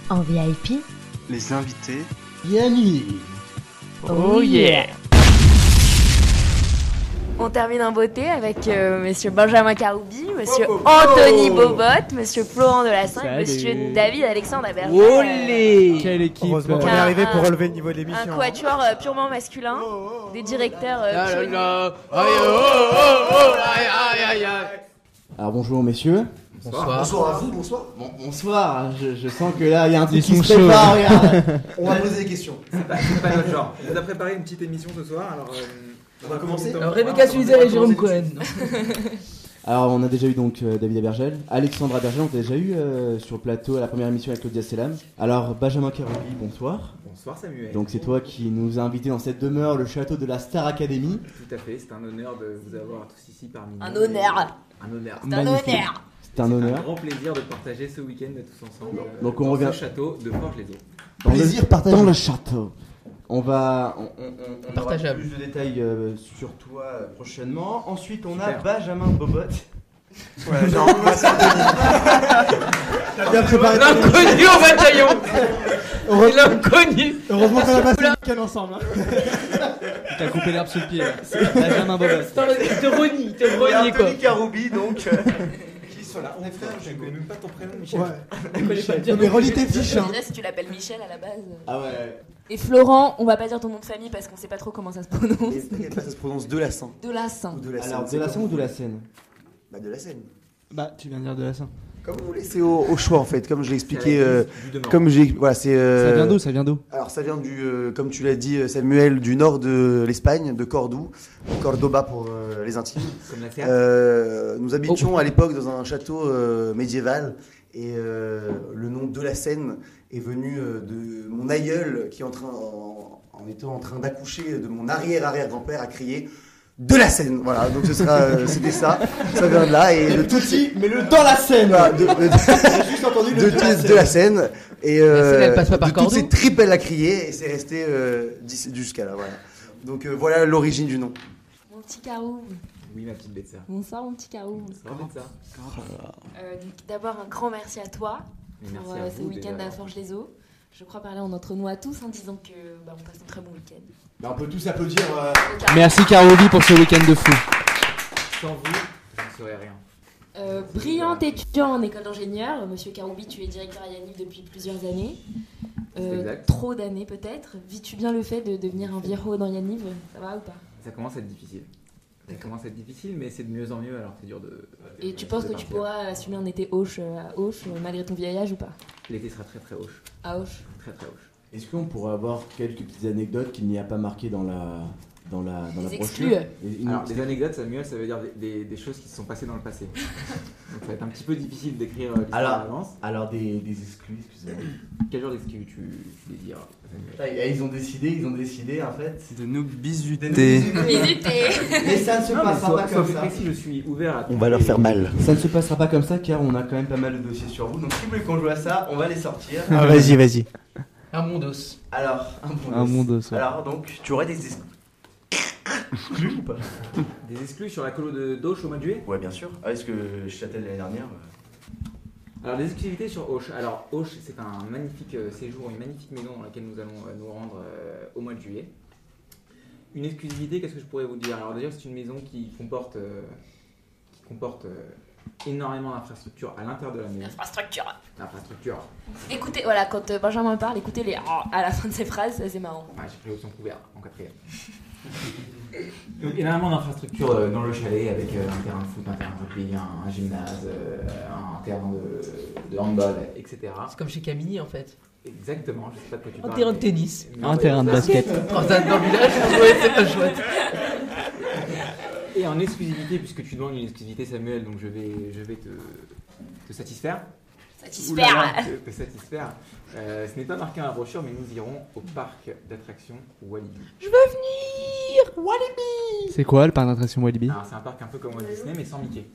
Speaker 12: en VIP,
Speaker 3: les invités.
Speaker 12: Yannick.
Speaker 3: Oh yeah.
Speaker 13: On termine en beauté avec euh, Monsieur Benjamin Caroubi, Monsieur Anthony Bobot, Monsieur Florent Delassin et
Speaker 9: Salut.
Speaker 13: Monsieur David Alexandre Aberger.
Speaker 9: Olé
Speaker 7: Quelle équipe
Speaker 9: Heureusement qu'on est
Speaker 13: Un-
Speaker 9: arrivé
Speaker 13: un-
Speaker 9: pour relever le niveau de
Speaker 13: Un
Speaker 9: l'émission.
Speaker 13: quatuor euh, purement masculin,
Speaker 9: Oh,
Speaker 13: des directeurs euh,
Speaker 9: là
Speaker 13: pionniers.
Speaker 9: là.
Speaker 1: Alors bonjour messieurs.
Speaker 4: Bonsoir.
Speaker 1: Bonsoir à vous,
Speaker 4: bonsoir.
Speaker 1: Bon- bonsoir. hein. Je, je sens que là il y a un truc
Speaker 7: Ils
Speaker 1: qui
Speaker 7: sont
Speaker 1: se prépare.
Speaker 7: chauds.
Speaker 1: regarde. On va poser des questions.
Speaker 10: C'est pas, c'est pas notre genre. On vous a préparé une petite émission ce soir, alors. euh, on va commencer.
Speaker 9: Alors, Rebecca Suzer et Jérôme Cohen.
Speaker 1: Alors on a déjà eu donc euh, David Abergel, Alexandra Abergel, on t'a déjà eu euh, sur le plateau à la première émission avec Claudia Selam. Alors Benjamin Caroubi, bonsoir.
Speaker 10: Bonsoir, Samuel.
Speaker 1: Donc c'est toi qui nous a invités dans cette demeure, le château de la Star Academy.
Speaker 10: Tout à fait, c'est un honneur de vous avoir tous ici parmi nous.
Speaker 13: Un honneur.
Speaker 10: Un honneur.
Speaker 1: C'est un Magnifique. honneur. C'est un honneur.
Speaker 10: grand plaisir de partager ce week-end tous ensemble. euh,
Speaker 1: Donc on
Speaker 10: dans ce
Speaker 1: revient-
Speaker 10: château de Forge les Eaux.
Speaker 1: Dans le-
Speaker 10: Plaisir
Speaker 9: partagé.
Speaker 1: Dans le château. On va. Bah, on-
Speaker 4: On, on- on aura
Speaker 1: Partageable.
Speaker 4: plus de détails euh, sur toi euh, prochainement. Ensuite, on a
Speaker 1: Super.
Speaker 4: Benjamin Bobot.
Speaker 9: Ouais, genre, on va s'en- T'as bien préparé ton
Speaker 4: L'inconnu
Speaker 9: émission.
Speaker 4: au bataillon.
Speaker 9: Heureusement-
Speaker 4: L'inconnu.
Speaker 9: Heureusement qu'on a passé
Speaker 7: Oula.
Speaker 9: le week-end ensemble.
Speaker 1: hein.
Speaker 7: Il t'a coupé l'herbe sous le pied. là. Benjamin Bobot.
Speaker 9: te renie, il te
Speaker 4: Et
Speaker 9: renie,
Speaker 4: Anthony
Speaker 9: quoi.
Speaker 4: Caroubi, donc. euh,
Speaker 10: Qui sont là On est frères, je connais même pas ton prénom,
Speaker 9: Ouais. Non, mais relis tes fiches. hein.
Speaker 5: Déjà, si tu l'appelles Michel à la base. euh.
Speaker 1: Ah ouais.
Speaker 5: Et Florent, on va pas dire ton nom de famille parce qu'on sait pas trop comment ça se prononce.
Speaker 1: Ça se prononce de la Seine.
Speaker 5: De la Saint.
Speaker 1: Ou
Speaker 5: De la Seine,
Speaker 1: Alors
Speaker 5: c'est
Speaker 1: de la Seine
Speaker 5: comment
Speaker 1: ou de la Seine
Speaker 19: Bah, de la scène.
Speaker 7: Bah, tu viens de dire de la Saint.
Speaker 19: Comme vous voulez, c'est au, au choix en fait, comme je l'ai expliqué.
Speaker 7: Ça va,
Speaker 19: euh,
Speaker 7: du demain.
Speaker 19: comme j'ai, voilà, c'est. euh,
Speaker 7: Ça vient d'où Ça vient d'où
Speaker 19: Alors ça vient du, euh, comme tu l'as dit euh, Samuel, du nord de l'Espagne, de Cordoue, Cordoba pour euh, les intimes.
Speaker 10: Comme la théâtre.
Speaker 19: Euh, nous
Speaker 7: Oh.
Speaker 19: habitions à l'époque dans un château euh, médiéval et euh, le nom de la Seine est venu euh, de mon aïeul qui en, train, en, en étant en train d'accoucher de mon arrière-arrière-grand-père a crié de la Seine, voilà. Donc ce sera, euh, c'était ça, ça vient de là et de toutes ces-
Speaker 1: Mais le dans la Seine.
Speaker 19: Voilà, de- de-
Speaker 1: J'ai juste entendu
Speaker 19: de,
Speaker 1: le
Speaker 19: tous- de la scène et euh,
Speaker 9: Seine, elle passe pas par
Speaker 19: de toutes
Speaker 9: Cordoue.
Speaker 19: ces triples à crier et c'est resté euh, d'ici- jusqu'à là voilà. Donc euh, voilà l'origine du nom.
Speaker 5: Mon petit Carou.
Speaker 10: Oui, ma petite bête, ça.
Speaker 5: Bonsoir, mon petit Carou.
Speaker 10: ça.
Speaker 19: Ah.
Speaker 5: Euh, donc, D'abord, un grand merci à toi
Speaker 10: Mais
Speaker 5: pour
Speaker 10: merci à
Speaker 5: euh, ce
Speaker 10: vous,
Speaker 5: week-end
Speaker 10: déjà.
Speaker 5: à Forge-les-Eaux. Je crois parler en entre nous à tous en disant que bah, on passe un très bon week-end.
Speaker 1: on peut tous applaudir. euh,
Speaker 7: Merci Carobi pour ce week-end de fou.
Speaker 10: Sans vous, je ne serais rien.
Speaker 8: Euh, brillant étudiant en école d'ingénieur, Monsieur Karoubi, tu es directeur à Yanniv depuis plusieurs années. Euh,
Speaker 10: C'est exact.
Speaker 8: Trop d'années peut-être. Vis-tu bien le fait de devenir un viejo dans Yanniv Ça va ou pas
Speaker 10: Ça commence à être difficile. Ça commence à être difficile, mais c'est de mieux en mieux, alors c'est dur de.
Speaker 8: Et tu penses
Speaker 10: de
Speaker 8: que tu
Speaker 10: partir.
Speaker 8: pourras assumer un été hoche euh, à hoche euh, malgré ton vieil âge ou pas
Speaker 10: L'été sera très très hoche.
Speaker 8: À hoche
Speaker 10: Très très hoche.
Speaker 4: Est-ce qu'on pourrait avoir quelques petites anecdotes qu'il n'y a pas marquées dans la, dans la, dans la
Speaker 8: Les
Speaker 4: brochure Et une-
Speaker 10: Alors, des anecdotes, Samuel, ça veut dire des, des- des choses qui se sont passées dans le passé. Donc, ça va être un petit peu difficile d'écrire euh, l'histoire
Speaker 4: Alors-
Speaker 10: à l'avance.
Speaker 4: Alors, des, des exclus, excusez-moi.
Speaker 10: Quel genre d'excuse tu, tu veux dire
Speaker 4: Ah, Ils ont décidé, ils ont décidé en fait.
Speaker 10: De nous bisuter.
Speaker 4: Bisuter. Mais ça ne se passera pas comme ça.
Speaker 10: Si je suis ouvert à.
Speaker 4: On va leur faire mal. Ça ne se passera pas comme ça car on a quand même pas mal de dossiers sur vous. Donc si vous voulez qu'on joue à ça, on va les sortir.
Speaker 6: Ah, vas-y, vas-y.
Speaker 4: Un bon dos. Alors, un bon dos.
Speaker 6: Un bon dos, ouais.
Speaker 4: Alors donc, tu aurais des exclus ou pas
Speaker 10: Des exclus sur la colo de d'Auch au mois de juillet
Speaker 4: Ouais, bien sûr. Ah, Est-ce que je t'attelle l'année dernière euh,
Speaker 10: Alors, les exclusivités sur Auch. Alors, Auch, c'est un magnifique euh, séjour, une magnifique maison dans laquelle nous allons euh, nous rendre euh, au mois de juillet. Une exclusivité, qu'est-ce que je pourrais vous dire Alors, d'ailleurs, c'est une maison qui comporte, euh, qui comporte euh, énormément d'infrastructures à l'intérieur de la maison.
Speaker 8: Infrastructure.
Speaker 10: L'infrastructure.
Speaker 8: Écoutez, voilà, quand euh, Benjamin parle, écoutez les ah, à la fin de ses phrases, ça, c'est marrant.
Speaker 10: Ah, j'ai pris l'option couvert en quatrième. Donc, énormément d'infrastructures euh, dans le chalet avec euh, un terrain de foot, un terrain de rugby, un, un gymnase, euh, un terrain de, de handball, etc.
Speaker 9: C'est comme chez Camini en fait.
Speaker 10: Exactement, je sais pas de quoi tu
Speaker 9: Un
Speaker 10: parles.
Speaker 9: terrain de
Speaker 10: mais-
Speaker 9: tennis.
Speaker 10: mais-
Speaker 9: Un terrain de basket. Dans un- dans le village, ouais, c'est pas chouette.
Speaker 10: Et en exclusivité, puisque tu demandes une exclusivité, Samuel, donc je vais, je vais te, te satisfaire.
Speaker 8: Satisfaire.
Speaker 10: Oulala, te, te satisfaire. Euh, ce n'est pas marqué dans la brochure, mais nous irons au parc d'attractions Walibi.
Speaker 9: Je veux venir Walibi
Speaker 7: C'est quoi le parc d'attraction Walibi
Speaker 1: Ah,
Speaker 10: Alors, c'est un parc un peu comme Walt Disney, mais sans Mickey.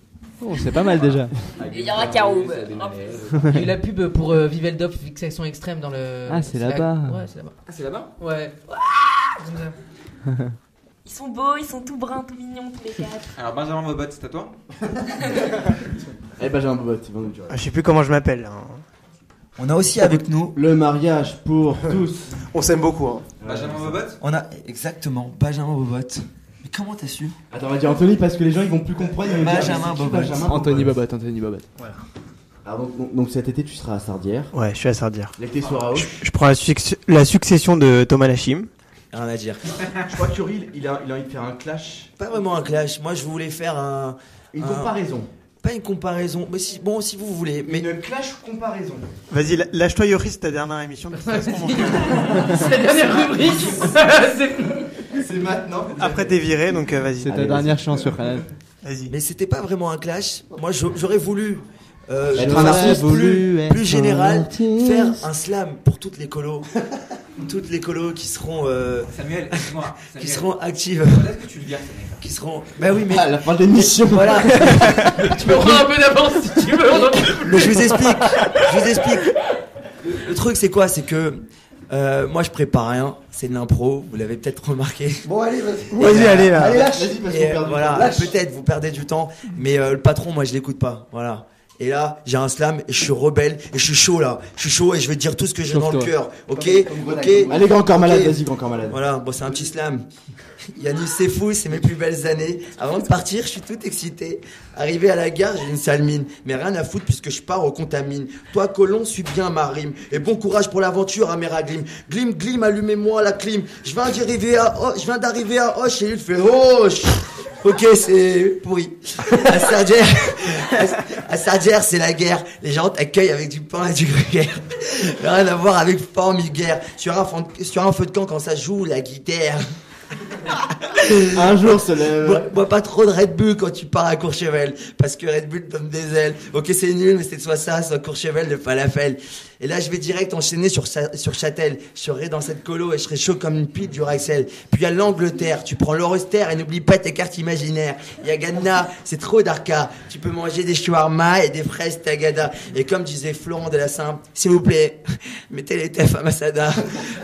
Speaker 7: Oh, C'est pas mal déjà.
Speaker 10: Avec
Speaker 8: Il y
Speaker 10: des
Speaker 8: aura
Speaker 10: carrés,
Speaker 8: Karoub.
Speaker 10: ça déneige.
Speaker 9: Il y a eu la pub pour euh, Viveldop, fixation extrême dans
Speaker 10: Euh,
Speaker 9: le.
Speaker 7: Ah, c'est
Speaker 9: la-
Speaker 7: là-bas.
Speaker 9: Ouais, c'est là-bas.
Speaker 10: Ah, c'est là-bas
Speaker 9: Ouais.
Speaker 10: Ah.
Speaker 8: Ils sont beaux, ils sont tout bruns, tout mignons, tous les quatre.
Speaker 10: Alors, Benjamin Mobot, c'est à toi
Speaker 4: Eh ben j'ai un bobot, ils vont nous dire.
Speaker 6: Je sais plus comment je m'appelle. hein. On a aussi avec nous
Speaker 4: le mariage pour tous.
Speaker 6: On s'aime beaucoup.
Speaker 4: hein.
Speaker 10: Benjamin Bobot
Speaker 6: On a exactement Benjamin Bobot. Mais comment t'as su
Speaker 4: Attends, on va dire Anthony parce que les gens ils vont plus comprendre. ils vont dire,
Speaker 6: Benjamin
Speaker 4: mais c'est qui
Speaker 6: Bobot.
Speaker 4: Benjamin
Speaker 7: Anthony Bobot, Anthony Bobot.
Speaker 4: Alors donc, donc- donc cet été tu seras à Sardière.
Speaker 23: Ouais, je suis à Sardière.
Speaker 4: L'été sera haut.
Speaker 23: Je prends la, suc- la succession de Thomas Lachim.
Speaker 6: Rien à dire.
Speaker 4: Je crois que Curie, il a, il a envie de faire un clash.
Speaker 6: Pas vraiment un clash. Moi, je voulais faire un.
Speaker 4: Une
Speaker 6: un-
Speaker 4: comparaison.
Speaker 6: Pas une comparaison. Mais si, bon, si vous voulez. Mais
Speaker 4: une clash ou comparaison
Speaker 23: Vas-y, la- lâche-toi Yoris, ta dernière émission. puis ça se prend en compte.
Speaker 9: C'est la dernière rubrique.
Speaker 4: C'est maintenant.
Speaker 23: Après t'es viré, donc euh, vas-y.
Speaker 7: C'est ta dernière chance sur Canal.
Speaker 6: Mais c'était pas vraiment un clash. Moi, je- j'aurais voulu. euh,
Speaker 7: Être
Speaker 6: de
Speaker 7: un
Speaker 6: façon
Speaker 7: artiste. Voulu
Speaker 6: plus,
Speaker 7: être
Speaker 6: plus générale,
Speaker 7: un
Speaker 6: faire un slam pour toutes les colos, toutes les colos qui seront, euh,
Speaker 10: Samuel, excuse-moi,
Speaker 6: qui
Speaker 10: Samuel.
Speaker 6: seront actives,
Speaker 10: Est-ce que tu le gardes
Speaker 6: qui seront, bah oui mais
Speaker 4: À Ah, la fin de l'émission.
Speaker 6: voilà.
Speaker 9: Tu peux prendre un peu d'avance si tu veux. hein. on en peut plus.
Speaker 6: Mais je vous explique, je vous explique. Le truc c'est quoi, c'est que euh, moi je prépare rien, c'est de l'impro, vous l'avez peut-être remarqué.
Speaker 19: Bon, allez, vas-y.
Speaker 6: Et,
Speaker 23: Vas-y,
Speaker 6: euh,
Speaker 23: allez, là.
Speaker 6: et,
Speaker 23: Vas-y, parce qu'on
Speaker 6: euh,
Speaker 23: perd du
Speaker 6: voilà,
Speaker 23: temps. Lâche.
Speaker 6: peut-être vous perdez du temps, mais euh, le patron, moi, je l'écoute pas. Voilà. Et là, j'ai un slam, et je suis rebelle, et je suis chaud là. Je suis chaud et je vais dire tout ce que j'ai dans le
Speaker 4: Chauffe-toi.
Speaker 6: cœur. Ok,
Speaker 4: Comme
Speaker 6: ok.
Speaker 4: Grenade. Allez, grand corps malade,
Speaker 6: ok.
Speaker 4: vas-y, grand corps malade.
Speaker 6: Voilà, bon, c'est un petit slam. Yannis, c'est fou, c'est mes plus belles années. Avant de partir, je suis tout excité. Arrivé à la gare, j'ai une sale mine. Mais rien à foutre puisque je pars au contamine. Toi, colon, suis bien ma rime. Et bon courage pour l'aventure à Glim. Glim, glim, allumez-moi la clim. Je viens d'arriver à Hoche, je viens d'arriver à Hoche et il fait Hoche. Ok, c'est pourri. À Sardière, à- à Sardière, c'est la guerre. Les gens t'accueillent avec du pain et du gruyère. Rien à voir avec formiguère. Sur un, fond- sur un feu de camp quand ça joue la guitare.
Speaker 4: Un jour se lève.
Speaker 6: Bois, bois pas trop de Red Bull quand tu pars à Courchevel, parce que Red Bull donne des ailes. Ok, c'est nul, mais c'est soit ça, soit Courchevel, le falafel. Et là, je vais direct enchaîner sur, Cha- sur Châtel. Je serai dans cette colo et je serai chaud comme une pite du Raxel. Puis à l'Angleterre, tu prends l'Euroster et n'oublie pas tes cartes imaginaires. Il y a Ghana, c'est trop d'arca. Tu peux manger des shawarma et des fraises tagada. Et comme disait Florent de la Simple, s'il vous plaît, mettez les teufs à Masada.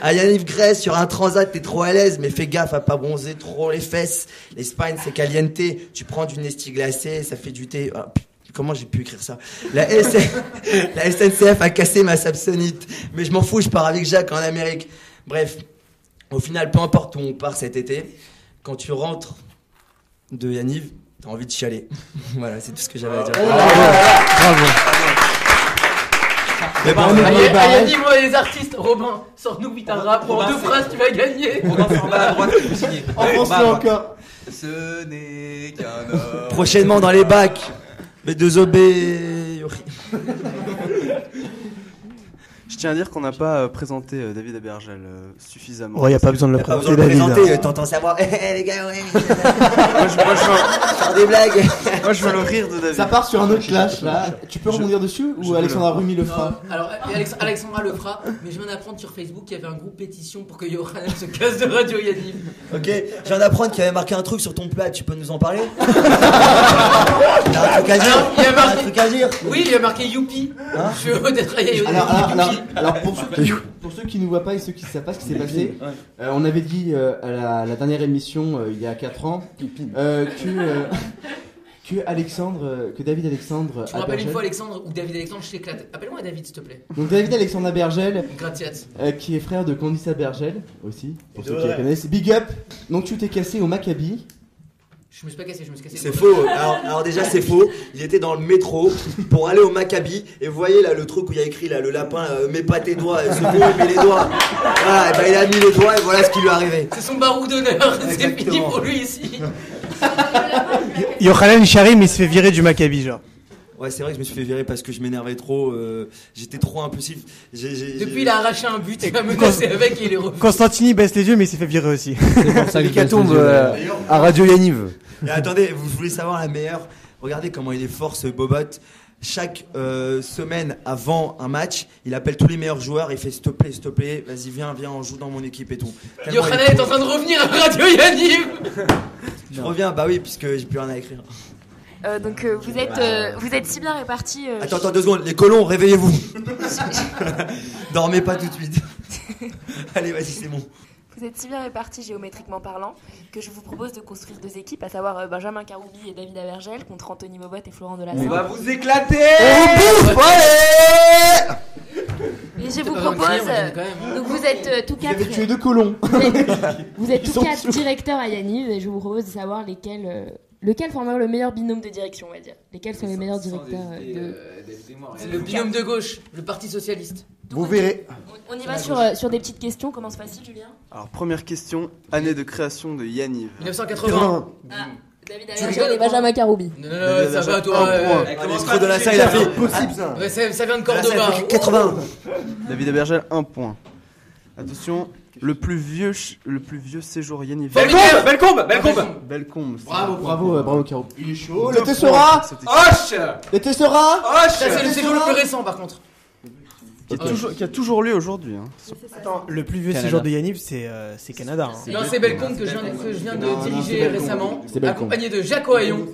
Speaker 6: À Yaniv Grèce, sur un transat, t'es trop à l'aise, mais fais gaffe à pas bronzer trop les fesses. L'Espagne, c'est caliente. Tu prends du Nesti glacé, ça fait du thé. Ah, putain, Comment j'ai pu écrire ça la, SN la SNCF a cassé ma Samsonite. Mais je m'en fous, je pars avec Jacques en Amérique. Bref, au final, peu importe où on part cet été, quand tu rentres de Yaniv, T'as envie de chialer. voilà, c'est tout ce que j'avais à dire.
Speaker 10: Oh là
Speaker 6: Bravo.
Speaker 10: là.
Speaker 6: Bravo. Mais bon, on
Speaker 10: Allez,
Speaker 6: est- on est
Speaker 10: allez,
Speaker 6: barré.
Speaker 10: dis-moi les artistes. Robin, sors-nous vite un rap en deux phrases, tu vas gagner. Robin, en bas à droite, bah,
Speaker 6: encore.
Speaker 24: Ce n'est qu'un homme.
Speaker 6: Prochainement dans les bacs. B2OB.
Speaker 3: Je tiens à dire qu'on n'a pas euh, présenté euh, David Abergel euh, suffisamment.
Speaker 6: Oh, y a pas besoin de le
Speaker 3: Y a pas
Speaker 6: présenter,
Speaker 3: besoin de le
Speaker 6: David.
Speaker 3: présenter,
Speaker 6: Euh,
Speaker 3: euh,
Speaker 6: t'entends savoir. Eh, eh, les gars, ouais.
Speaker 3: Moi, je- moi, je veux-
Speaker 6: Faire des blagues.
Speaker 3: Moi, je veux le rire de David.
Speaker 4: Ça part sur un autre clash là. Tu peux rebondir dessus ou Alexandra Rumi le fera
Speaker 10: Alors, et Alex- Alexandra le fera, mais je viens d'apprendre sur Facebook qu'il y avait un groupe pétition pour que Yoran se casse de Radio Yanniv.
Speaker 6: Ok, je viens d'apprendre qu'il y avait marqué un truc sur ton plat, tu peux nous en parler T'as un truc à dire
Speaker 10: Il y a
Speaker 6: T'as un truc à dire Hein
Speaker 10: Oui, il y a marqué Youpi. je suis heureux d'être à Yanniv.
Speaker 4: alors, alors, alors, alors, Ah, pour, ceux
Speaker 6: Ah,
Speaker 4: qui, pour ceux qui nous voient pas et ceux qui savent pas ce qui s'est passé, euh, on avait dit euh, à la, la dernière émission euh, il y a 4 ans euh, que, euh, que Alexandre, euh, que David Alexandre
Speaker 10: Tu me rappelles une
Speaker 4: Abergel-
Speaker 10: fois Alexandre ou David Alexandre, je t'éclate. Appelle-moi David, s'il te plaît.
Speaker 4: donc David Alexandre Abergel,
Speaker 10: Gratias.
Speaker 4: euh, qui est frère de Candice Abergel aussi, pour
Speaker 10: Et
Speaker 4: ceux
Speaker 10: de
Speaker 4: qui la
Speaker 10: vrai.
Speaker 4: connaissent. Big up Donc tu t'es cassé au Maccabi.
Speaker 10: Je me suis pas cassé, je me suis cassé.
Speaker 6: C'est faux. Alors, alors déjà c'est faux. Il était dans le métro pour aller au Maccabi et vous voyez là le truc où il y a écrit là le lapin euh, mets pas tes doigts, c'est bon, il met les doigts. Voilà, et ben, il a mis les doigts et voilà ce qui lui est arrivé.
Speaker 10: C'est son barou d'honneur, c'est fini pour lui ici.
Speaker 19: Yochanan Charim, il se fait virer du Maccabi, genre.
Speaker 6: Ouais, c'est vrai que je me suis fait virer parce que je m'énervais trop. euh, J'étais trop impulsif. J'ai- j'ai- j'ai-
Speaker 10: Depuis, il a arraché un but, il m'a menacé avec et il est revenu.
Speaker 19: Constantini baisse les yeux, mais il s'est fait virer aussi.
Speaker 6: ça que je baisse les
Speaker 19: L'hécatombe
Speaker 6: yeux,
Speaker 19: euh,
Speaker 6: d'ailleurs.
Speaker 19: à Radio Yaniv.
Speaker 6: Et attendez, vous voulez savoir la meilleure Regardez comment il est fort ce Bobot. Chaque euh, semaine avant un match, il appelle tous les meilleurs joueurs, il fait s'il te plaît, s'il te plaît, vas-y viens, viens, on joue dans mon équipe et tout. Tellement
Speaker 10: Yohanan
Speaker 6: il
Speaker 10: est en train de revenir à Radio Yanniv.
Speaker 6: Je reviens, bah oui, puisque j'ai plus rien à écrire.
Speaker 5: Euh, donc euh, vous êtes euh, vous êtes si bien répartis. euh,
Speaker 6: Attends, attends deux secondes, les colons, réveillez-vous. Dormez pas tout de suite. Allez, vas-y, c'est bon.
Speaker 5: Vous êtes si bien répartis géométriquement parlant que je vous propose de construire deux équipes, à savoir euh, Benjamin Caroubi et David Avergel contre Anthony Bobot et Florent Delassalle.
Speaker 6: On va vous
Speaker 25: éclater
Speaker 6: On vous bouffe, allez
Speaker 5: Et je
Speaker 10: C'est
Speaker 5: vous
Speaker 10: pas vraiment
Speaker 5: propose.
Speaker 10: clair, mais quand
Speaker 5: euh, Donc vous êtes euh, tous
Speaker 4: Vous
Speaker 5: quatre.
Speaker 4: avez tué deux colons.
Speaker 5: Vous êtes
Speaker 4: Ils
Speaker 5: tous
Speaker 4: sont
Speaker 5: quatre
Speaker 4: sous-
Speaker 5: directeurs à Yanniv et je vous propose de savoir lesquels, euh, lequel formera le meilleur binôme de direction, on va dire. Lesquels sont les meilleurs directeurs euh, de.
Speaker 10: C'est le binôme de gauche, le Parti Socialiste.
Speaker 3: Vous verrez.
Speaker 5: On y va sur, euh, sur des petites questions, commence facile Julien
Speaker 3: Alors, première question année de création de Yaniv.
Speaker 10: 1980.
Speaker 5: Ah, David
Speaker 10: Tu
Speaker 5: Avergel
Speaker 10: rigoles
Speaker 5: et Benjamin Caroubi.
Speaker 10: Non, non, non, ça va, toi.
Speaker 3: Un point.
Speaker 10: euh,
Speaker 3: Ah, l'escroc de la salle, il a fait- Impossible, ça.
Speaker 10: Ouais, ça, ça vient de Cordoba.
Speaker 3: David Abergel, un point. Attention, le plus vieux, ch- le plus vieux séjour Yaniv.
Speaker 10: Belcombe, Belcombe,
Speaker 3: Belcombe Belcombe
Speaker 4: Bravo, bravo, euh, bravo Caro. Il est
Speaker 19: Oh,
Speaker 4: chaud.
Speaker 3: Deux
Speaker 4: Le Tessera
Speaker 3: points.
Speaker 10: Hoche
Speaker 4: Le Tessera
Speaker 10: Hoche Ça, c'est le séjour le plus récent, par contre.
Speaker 3: Qui, est toujours- qui a toujours lieu aujourd'hui. hein.
Speaker 19: Attends, le plus vieux
Speaker 3: Canada.
Speaker 19: séjour de Yaniv, c'est euh, c'est Canada. hein.
Speaker 10: Non, c'est Belcombe que je viens de, que je viens de
Speaker 19: Non, non, c'est
Speaker 10: diriger
Speaker 19: Belcombe.
Speaker 10: récemment,
Speaker 3: C'est Belcombe.
Speaker 10: accompagné de Jacques Ohaillon.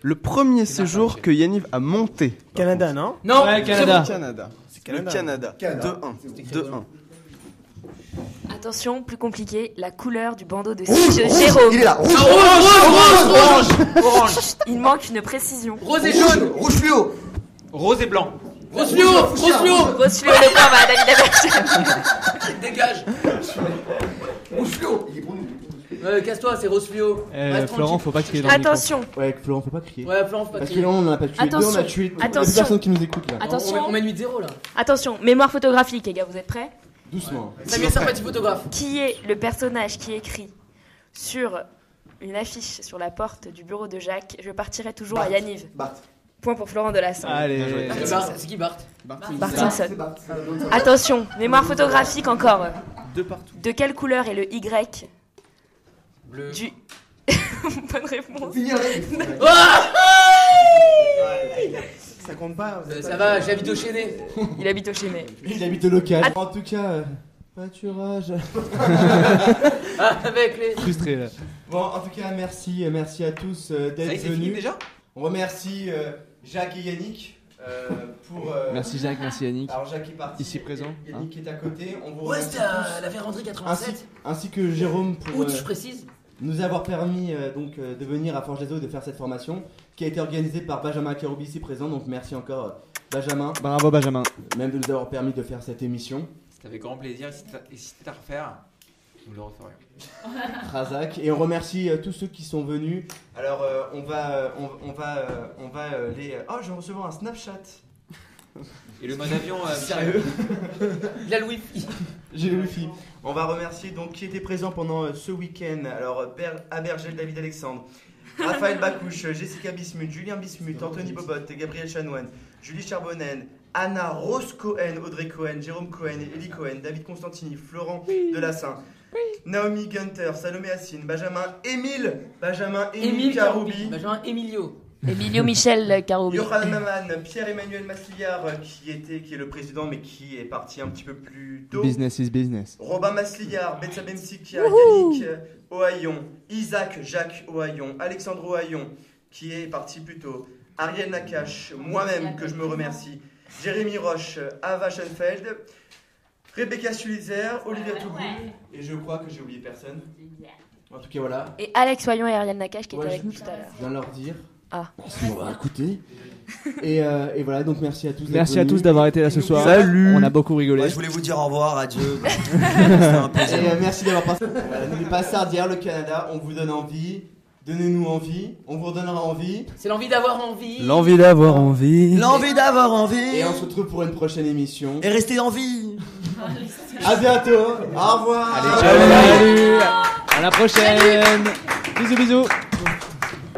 Speaker 3: Le premier séjour que Yaniv a monté.
Speaker 19: Canada, non
Speaker 10: Non,
Speaker 3: Ouais, Canada. C'est
Speaker 19: Canada.
Speaker 3: Le Canada.
Speaker 19: Canada.
Speaker 3: 2-1. 2-1.
Speaker 5: Attention, plus compliqué, la couleur du bandeau de Rouge, Jérôme.
Speaker 3: il est là, rouge,
Speaker 5: Ah,
Speaker 3: orange,
Speaker 5: orange, orange. Il manque une précision.
Speaker 10: Rose et jaune.
Speaker 6: Rouge fluo.
Speaker 25: Rose et blanc.
Speaker 10: Rose fluo, rose fluo.
Speaker 5: Rose fluo, le point va à David Avergel.
Speaker 10: Dégage Rose fluo Ouais, Euh, Casse-toi, c'est rose fluo.
Speaker 4: Euh,
Speaker 10: Reste
Speaker 4: Florent,
Speaker 10: tranquille.
Speaker 4: faut pas crier dans le micro.
Speaker 5: Attention.
Speaker 4: Ouais, Florent, faut pas crier.
Speaker 10: Ouais, Florent, faut pas
Speaker 4: Parce que
Speaker 10: crier.
Speaker 4: là, on en a pas tué deux, on a tué toutes les
Speaker 5: Attention.
Speaker 4: personnes qui nous écoutent là.
Speaker 5: Attention.
Speaker 10: On, on mène 8-0 là.
Speaker 5: Attention, mémoire photographique, les gars, vous êtes prêts
Speaker 4: Doucement.
Speaker 10: Samuel Sarpati, photographe.
Speaker 5: Qui est le personnage qui écrit sur une affiche sur la porte du bureau de Jacques Je partirai toujours à Yaniv Point pour Florent Delassalle.
Speaker 4: Allez.
Speaker 10: C'est Bart, c'est qui Bart
Speaker 5: Bartinson. Attention, mémoire photographique encore.
Speaker 10: De partout.
Speaker 5: De quelle couleur est le Y Du. Bonne réponse.
Speaker 19: Ça compte pas.
Speaker 10: Euh, Ça va, j'habite au Chénet.
Speaker 5: Il habite au Chénet.
Speaker 4: Il habite le local. En tout cas, euh, pâturage.
Speaker 10: Ah, Avec les.
Speaker 4: Frustré là. Bon, en tout cas, merci, euh, merci à tous euh,
Speaker 10: Ça y
Speaker 4: d'être
Speaker 10: est, c'est
Speaker 4: venus.
Speaker 10: fini déjà
Speaker 4: On remercie euh, Jacques et Yannick euh, pour. euh,
Speaker 10: Merci Jacques, merci Yannick.
Speaker 4: Alors Jacques est parti.
Speaker 10: Ici présent, hein.
Speaker 4: Yannick est à côté. On vous
Speaker 10: Ouais,
Speaker 4: remercie
Speaker 10: c'était à
Speaker 4: tous.
Speaker 10: la Véranderie
Speaker 4: Ainsi,
Speaker 10: 87.
Speaker 6: Ah,
Speaker 4: ainsi que Jérôme pour.
Speaker 10: Août,
Speaker 4: euh,
Speaker 10: je précise.
Speaker 4: nous avoir permis euh, donc euh, de venir à Forge les Eaux et de faire cette formation qui a été organisée par Benjamin Caroubi ici présent. Donc merci encore euh, Benjamin. Euh,
Speaker 7: Bravo, Benjamin.
Speaker 4: Même de nous avoir permis de faire cette émission.
Speaker 25: C'était avec grand plaisir. Et si t'as- et si t'as à refaire,
Speaker 10: Nous le referions.
Speaker 4: Razak. Et on remercie euh, tous ceux qui sont venus. Alors, euh, on va, euh, on, on va, euh, on va euh, les. Oh, je vais recevoir un Snapchat.
Speaker 10: Et le mode avion, euh,
Speaker 4: Sérieux
Speaker 9: Il a le wifi.
Speaker 4: J'ai le wifi. On va remercier donc qui était présent pendant euh, ce week-end. Alors, euh, Ber- Abergel, David Alexandre, Raphaël Bacouche, euh, Jessica Bismuth, Julien Bismuth, Anthony Bobot, Gabriel Chanoine, Julie Charbonnen, Anna Rose Cohen, Audrey Cohen, Jérôme Cohen, Elie Cohen, David Constantini, Florent Delassin, Naomi Gunter, Salomé Assine, Benjamin Émile, Benjamin Émile
Speaker 9: Émile Caroubi.
Speaker 4: Caroubi,
Speaker 9: Benjamin Emilio.
Speaker 5: Emilio Michel Caroubi.
Speaker 4: Johan Maman, Pierre-Emmanuel Massillard, euh, qui, était, qui est le président mais qui est parti un petit peu plus tôt.
Speaker 7: Business is business.
Speaker 4: Robin Maslillard, Betsabem Sikia,
Speaker 7: Wouhou
Speaker 4: Yannick euh, Ohaillon, Isaac Jacques Ohaillon, Alexandre Ohaillon, qui est parti plus tôt, Ariel Nakache, moi-même que je me remercie, Jérémy Roche, euh, Ava Schoenfeld, Rebecca Sulitzer, Olivier Toubou, et je crois que j'ai oublié personne. En tout cas, voilà.
Speaker 5: Et Alex Soyon et Ariane Nakache qui étaient
Speaker 4: Ouais,
Speaker 5: avec
Speaker 4: je-
Speaker 5: nous tout à l'heure.
Speaker 4: Je viens de leur dire.
Speaker 5: Ah.
Speaker 4: Ils vont écouter. Et, euh, et voilà, donc merci à tous. d'être
Speaker 7: Merci à
Speaker 4: venus.
Speaker 7: tous d'avoir été là ce soir.
Speaker 6: Salut.
Speaker 7: On a beaucoup rigolé. Eh,
Speaker 6: Ouais, je voulais vous dire au revoir, adieu.
Speaker 4: Et, euh, merci d'avoir passé. Voilà, N'oubliez pas Sardière, le Canada, on vous donne envie. Donnez-nous envie, on vous redonnera envie.
Speaker 9: C'est l'envie d'avoir envie.
Speaker 6: L'envie d'avoir envie.
Speaker 4: L'envie
Speaker 6: d'avoir envie.
Speaker 4: Et on se retrouve pour une prochaine émission.
Speaker 6: Et restez en vie.
Speaker 4: À bientôt. Au revoir.
Speaker 7: À la prochaine. Bisous, bisous.